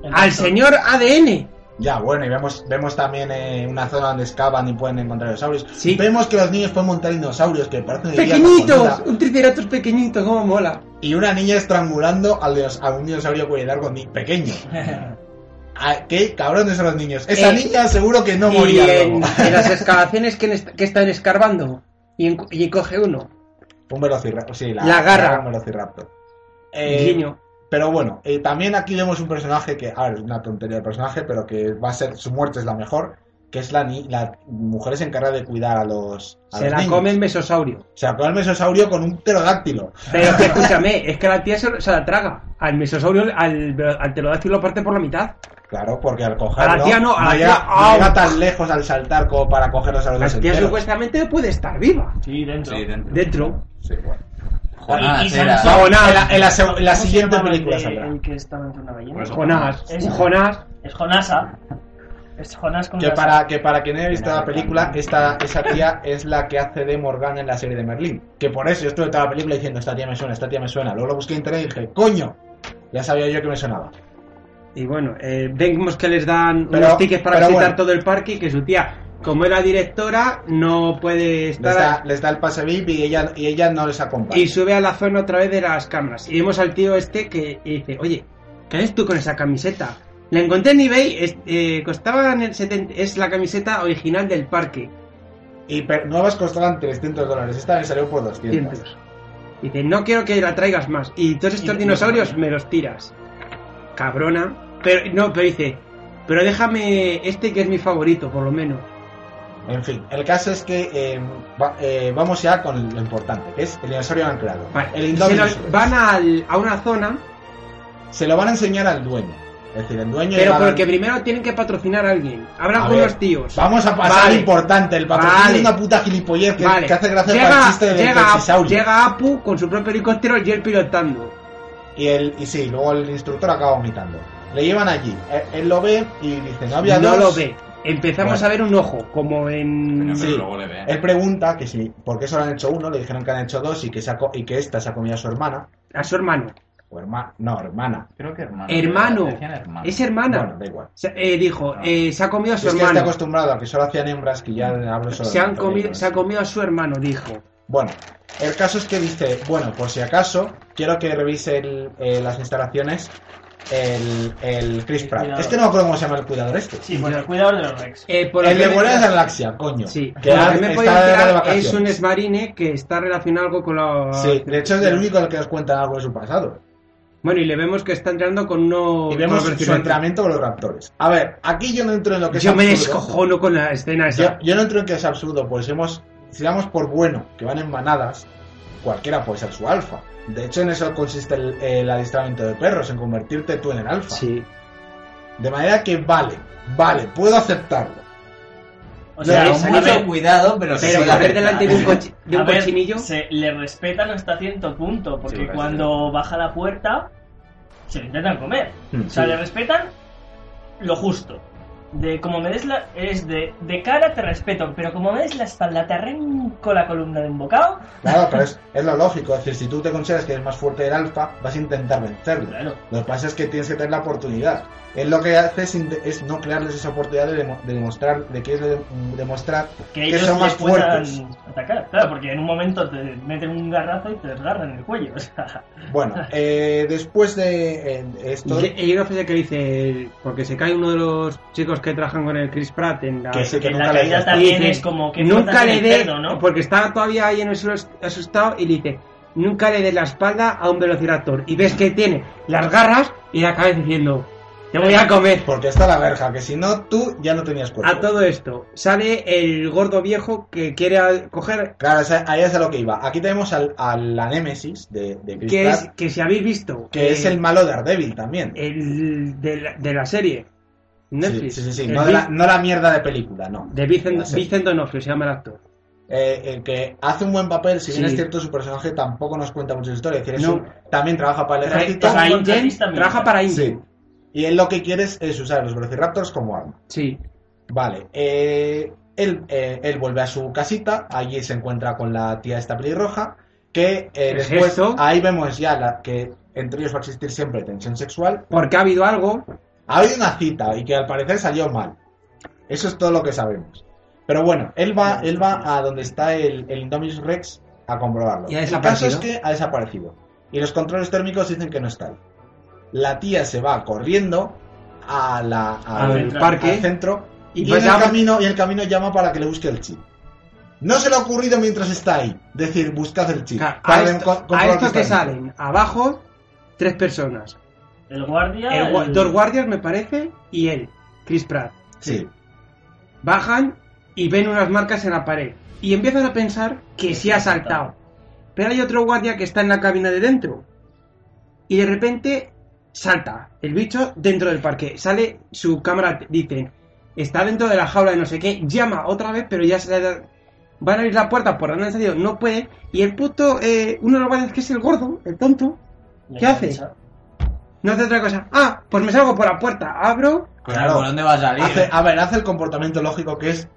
El
¡Al
pato.
señor ADN!
Ya, bueno, y vemos, vemos también eh, una zona donde excavan y pueden encontrar dinosaurios.
Sí.
Vemos que los niños pueden montar dinosaurios, que parece una idea
¡Pequeñitos!
cojonuda.
Un triceratops pequeñito, cómo mola.
Y una niña estrangulando al dinos- a un dinosaurio largo ni pequeño. Ah, ¿Qué cabrones son los niños? Esa
Eh,
niña seguro que no
y
moría.
en,
luego.
en las excavaciones que, en est- que están escarbando. Y, en- y coge uno.
Un velociraptor. Sí, la,
La garra.
un velociraptor. Eh,
Guiño.
pero bueno, eh, también aquí vemos un personaje que, a ver, es una tontería de personaje, pero que va a ser, su muerte es la mejor, que es la, ni la mujer se encarga de cuidar a los... a
Se
los
la
niños.
come el mesosaurio.
Se la come el mesosaurio con un pterodáctilo.
Pero que escúchame, es que la tía se, se la traga. Al mesosaurio, al, al pterodáctilo parte por la mitad.
Claro, porque al cogerlo...
A la tía no, a la tía-
llega, no
¡Au!
llega tan lejos al saltar como para cogerlos a los
La
dos
tía
enteros.
supuestamente puede estar viva.
Sí, dentro.
Sí, dentro.
Dentro.
Sí, bueno.
Jornadas
Y- y
era-
Samsung-
No, nada, en la- en la seg- en la
¿Cómo se
siguiente
llamaba el
película
de-
saldrá.
El que estaba entre una ballena.
Pues-
Jonás. Un Jonás.
Es Jonasa. Es Jonás con
Que
Jonasa.
para, que para quien no haya visto la película, esta, esa tía es la que hace de Morgana en la serie de Merlín. Que por eso yo estuve toda la película diciendo, esta tía me suena, esta tía me suena. Luego lo busqué en internet y dije, coño, ya sabía yo que me sonaba.
Y bueno, eh, vemos que les dan
Pero-
unos tickets para
pero
visitar
bueno.
todo el parque y que su tía, como era directora, no puede
Les
estar.
da, les da el pase VIP y ella, y ella no les acompaña.
Y sube a la zona otra vez de las cámaras. Y vemos al tío este que y dice: Oye, ¿qué haces tú con esa camiseta? La encontré en eBay, es, eh, costaba en el 70. Es la camiseta original del parque.
Y per- nuevas costaban 300 dólares, esta le salió por 200.
Cientos. Dice: No quiero que la traigas más. Y todos estos
Y-
dinosaurios me los tiras. Cabrona. Pero no, pero dice: Pero déjame este que es mi favorito, por lo menos.
En fin, el caso es que eh, va- eh, vamos ya con lo importante, que es el dinosaurio anclado.
Vale,
El
y
Indominus
se lo-
Rex.
van al- a una zona,
Se lo van a enseñar al dueño. Es decir, el dueño... le
pero
va a dar-
porque primero tienen que patrocinar a alguien. Habrá
A
algunos
ver,
tíos.
Vamos a pasar
Vale.
lo importante. El patrocinio
Vale.
es una puta gilipollez que,
Vale.
que hace gracia para el
llega,
chiste del
llega,
dinosaurio.
llega Apu con su propio helicóptero y él pilotando.
Y, el, y sí, luego el instructor acaba vomitando. Le llevan allí. Él, él lo ve y dice, no había
no
dos.
lo ve. Empezamos
Bueno.
a ver un ojo, como en.
Coño, pero
sí.
luego le ve.
Él pregunta que si, por qué solo han hecho uno, le dijeron que han hecho dos y que, se ha co- y que esta se ha comido a su hermana.
A su hermano.
O herma, no, hermana.
Creo que hermano.
Hermano.
Decían hermano.
Es hermana.
Ah. Bueno, da igual.
Se- eh, dijo,
No.
eh, se ha comido a
Es
su
que este está
hermano.
acostumbrado a que solo hacían hembras que ya hablo solo.
Se, han
de
comido,
ellos.
se ha comido a su hermano, dijo.
Bueno, el caso es que dice, bueno, por si acaso, quiero que revise el- eh, las instalaciones el, el Chris
El
Pratt.
cuidador.
Es que no me acuerdo cómo se llama el cuidador este.
Sí, pues el cuidador de los Rex.
Eh, por lo
El
que
de
me-
Guardianes de la Galaxia, coño.
Sí,
Que
Por lo
ha-
que me he
está
podido
de
enterar
vacaciones.
es un exmarine que está relacionado algo con la.
Sí, de hecho es el único al que nos cuentan algo de su pasado.
Bueno, y le vemos que está entrenando con uno.
Y vemos
con
su entrenamiento con los raptores. A ver, aquí yo no entro en lo que
Yo
es
me
absurdo.
descojono con la escena
Yo,
esa.
yo no entro en que es absurdo, pues hemos, si damos por bueno que van en manadas, cualquiera puede ser su alfa. De hecho, en eso consiste el, el adiestramiento de perros, en convertirte tú en el alfa.
Sí.
De manera que vale, vale, puedo aceptarlo.
O sea,
No,
es
esa-
mucho-
a ver,
cuidado, pero
Pero
sí,
a ver
la
delante de un, cochi- de un
a ver,
cochinillo.
se le respetan hasta cierto punto,
Sí,
porque
gracias.
cuando baja la puerta se lo intentan comer. O sea, le respetan lo justo. De como me des la. Es de. De cara te respeto, pero como me des la espalda, te arranco la columna de un bocado.
Claro, pero es, es lo lógico. Es decir, si tú te consideras que eres más fuerte del alfa, vas a intentar vencerlo.
Claro.
Lo que pasa es que tienes que tener la oportunidad. Él lo que hace es, inte- es no crearles esa oportunidad de, demo- de demostrar, de que es de- mm, demostrar
Que
Que
ellos
son
te
más
puedan
fuertes.
atacar. Claro, porque en un momento te meten un garrazo y te desgarran el cuello. O sea,
Bueno, eh, después de eh, esto,
Y, y hay una frase que dice, el- porque se cae uno de los chicos que trabajan con el Chris Pratt en la...
Que se-
que
nunca
la
le
caída
das-
también
dice,
es como que
nunca
frotas
le
el
dé,
cerdo, ¿no?
porque estaba todavía ahí en el suelo asustado y le dice, nunca le dé la espalda a un velociraptor. Y ves que tiene las garras y la cabeza diciendo, te voy a comer.
porque está la verja, que si no tú ya no tenías cuerpo.
A todo esto, sale el gordo viejo que quiere a- coger,
Claro, esa- ahí es a lo que iba. Aquí tenemos al, a la némesis de, de Chris
que
Pratt,
es, que si habéis visto,
que
eh,
es el malo de Daredevil también.
el de, la, de la serie,
sí,
Netflix,
sí, sí, sí,
El
No, de la,
Vic-
no la mierda de película, no.
de Vicent,
la serie.
Vicent D'Onofrio, se llama el actor.
Eh, el que hace un buen papel, si bien
Sí.
es cierto, su personaje tampoco nos cuenta mucha historia. Es decir, es
No.
un- también trabaja para el
Trae-
ejército.
para
un
Ingen,
contratista militar.
trabaja para Ingen.
Y él lo que quiere es, es usar a los velociraptors como arma.
Sí.
Vale, eh, él, eh, él vuelve a su casita, allí se encuentra con la tía esta pelirroja, que eh,
El
después
gesto.
ahí vemos ya la, que entre ellos va a existir siempre tensión sexual.
Porque ha habido algo.
Ha habido una cita y que al parecer salió mal. Eso es todo lo que sabemos. Pero bueno, él va, él va a donde está el, el Indominus Rex a comprobarlo.
Y ha
el caso es
desaparecido.
que ha desaparecido. Y los controles térmicos dicen que no está ahí. La tía se va corriendo a la, a-
Al
central.
parque.
al centro
Y
y,
pues
en el
llama-
camino, y el camino llama para que le busque el chip. No se le ha ocurrido mientras está ahí decir buscad el chip.
Claro, a
Para
esto,
co- comprobar
a esto que
está ahí.
salen abajo tres personas.
El guardia.
El gua-
el-
Dos guardias, me parece, y él, Chris Pratt.
Sí.
Bajan y ven unas marcas en la pared. Y empiezan a pensar que sí ha saltado. Pero hay otro guardia que está en la cabina de dentro. Y de repente salta el bicho dentro del parque. Sale su cámara, dicen, está dentro de la jaula de no sé qué. Llama otra vez, pero ya se le da- Van a abrir la puerta por donde han salido, no puede. Y el puto, eh, uno de los guardias que es el gordo, el tonto,
la
¿qué hace?
defensa.
no hace otra cosa. Ah, pues me salgo por la puerta, abro.
Claro.
¿Por dónde va a salir?
Hace-
ah,
a ver, hace el comportamiento lógico que es.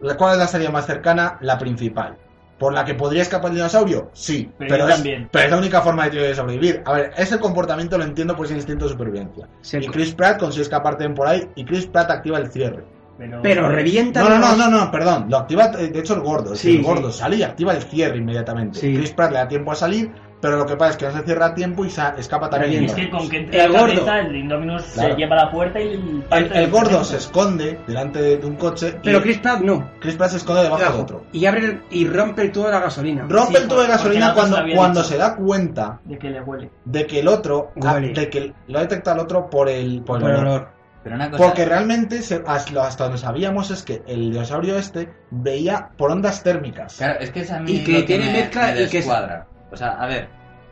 la- ¿Cuál es la salida más cercana? La principal. ¿Por la que podría escapar el dinosaurio? Sí,
Pero
pero,
yo
es,
también.
pero es la única forma de sobrevivir. A ver, ese comportamiento lo entiendo por ese instinto de supervivencia.
Se-
Y Chris Pratt consigue escapar también por ahí y Chris Pratt activa el cierre.
Pero,
pero revienta.
No, no, no,
los-
no, no, perdón. Lo activa, eh, de hecho, el gordo. Es
Sí,
decir, el
sí.
gordo sale y activa el cierre inmediatamente.
Sí.
Chris Pratt le da tiempo a salir, pero lo que pasa es que no se cierra a tiempo y sa- escapa también.
Bien,
Es que con que entre
El
la
gordo.
cabeza, el Indominus se
Claro.
lleva a la puerta y el,
El,
parte
el
del
gordo
cerebro.
se esconde delante de, de un coche
Pero
y
Chris Pratt no.
Chris Pratt se esconde debajo de
Abajo.
otro.
Y abre el- y rompe el tubo de la gasolina.
Rompe
Sí,
el tubo de
porque la
gasolina
otra se
cuando,
lo había
cuando
dicho.
se da cuenta
De que le huele.
de que el otro, ah,
Huele.
de que lo detecta el otro por el, por el
Por el
olor.
olor.
Pero una cosa.
Porque realmente se- hasta lo- hasta donde sabíamos es que el dinosaurio este veía por ondas térmicas.
Claro, es que es a mí
Y que
lo
tiene
me-
mezcla
me
y que es-
descuadra. O sea, a ver,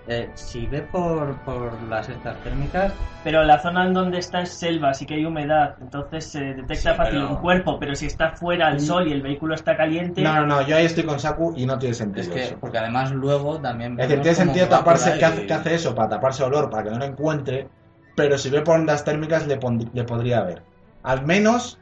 eh, si ve por, por las estas térmicas,
Pero la zona en donde está es selva, así que hay humedad. Entonces se detecta
Sí,
fácil
pero-
un cuerpo, pero si está fuera al sol y el vehículo está caliente.
Mm. No, no, no, yo ahí estoy con Saku y no tiene sentido.
es que,
eso.
porque además luego también.
Es decir,
vemos
tiene
cómo
sentido
va por
taparse,
ahí.
¿qué hace, qué hace eso? Para taparse olor, para que no lo encuentre. pero si ve por ondas térmicas le, pon- le podría ver. Al menos,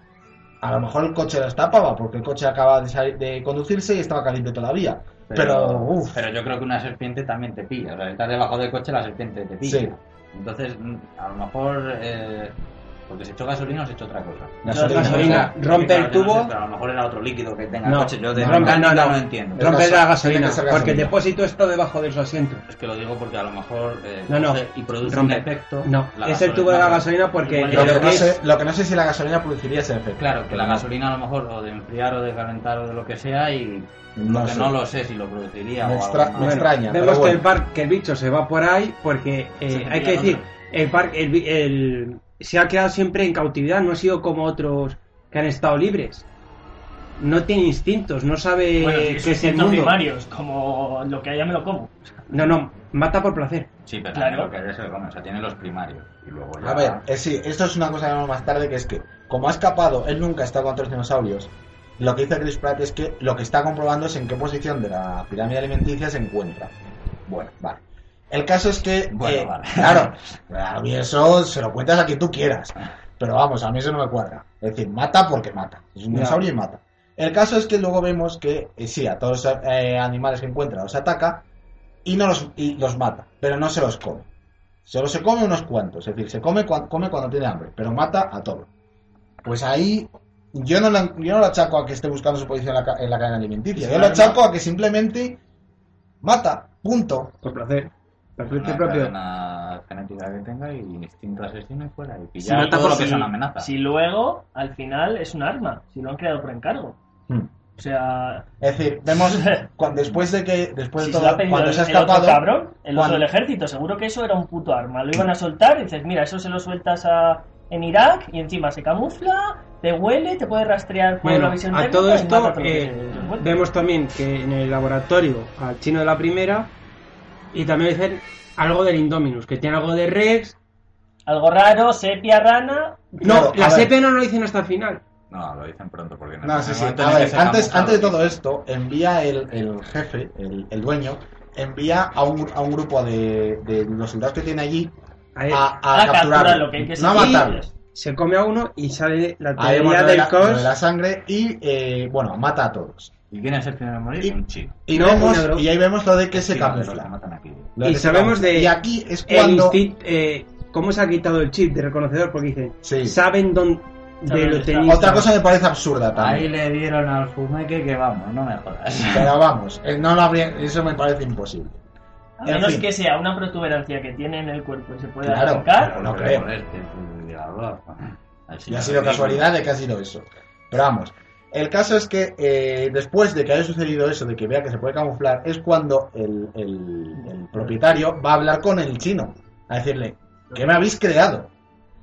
a lo mejor el coche las tapaba, porque el coche acaba de, salir- de conducirse y estaba caliente todavía. Pero, uff,
pero yo creo que una serpiente también te pilla. O sea, estás debajo del coche, la serpiente te pilla.
Sí.
Entonces, mm, a lo mejor. eh, porque se echó gasolina o se echó otra cosa.
Gasolina.
Gasolina.
Porque,
Rompe
claro,
el
yo no sé,
tubo.
pero a lo mejor era otro líquido que tenga
No,
el coche. Yo de
no, rompe- no,
mecánica
no.
no entiendo.
Pero
Romper
gaso-
la
tiene
gasolina,
que ser
porque el
gasolina.
depósito está debajo de su asiento.
Es que lo digo porque a lo mejor eh,
No, no.
coge y produce
Rompe.
un efecto.
No,
la
es el tubo de la gasolina porque
Igual
de
lo
lo
que,
que
no
es-
sé, lo que no sé es si la gasolina produciría ese efecto.
Claro, que la
No.
gasolina a lo mejor o de enfriar o de calentar o de lo que sea y
No
que
sé.
no lo sé si lo produciría
Me
o
extra-
algo
me
más.
extra- extraña, pero
Vemos que
bueno.
el par, que el bicho se va por ahí porque eh,
Se
hay
tendría
que decir,
contra.
el par, el, bi- el- se ha quedado siempre en cautividad, no ha sido como otros que han estado libres. No tiene instintos, no sabe
Bueno, sí,
qué
esos
es el
instintos
mundo.
primarios, como lo que haya me lo como.
No, no, mata por placer.
Sí, pero
Claro.
claro. lo que es el o sea, tiene los primarios. Y luego ya...
A ver, eh, sí, esto es una cosa que vemos más tarde, que es que, como ha escapado, él nunca está con otros dinosaurios. Lo que dice Chris Pratt es que lo que está comprobando es en qué posición de la pirámide alimenticia se encuentra. Bueno, vale. El caso es que,
Bueno,
eh,
vale.
claro, a mí eso se lo cuentas a quien tú quieras. Pero vamos, a mí eso no me cuadra. Es decir, mata porque mata. Es un
Ya.
dinosaurio y mata. El caso es que luego vemos que, eh, sí, a todos los eh, animales que encuentra los ataca y, no los, y los mata, pero no se los come. Solo se come unos cuantos, es decir, se come, cua- come cuando tiene hambre, pero mata a todo. Pues ahí yo no, la- yo no lo achaco a que esté buscando su posición en la, ca- en la cadena alimenticia,
Sí,
yo lo
claro.
achaco a que simplemente mata, punto.
Por placer. Placer
una
propio.
cadena genética que tenga y instinto asesino y fuera. Y
Si
pillar
no te
todo lo que
acuerdas-
son amenazas.
Si luego, al final, es un arma, si lo han creado por encargo.
Hmm.
O sea,
Es decir, vemos cuando, después de que después
si
de
se lo ha
todo,
pedido
cuando
el,
se ha
el otro
escapado,
cabrón, el otro
cuando-
del ejército, seguro que eso era un puto arma. Lo iban a soltar y dices, mira, eso se lo sueltas a, en Irak y encima se camufla, te huele, te puede rastrear por
Bueno,
la visión
a
térmica
todo
y
esto
mata todo lo que
eh,
se le encuentra.
vemos también que en el laboratorio al chino de la primera y también dicen algo del Indominus, que tiene algo de Rex.
Algo raro, sepia, rana...
No,
Claro, a
la
ver.
sepia no lo dicen hasta el final.
No, lo dicen pronto porque
No, sí,
el
sí.
momento en
A
el que
ver,
se
antes,
camufla,
antes de
lo
todo esto, envía el, el jefe, el, el dueño, envía a un, a un grupo de, de los soldados que tiene allí
Ahí
a, a
Ah, captura
capturarlo,
lo que hay que
no a
seguir.
matarlos.
se come a uno y sale la
Ahí hemos
teoría
lo de
del
la, lo
cos.
de la sangre y, eh, bueno, mata a todos.
dicen. ¿Y quién es el primero en morir?
Y-
Un chico.
Y,
No,
vemos-
una droga.
y ahí vemos lo de que se
Sí, no, los que
camufla.
matan aquí.
Lo de
Y
que se
sabemos
camufla.
de-
Y aquí es
El
cuando...
instinto, eh, ¿Cómo se ha quitado el chip de reconocedor? Porque dicen,
Sí.
saben dónde
Saben
lo
dónde
tenéis.
está.
Otra cosa me parece absurda
Ahí
también.
le dieron al fumeque que vamos, no me jodas.
Pero vamos, eh, no lo habría- eso me parece imposible.
A
En
menos
fin.
que sea una protuberancia que tiene en el cuerpo y se pueda
Claro.
arrancar.
no
pero
creo.
por este, tú, diablo. Así
Y ha
no
sido
digo.
casualidad de que ha sido eso. Pero vamos, el caso es que eh, después de que haya sucedido eso, de que vea que se puede camuflar, es cuando el, el- el propietario va a hablar con el chino, a decirle, ¿qué me habéis creado?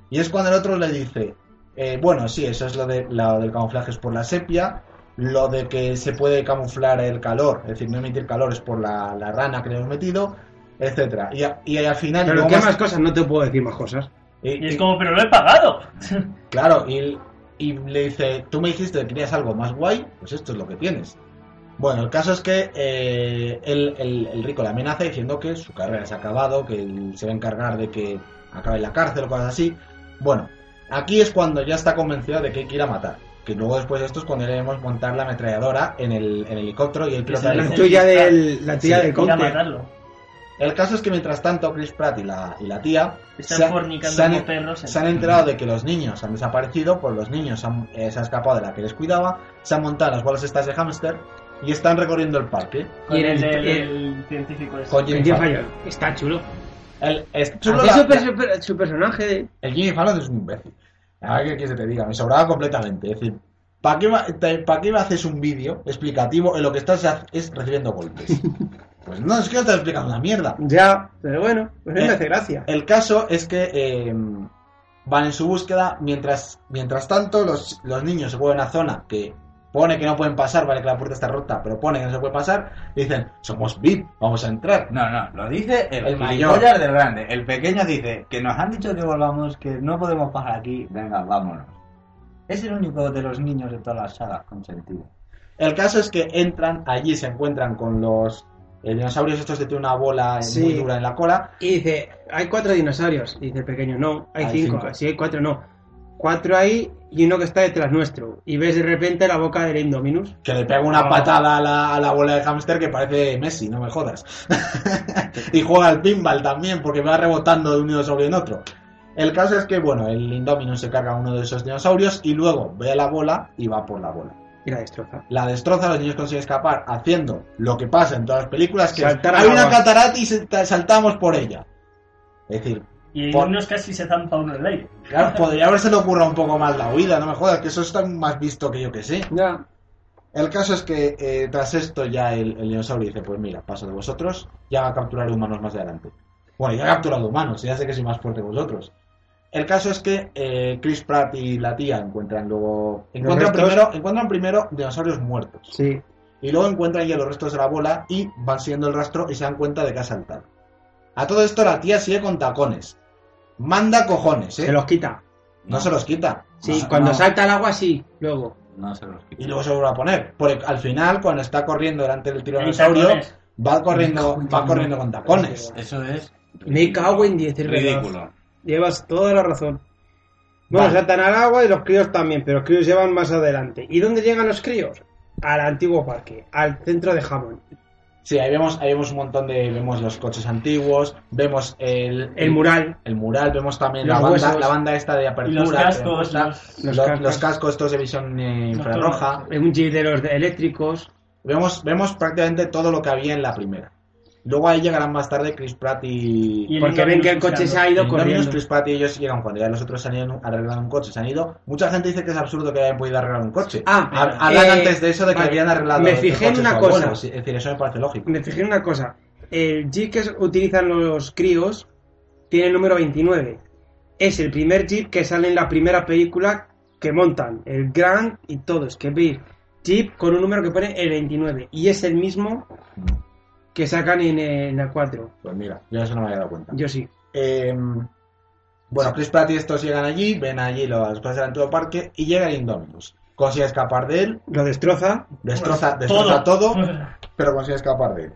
Y es cuando el otro le dice, eh, bueno, sí, eso es lo, de, lo del camuflaje es por la sepia, lo de que se puede camuflar el calor, es decir, no emitir calor es por la, la rana que le hemos metido, etcétera Y, a- y al final...
Pero
luego
¿qué
más-
más cosas? No te puedo decir más cosas.
y-
Y es
y-
como, pero lo he pagado.
Claro, y, y le dice, tú me dijiste que querías algo más guay, pues esto es lo que tienes. Bueno, el caso es que eh, el, el- el rico le amenaza diciendo que su carrera se ha acabado, que él se va a encargar de que acabe en la cárcel o cosas así. Bueno, aquí es cuando ya está convencido de que hay que ir a matar. Que luego después de esto es cuando iremos a montar la ametralladora en el, en el helicóptero y el
Que se
piloto del helicóptero.
La
le Sí,
tuya
sí,
del, la tuya
Sí,
del
Ir a
counter.
matarlo.
El caso es que mientras tanto Chris Pratt y la, y la tía
Están
se han-
fornicando
se han- e-
como perros. en-
se han enterado de que los niños han desaparecido, pues los niños han, eh, se han escapado de la que les cuidaba, se han montado en las bolas estas de hámster y están recorriendo el parque.
Con
Y en
el,
el-
del-
y
el científico este. ese.
Con Jimmy
Jim
Fallon.
Fallon. Está chulo.
El, es chulo
Hace
la-
su, per-
la-
su per- su personaje de-
el Jimmy Fallon es un imbécil. A ver qué quieres que te diga, me sobraba completamente. Es decir, ¿para qué, va- te- pa' qué haces un vídeo explicativo en lo que estás ha- es recibiendo golpes? Pues no, es que no te explicando una mierda.
Ya, pero bueno, pues
Eh,
me hace gracia.
El caso es que eh, van en su búsqueda. Mientras, mientras tanto, los, los niños se vuelven a zona que pone que no pueden pasar, vale que la puerta está rota, pero pone que no se puede pasar. y dicen, somos VIP, vamos a entrar.
No, no, lo dice el,
El mayor.
mayor del grande. El pequeño dice que nos han dicho que volvamos, que no podemos pasar aquí, venga, vámonos. Es el único de los niños de todas las sagas con sentido.
El caso es que entran, allí se encuentran con los El dinosaurio es estos que tiene una bola eh,
Sí.
muy dura en la cola.
Y dice, hay cuatro dinosaurios. Y dice el pequeño, no, hay,
Hay
cinco.
cinco.
Si hay cuatro, no. Cuatro hay y uno que está detrás nuestro. Y ves de repente la boca del Indominus.
Que le pega una
Ah.
patada a la, a la bola de hámster que parece Messi, no me jodas. y juega al pinball también porque va rebotando de un dinosaurio en otro. El caso es que, bueno, el Indominus se carga a uno de esos dinosaurios y luego ve a la bola y va por la bola.
Y la destroza.
la destroza, los niños consiguen escapar haciendo lo que pasa en todas las películas, que es,
Saltar a
hay
la
una
base".
catarata y salta- saltamos por ella. Es decir,
Y
Por-
unos casi se zampa uno en el aire.
claro, podría haberse le ocurra un poco más la huida, no me jodas, que eso está más visto que yo que sé.
Ya.
El caso es que eh, tras esto ya el, el dinosaurio dice, pues mira, paso de vosotros, ya va a capturar humanos más adelante. Bueno, ya ha capturado humanos, ya sé que soy más fuerte que vosotros. El caso es que eh, Chris Pratt y la tía encuentran luego... Encuentran
restos.
primero, encuentran primero dinosaurios muertos.
Sí.
Y luego encuentran ya los restos de la bola y van siguiendo el rastro y se dan cuenta de que ha saltado. A todo esto la tía sigue con tacones. Manda cojones, ¿eh?
Se los quita.
No se los quita.
Sí,
No,
cuando
no.
salta al agua, sí. Luego.
No se los quita.
Y luego se vuelve a poner. Porque al final, cuando está corriendo delante del
Hay
tiranosaurio,
tacones.
va corriendo, va corriendo con tacones.
Eso es.
Me cago en diez, es verdad.
Ridículo.
Llevas toda la razón. Bueno,
Vale.
saltan al agua y los críos también, pero los críos llevan más adelante. ¿Y dónde llegan los críos? Al antiguo parque, al centro de Hammond.
Sí, ahí vemos, ahí vemos un montón de. Vemos los coches antiguos, vemos el.
El mural.
el mural, vemos también
Los
la banda,
huesos.
la banda esta de
Y
apertura.
los
que me
cascos.
gusta.
los-
los
Los-
cascos.
los cascos estos de visión eh,
Nocturna.
infrarroja.
En un jeep de los de- eléctricos.
Vemos, vemos prácticamente todo lo que había en la primera. Luego ahí llegarán más tarde Chris Pratt
Y
y.
el
Porque ven que el coche se ha ido
Indominus,
corriendo.
Chris Pratt y ellos llegan cuando ya los otros se han ido arreglando un coche, se han ido. Mucha gente dice que es absurdo que hayan podido arreglar un coche.
Ah,
Ha-
eh,
hablan antes de eso de que
vale.
habían arreglado.
Me
el
fijé
coche
en una
su
cosa.
abuelo, sí, Es decir, eso me parece lógico.
Me fijé en una cosa. El jeep que utilizan los críos tiene el número 29. Es el primer jeep que sale en la primera película que montan. El Grand y todos. Que veis. Jeep con un número que pone el 29. Y es el mismo que sacan en, el la 4.
Pues mira, yo eso no me había dado cuenta.
Yo sí.
Eh, bueno, Chris Pratt y estos llegan allí, ven allí las cosas del antiguo parque y llega el Indominus. Consigue escapar de él,
Lo destroza
destroza,
Pues
Todo.
destroza todo, pero consigue escapar de él.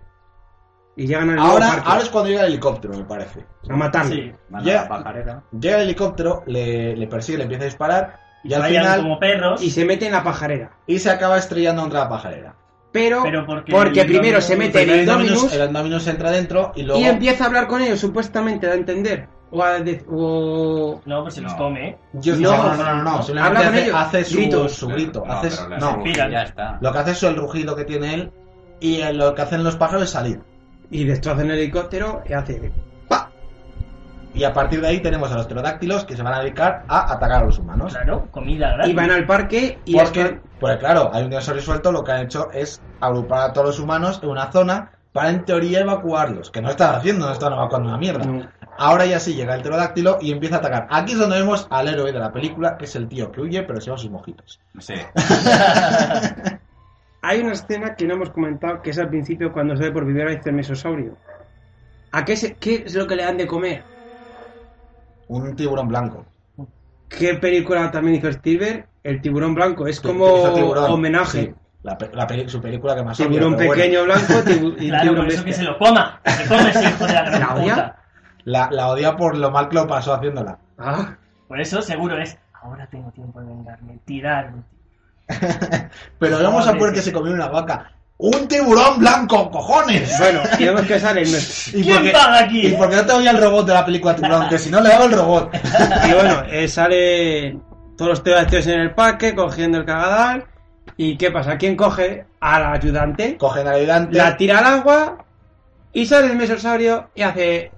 y llegan al nuevo
Ahora,
parque
ahora es cuando llega el helicóptero, me parece.
a matarlo.
Sí.
Manda
Ya.
la pajarera.
Llega el helicóptero, le, le persigue, le empieza a disparar y al
Vayan
final
como perros.
Y se mete en la pajarera.
y se acaba estrellando contra la pajarera.
Pero,
Pero porque el
primero
Indominus-
se mete en
Primero
el
el Indominus,
Indominus
el Indominus entra dentro y luego
y empieza a hablar con ellos, supuestamente, da a entender. O a de- o-
No, pues se los
No.
come, ¿eh?
Yo-
No.
no, no, no, no, no, simplemente
Habla con
hace,
ellos.
hace su,
Gritos.
su grito,
No,
hace su-
pero le
no,
hace-
Mira.
Ya está.
lo que hace es el rugido que tiene él y eh, lo que hacen los pájaros es salir.
y destrozan el helicóptero y hace.
Y a partir de ahí tenemos a los pterodáctilos que se van a dedicar a atacar a los humanos.
Claro, comida gratis.
Y van al parque y
porque,
están-
porque, claro, hay un dinosaurio suelto, lo que han hecho es agrupar a todos los humanos en una zona para en teoría evacuarlos, que no están haciendo, no están evacuando una mierda.
No.
Ahora ya sí llega el pterodáctilo y empieza a atacar. Aquí es donde vemos al héroe de la película, que es el tío que huye, pero se lleva sus mojitos.
Sí.
Hay una escena que no hemos comentado que es al principio cuando se ve por primera vez el mesosaurio. ¿A qué, se- qué es lo que le dan de comer?
Un tiburón blanco.
¿Qué película también hizo Steven? El tiburón blanco. Es
Sí,
como
hizo tiburón.
homenaje.
Sí, la pe- la peli- su película que más odio,
Tiburón
pero bueno.
pequeño blanco tibu- y
Claro,
tiburón
por eso que
bestia.
se lo coma. Que Se come ese hijo de la
¿La
gran
odia?
puta.
La, la odia por lo mal que lo pasó haciéndola.
Ah,
Por eso seguro es. Ahora tengo tiempo de vengarme. Tirarme.
Pero vamos a
Joder.
poner que se comió una vaca. ¡Un tiburón blanco, cojones!
Bueno, y vemos que sale el mes-
¿Y
¿Quién
por qué-
paga aquí?
¿Y
eh?
por qué no te odia el robot de la película Tiburón? Que si no le hago el robot.
Y bueno, eh, sale todos los teodactios en el parque cogiendo el cagadal. ¿Y qué pasa? ¿Quién coge? Al ayudante.
Cogen al ayudante.
La tira al agua y sale el mesosaurio y hace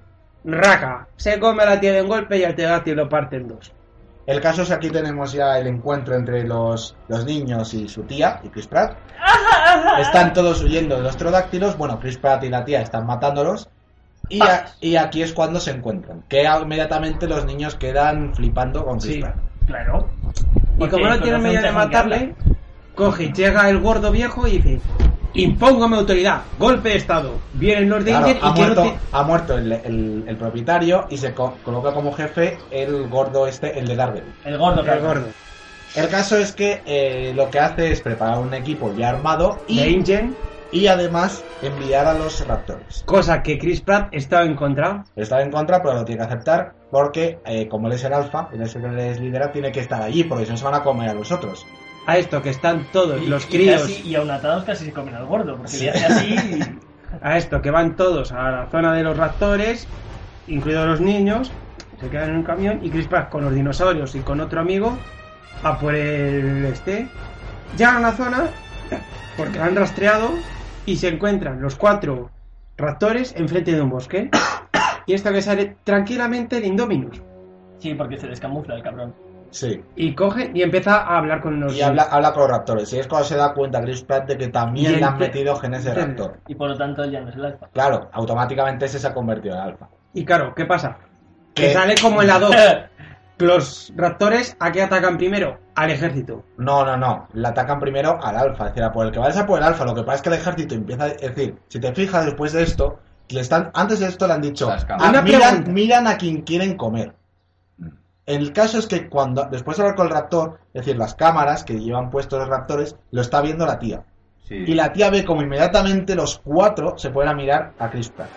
raca. Se come a la tía de un golpe y al teodactio lo parte en dos.
El caso es que aquí tenemos ya el encuentro entre los, los niños y su tía, y Chris Pratt. Están todos huyendo de los trodáctilos. Bueno, Chris Pratt y la tía están matándolos. Y, a- y aquí es cuando se encuentran. Que inmediatamente los niños quedan flipando con Chris
Sí.
Pratt.
Claro.
Y
Porque
como no
el
tiene
corazón
medio
te
de
hace
matarle, coge, y llega el gordo viejo y dice: Impóngame autoridad, golpe de estado. Viene el Lord
Claro,
Danger
ha,
y que no
muerto,
te-
ha muerto el, el- el propietario y se co- coloca como jefe el gordo este, el de Darwin.
El gordo,
El
claro.
gordo.
El caso es que eh, lo que hace es preparar un equipo ya armado y
De Ingen,
y además enviar a los raptores.
Cosa que Chris Pratt estaba en contra.
Está en contra, pero lo tiene que aceptar porque, eh, como él es el alfa, él es el que les lidera, tiene que estar allí porque si no se van a comer a los otros.
A esto que están todos
Y-
los
y
críos.
casi- Y, aún atados casi se comen al gordo, porque le hace así y-
a esto, que van todos a la zona de los raptores, incluidos los niños, se quedan en un camión y Chris Pratt con los dinosaurios y con otro amigo a por el este. Llegan a una zona porque la han rastreado y se encuentran los cuatro raptores enfrente de un bosque. Y esto que sale tranquilamente de Indominus.
Sí, porque se descamufla el cabrón.
Sí.
Y coge y empieza a hablar con los
Y habla, habla con los raptores. Y es cuando se da cuenta Chris Pratt de que
Y
también le han
ente-
metido genes de raptor.
Y por lo tanto él ya no es el alfa.
Claro, automáticamente ese se ha convertido en alfa.
Y claro, ¿qué pasa? Que
¿Qué?
sale como en la 2. Los raptores a qué atacan primero? Al ejército.
No, no, no. Le atacan primero al alfa. Es decir, a por el que va es a por el alfa. Lo que pasa es que el ejército empieza a decir, si te fijas después de esto, le están, antes de esto le han dicho,
Las cámaras.
Una
"Ah, miran,
pregunta.
miran a quien quieren comer. El caso es que cuando, después de hablar con el raptor, es decir, las cámaras que llevan puestos los raptores, lo está viendo la tía.
Sí.
Y la tía ve como inmediatamente los cuatro se ponen a mirar a Chris Pratt.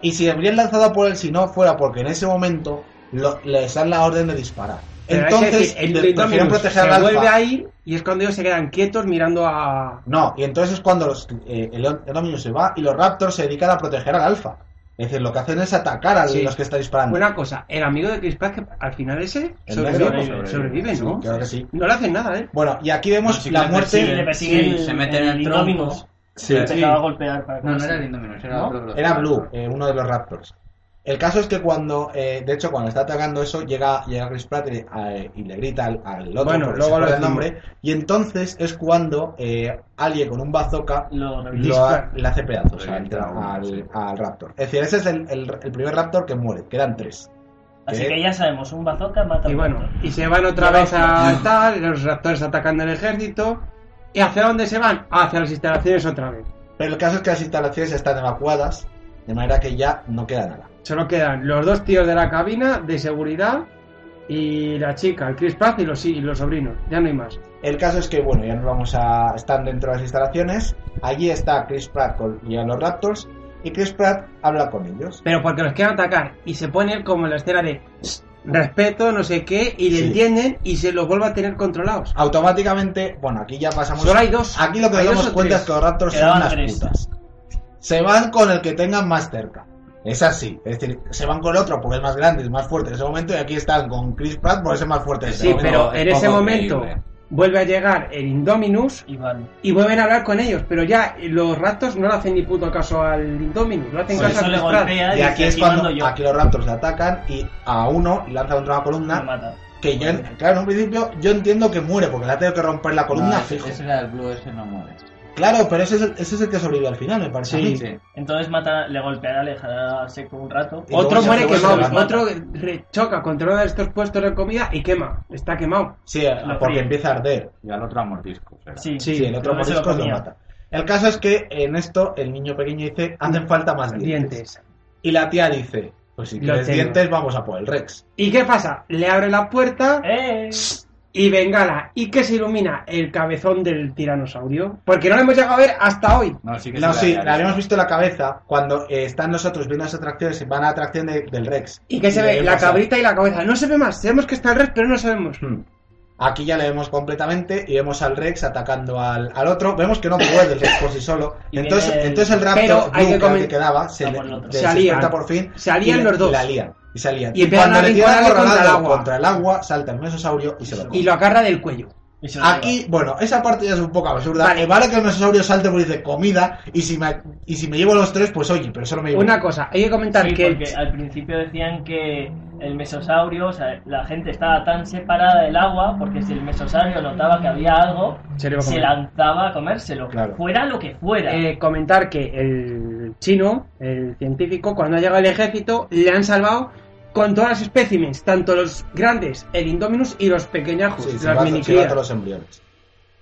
Y si habrían lanzado por él, si no fuera porque en ese momento lo- les dan la orden de disparar.
Pero hay que
Entonces,
decir, el
de-
Indominus
prefieren proteger
se
al alfa.
vuelve a ir y es cuando ellos se quedan quietos mirando a...
No, y entonces es cuando los, eh, el, el Omnius se va y los Raptors se dedican a proteger al Alfa. Es decir, lo que hacen es atacar a
Sí.
los que están disparando.
Una cosa, el amigo de Chris Pratt que al final ese
El
sobrevive,
negro,
¿no?
¿no?
Sobrevive,
Sí,
¿no?
creo que sí.
No le hacen nada, ¿eh?
Bueno, y aquí vemos
No, sí que
la
le
muerte.
persiguen.
Y le persigue
Sí,
el-
se meten en el
Indominus.
tronco.
Se
Sí.
empezaba a golpear para
No, no era el
comerse.
Indominus, era
¿No?
otro de los-
Era Blue, eh, uno de los Raptors. El caso es que cuando, eh, de hecho, cuando está atacando eso, llega, llega Chris Pratt y le, a- y le grita al, al otro
Bueno,
porque se
luego lo
acuerda el
decimos.
nombre. Y entonces es cuando eh, alguien con un bazooka
Lo revivió.
lo ha- le hace pedazos
Sí,
al,
entra uno,
al-
sí.
al Raptor. Es decir, ese es el, el- el primer Raptor que muere, quedan tres.
Así
¿Qué?
que ya sabemos, un bazooka mata a
Y
un
bueno,
raptor.
y se van otra
No,
vez a tal, los raptores atacando el ejército. ¿Y hacia dónde se van? Hacia las instalaciones otra vez.
Pero el caso es que las instalaciones están evacuadas, de manera que ya no queda nada.
Solo quedan los dos tíos de la cabina de seguridad y la chica, el Chris Pratt y los, y los sobrinos. Ya no hay más.
El caso es que, bueno, ya nos vamos a. Están dentro de las instalaciones. Allí está Chris Pratt con y a los Raptors. Y Chris Pratt habla con ellos.
Pero porque los quieren atacar y se pone como la escena de "Psst, respeto, no sé qué, y le
Sí.
entienden y se los vuelve a tener controlados.
Automáticamente, bueno, aquí ya pasamos.
Solo hay dos.
Aquí lo que
Hay
nos
dos
damos
o
cuenta
tres.
es que los Raptors
Quedaban
son unas
tres.
putas. Se van con el que tengan más cerca. Es así. Es decir, se van con otro porque es más grande, es más fuerte en ese momento. Y aquí están con Chris Pratt porque es el más fuerte. en ese
Sí,
momento.
pero
es
en ese
poco
momento
creíble.
vuelve a llegar el Indominus
Y van.
y vuelven a hablar con ellos, pero ya los ratos no le hacen ni puto caso al Indominus, le hacen
Por
caso
eso
a
le
Chris Pratt.
golpea y,
Y aquí
dice,
es
mando
cuando
yo.
aquí los Raptors le atacan y a uno lanza contra una
Lo
columna.
mata.
Que yo, claro, en un principio yo entiendo que muere porque le ha tenido que romper la columna
No, ese-
fijo.
Ah, Ese era el Blue, ese no muere.
Claro, pero ese es, el, ese es el que sobrevive al final, me parece. a mí.
Sí.
Entonces mata, le golpeará, le dejará seco un rato.
Y luego
Otro
se
muere
hace hueso
quemado,
y lo mata.
otro re- choca contra uno de estos puestos de comida y quema, está quemado.
Sí, porque
fríe.
empieza a arder.
Y al otro a mordiscos era.
Sí,
Sí, el otro
creo que se
morisco lo
comía.
mata. El caso es que en esto el niño pequeño dice, hacen falta más dientes.
Dientes.
Y la tía dice, pues si
Lo
quieres
tengo.
dientes vamos a por el Rex.
¿Y qué pasa? Le abre la puerta
¡Eh!
y bengala. ¿Y qué se ilumina? El cabezón del tiranosaurio. Porque no lo hemos llegado a ver hasta hoy.
No, sí que
No,
se
sí,
la
le habíamos visto la cabeza cuando eh, están nosotros viendo las atracciones y van a la atracción de- del Rex.
¿Y qué se
le
ve? La
pasa-
cabrita y la cabeza. No se ve más. Sabemos que está el res, pero no sabemos.
Hmm. Aquí ya le vemos completamente y vemos al Rex atacando al, al otro. Vemos que no puede el Rex por sí solo.
Y
Entonces,
viene el-
entonces el
Pero
Raptor, Blue, que
hay que
era el que
comen-
quedaba, se,
Ah,
le,
por el otro.
se
Se alían.
despierta por fin.
Se alían
y le-
los dos.
La lían, y se alían.
Y empiezan
cuando
a
le tiran
rinconarle contra el
acorralado
agua.
contra el agua, salta el mesosaurio y se lo
Y
come.
lo agarra del cuello.
Y se lo lleva.
Aquí, bueno, esa parte ya es un poco absurda.
Vale.
Vale, vale que el mesosaurio salte porque dice comida y si, me, y si me llevo los tres, pues oye, pero solo me llevo
Una cosa, hay que comentar
Sí,
que el-
porque al principio decían que el mesosaurio, o sea, la gente estaba tan separada del agua porque si el mesosaurio notaba que había algo,
Se lo iba a
se
comer.
lanzaba a comérselo,
Claro.
fuera lo que fuera.
eh, comentar que el chino, el científico, cuando ha llegado el ejército, le han salvado con todas las espécimes, tanto los grandes, el Indominus y los pequeñajos,
Sí, se
las
va- se va
minicrías,
todos los embriones.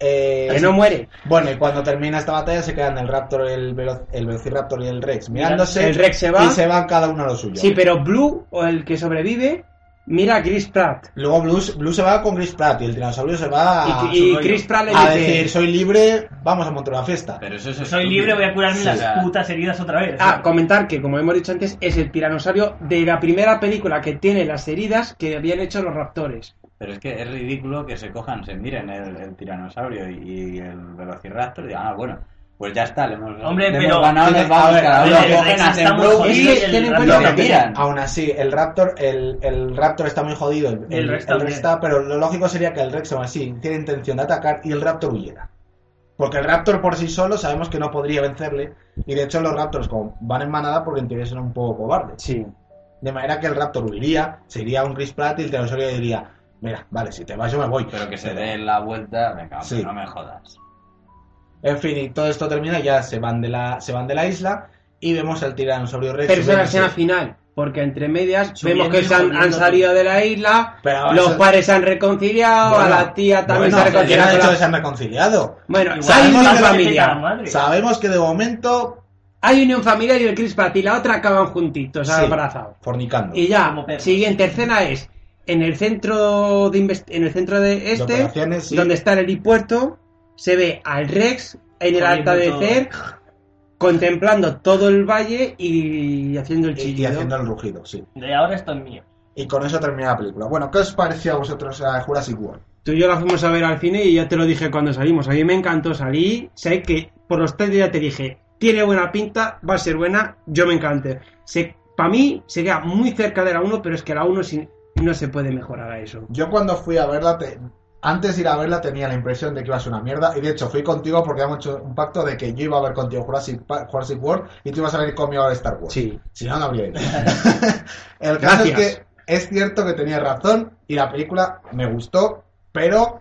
Eh,
que no muere.
Bueno, y cuando termina esta batalla se quedan el Raptor, el, Velo- el Velociraptor y el Rex mirándose.
El Rex se va.
Y se van cada uno a lo suyo.
Sí, pero Blue, o el que sobrevive, Mira a Chris Pratt.
Luego Blues, Blues se va con Chris Pratt y el tiranosaurio se va a,
Y- y Chris Pratt le
Ah, a
dice-
decir, soy libre, vamos a montar una fiesta.
Pero eso es
Soy
estúpido.
libre, voy a curarme
Sí, o sea,
las putas heridas otra vez.
Ah, comentar que, como hemos dicho antes, es el tiranosaurio de la primera película que tiene las heridas que habían hecho los raptores.
Pero es que es ridículo que se cojan, se miren el, el tiranosaurio y, y el velociraptor y digan, ah, bueno, pues ya está, le hemos,
Hombre,
le
pero-
hemos ganado,
Sí,
nos vamos
a ver,
cada
a
uno.
ver,
Cogen a Sam
estamos
Brook y
jodidos y el
tienen
Raptor
cuidado que
también.
miran.
Aún así, el Raptor, el, el Raptor está muy jodido, el,
Y el Rex también.
está, pero lo lógico sería que el Rex aún así tiene intención de atacar y el Raptor huyera. Porque el Raptor por sí solo sabemos que no podría vencerle, y de hecho los Raptors como van en manada porque en teoría son un poco cobardes.
Sí.
De manera que el Raptor huiría, sería un Chris Pratt y el tiranosaurio diría, mira, vale, si te vas yo me voy.
Pero que se den la vuelta, venga, hombre,
Sí.
no me jodas.
En fin, y todo esto termina, ya se van de la, se van de la isla y vemos al tiranosaurio Rex.
Pero esa es la
subiéndose.
escena final, porque entre medias
Subiendo
vemos que
y
se han,
subiendo
han
todo.
salido de la isla,
Pero
los
eso-
padres se han reconciliado, a
Bueno,
la tía también
bueno,
se ha
pero ya
reconciliado.
han
con
hecho que
la-
se han reconciliado.
Bueno,
Igual
hay
sabemos
unión
que la
peta,
familiar.
madre.
Sabemos que de momento
Hay unión familiar y el Chris Pratt y la otra acaban juntitos,
Sí.
abrazados.
fornicando.
Y ya,
Como perros.
siguiente escena es en el centro de invest- en el centro de
De
este,
operaciones, sí.
donde está el helipuerto, se ve al Rex en el
Poniendo
atardecer contemplando todo el valle y haciendo el
y, y
chillido.
haciendo el rugido, sí.
De ahora esto es mío.
Y con eso termina la película. Bueno, ¿qué os pareció a vosotros a Jurassic World?
Tú y yo la fuimos a ver al cine y ya te lo dije cuando salimos. A mí me encantó salir. Sé que por los tres ya te dije, tiene buena pinta, va a ser buena, yo me encanté. Para mí se queda muy cerca de la 1, pero es que la 1 sin- no se puede mejorar a eso.
Yo cuando fui a verla, te- antes de ir a verla tenía la impresión de que iba a ser una mierda. Y de hecho fui contigo porque habíamos hecho un pacto de que yo iba a ver contigo Jurassic, Pa- Jurassic World y tú ibas a venir conmigo a ver Star Wars.
Sí.
Si no, no habría ido. El caso
Gracias.
es que es cierto que tenía razón y la película me gustó, pero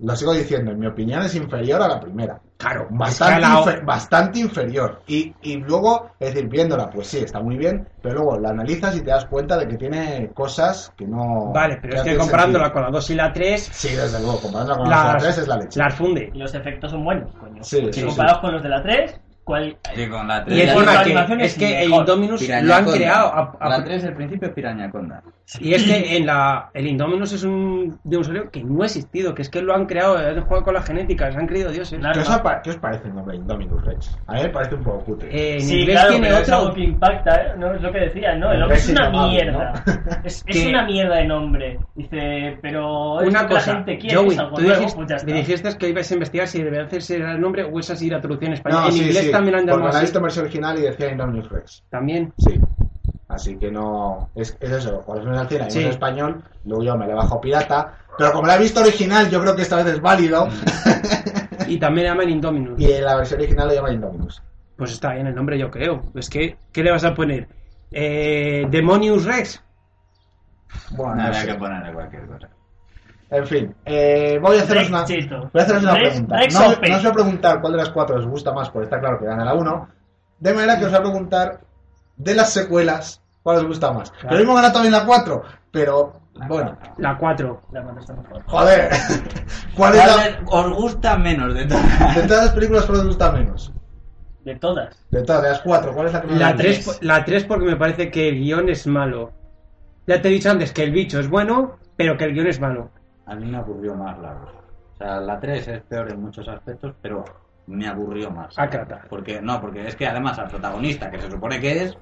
lo sigo diciendo, en mi opinión es inferior a la primera.
Claro,
Bastante,
es que la o-
infer- bastante inferior. Y, y luego, es decir, viéndola, pues sí, está muy bien, pero luego la analizas y te das cuenta de que tiene cosas que no.
Vale, pero es
no
que
tienen
comparándola
sentido.
con la 2 y la 3,
Sí, desde luego, comparándola con
Las-
la 3 es la leche.
las funde.
Y los efectos son buenos, coño.
Sí, sí,
Comparados con los de la 3, ¿cuál?
Sí, con la
Y
la
es
ya-
por
una
animación
que,
es
es que el
mejor.
Indominus lo han
Pirañaconda.
creado. a- a-
La 3 al principio es Pirañaconda.
Y es que en la, el Indominus es un dinosaurio que no ha existido, que es que lo han creado, han jugado con la genética, se han creído dioses.
Claro.
¿Qué os, apa- qué os parece el nombre Indominus Rex? A mí me parece un poco cutre.
Eh, en
Sí,
inglés
claro,
tiene
pero es algo
otro.
que impacta, ¿eh? No, es lo que decía, ¿no? El
El
hombre es
Brexit
una
amable,
mierda. Es, es
Que-
una mierda de nombre. Dice, pero es
Una
lo que la
cosa,
gente quiere,
Joey,
es algo
tú
nuevo,
dijiste,
pues ya está.
me dijiste que ibas a investigar si debería hacerse el nombre o es así la traducción española.
no,
en
sí,
inglés
sí,
también han ¿eh?
porque
llamado
la he
así.
visto en versión original y decía Indominus Rex.
También.
Sí. Así que no. Es, es eso, cuando fuimos al cine, vimos
Sí.
en español, luego yo me la bajo pirata. Pero como la he visto original, yo creo que esta vez es válido.
Mm. Y también llaman Indominus.
Y en la versión original lo llama Indominus.
Pues está bien el nombre, yo creo. Es que, ¿qué le vas a poner? Eh, Demonius Rex.
Bueno, no
Nada
sé.
que ponerle cualquier cosa.
En fin, eh, voy a haceros una.
Rexito.
Voy a haceros una
Rex-
pregunta.
Rex
No,
OP.
no os voy a preguntar cuál de las cuatro os gusta más, porque está claro que gana la uno. De manera que os voy a preguntar de las secuelas, cuál os gusta más. Lo mismo gana también la cuatro, pero bueno,
La 4.
La contesta mejor.
joder. ¿Cuál es la,
¿Cuál Os gusta menos de todas.
de todas las películas cuál os gusta menos?
De todas.
De todas, de las cuatro, ¿cuál es la que más
La
os
3, la 3 porque me parece que el guión es malo. Ya te he dicho antes que el bicho es bueno, pero que el guión es malo.
A mí me aburrió más la 2. O sea, la 3 es peor en muchos aspectos, pero me aburrió más.
A Crata.
Porque, no, porque es que además al protagonista, que se supone que es,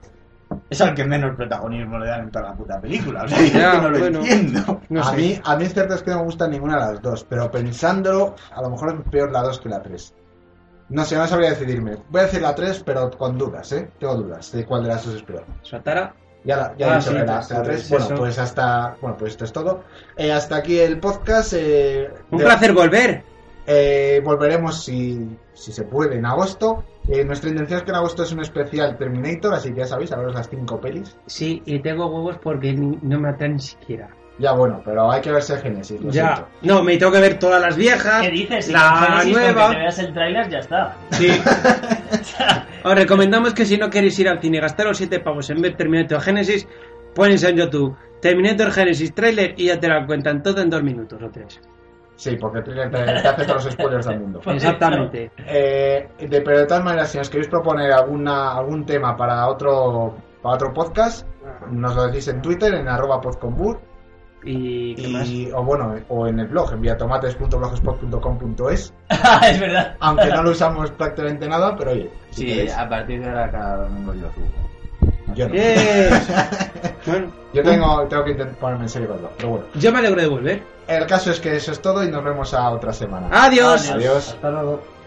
es al que menos protagonismo le dan en toda la puta película. O sea, yo
Ya,
es que no lo
bueno.
entiendo.
No
a,
sé.
mí, a mí es cierto es que no me gusta ninguna de las dos, pero pensándolo, a lo mejor es peor la 2 que la 3. No sé, no sabría decidirme. Voy a decir la 3, pero con dudas, ¿eh? Tengo dudas de cuál de las dos es peor.
Shatara.
Ya, la, ya he
Ah,
dicho
sí,
que la,
pues,
la 3.
pues
Bueno,
eso.
pues hasta bueno pues esto es todo. Eh, hasta aquí el podcast. eh,
Un
de-
placer volver.
eh, volveremos si, si se puede en agosto. Eh, nuestra intención es que en agosto es un especial Terminator, así que ya sabéis, a veros las 5 pelis.
Sí, y tengo huevos porque ni- no me atraen ni siquiera.
Ya bueno, pero hay que verse Génesis, lo
ya.
siento.
No, me tengo que ver todas las viejas.
¿Qué dices? Si
Ah, La
con Genesis, con que
nueva.
te veas el tráiler, ya está.
Sí. Os recomendamos que si no queréis ir al cine y gastar los 7 pavos en ver Terminator Genesis, ponéis en YouTube Terminator Genesis trailer y ya te la cuentan todo en 2 minutos o 3.
Sí, porque te, te- te hace todos los spoilers del mundo.
Pues
Exactamente.
Eh, de, pero de todas maneras, si nos queréis proponer alguna, algún tema para otro, para otro podcast, nos lo decís en Twitter, en arroba podconbur,
¿Y qué más?
Y, o bueno, o en el blog, envía tomates.blogspot.com.es,
es verdad.
aunque no lo usamos prácticamente nada, pero oye, si
Sí,
queréis.
a partir de ahora cada domingo yo subo.
yo, no.
¡Eh! Bueno,
Yo tengo, tengo que intentar ponerme en serio con el blog, pero bueno.
yo me alegro de volver.
El caso es que eso es todo y nos vemos a otra semana.
¡Adiós!
Adiós.
Hasta luego.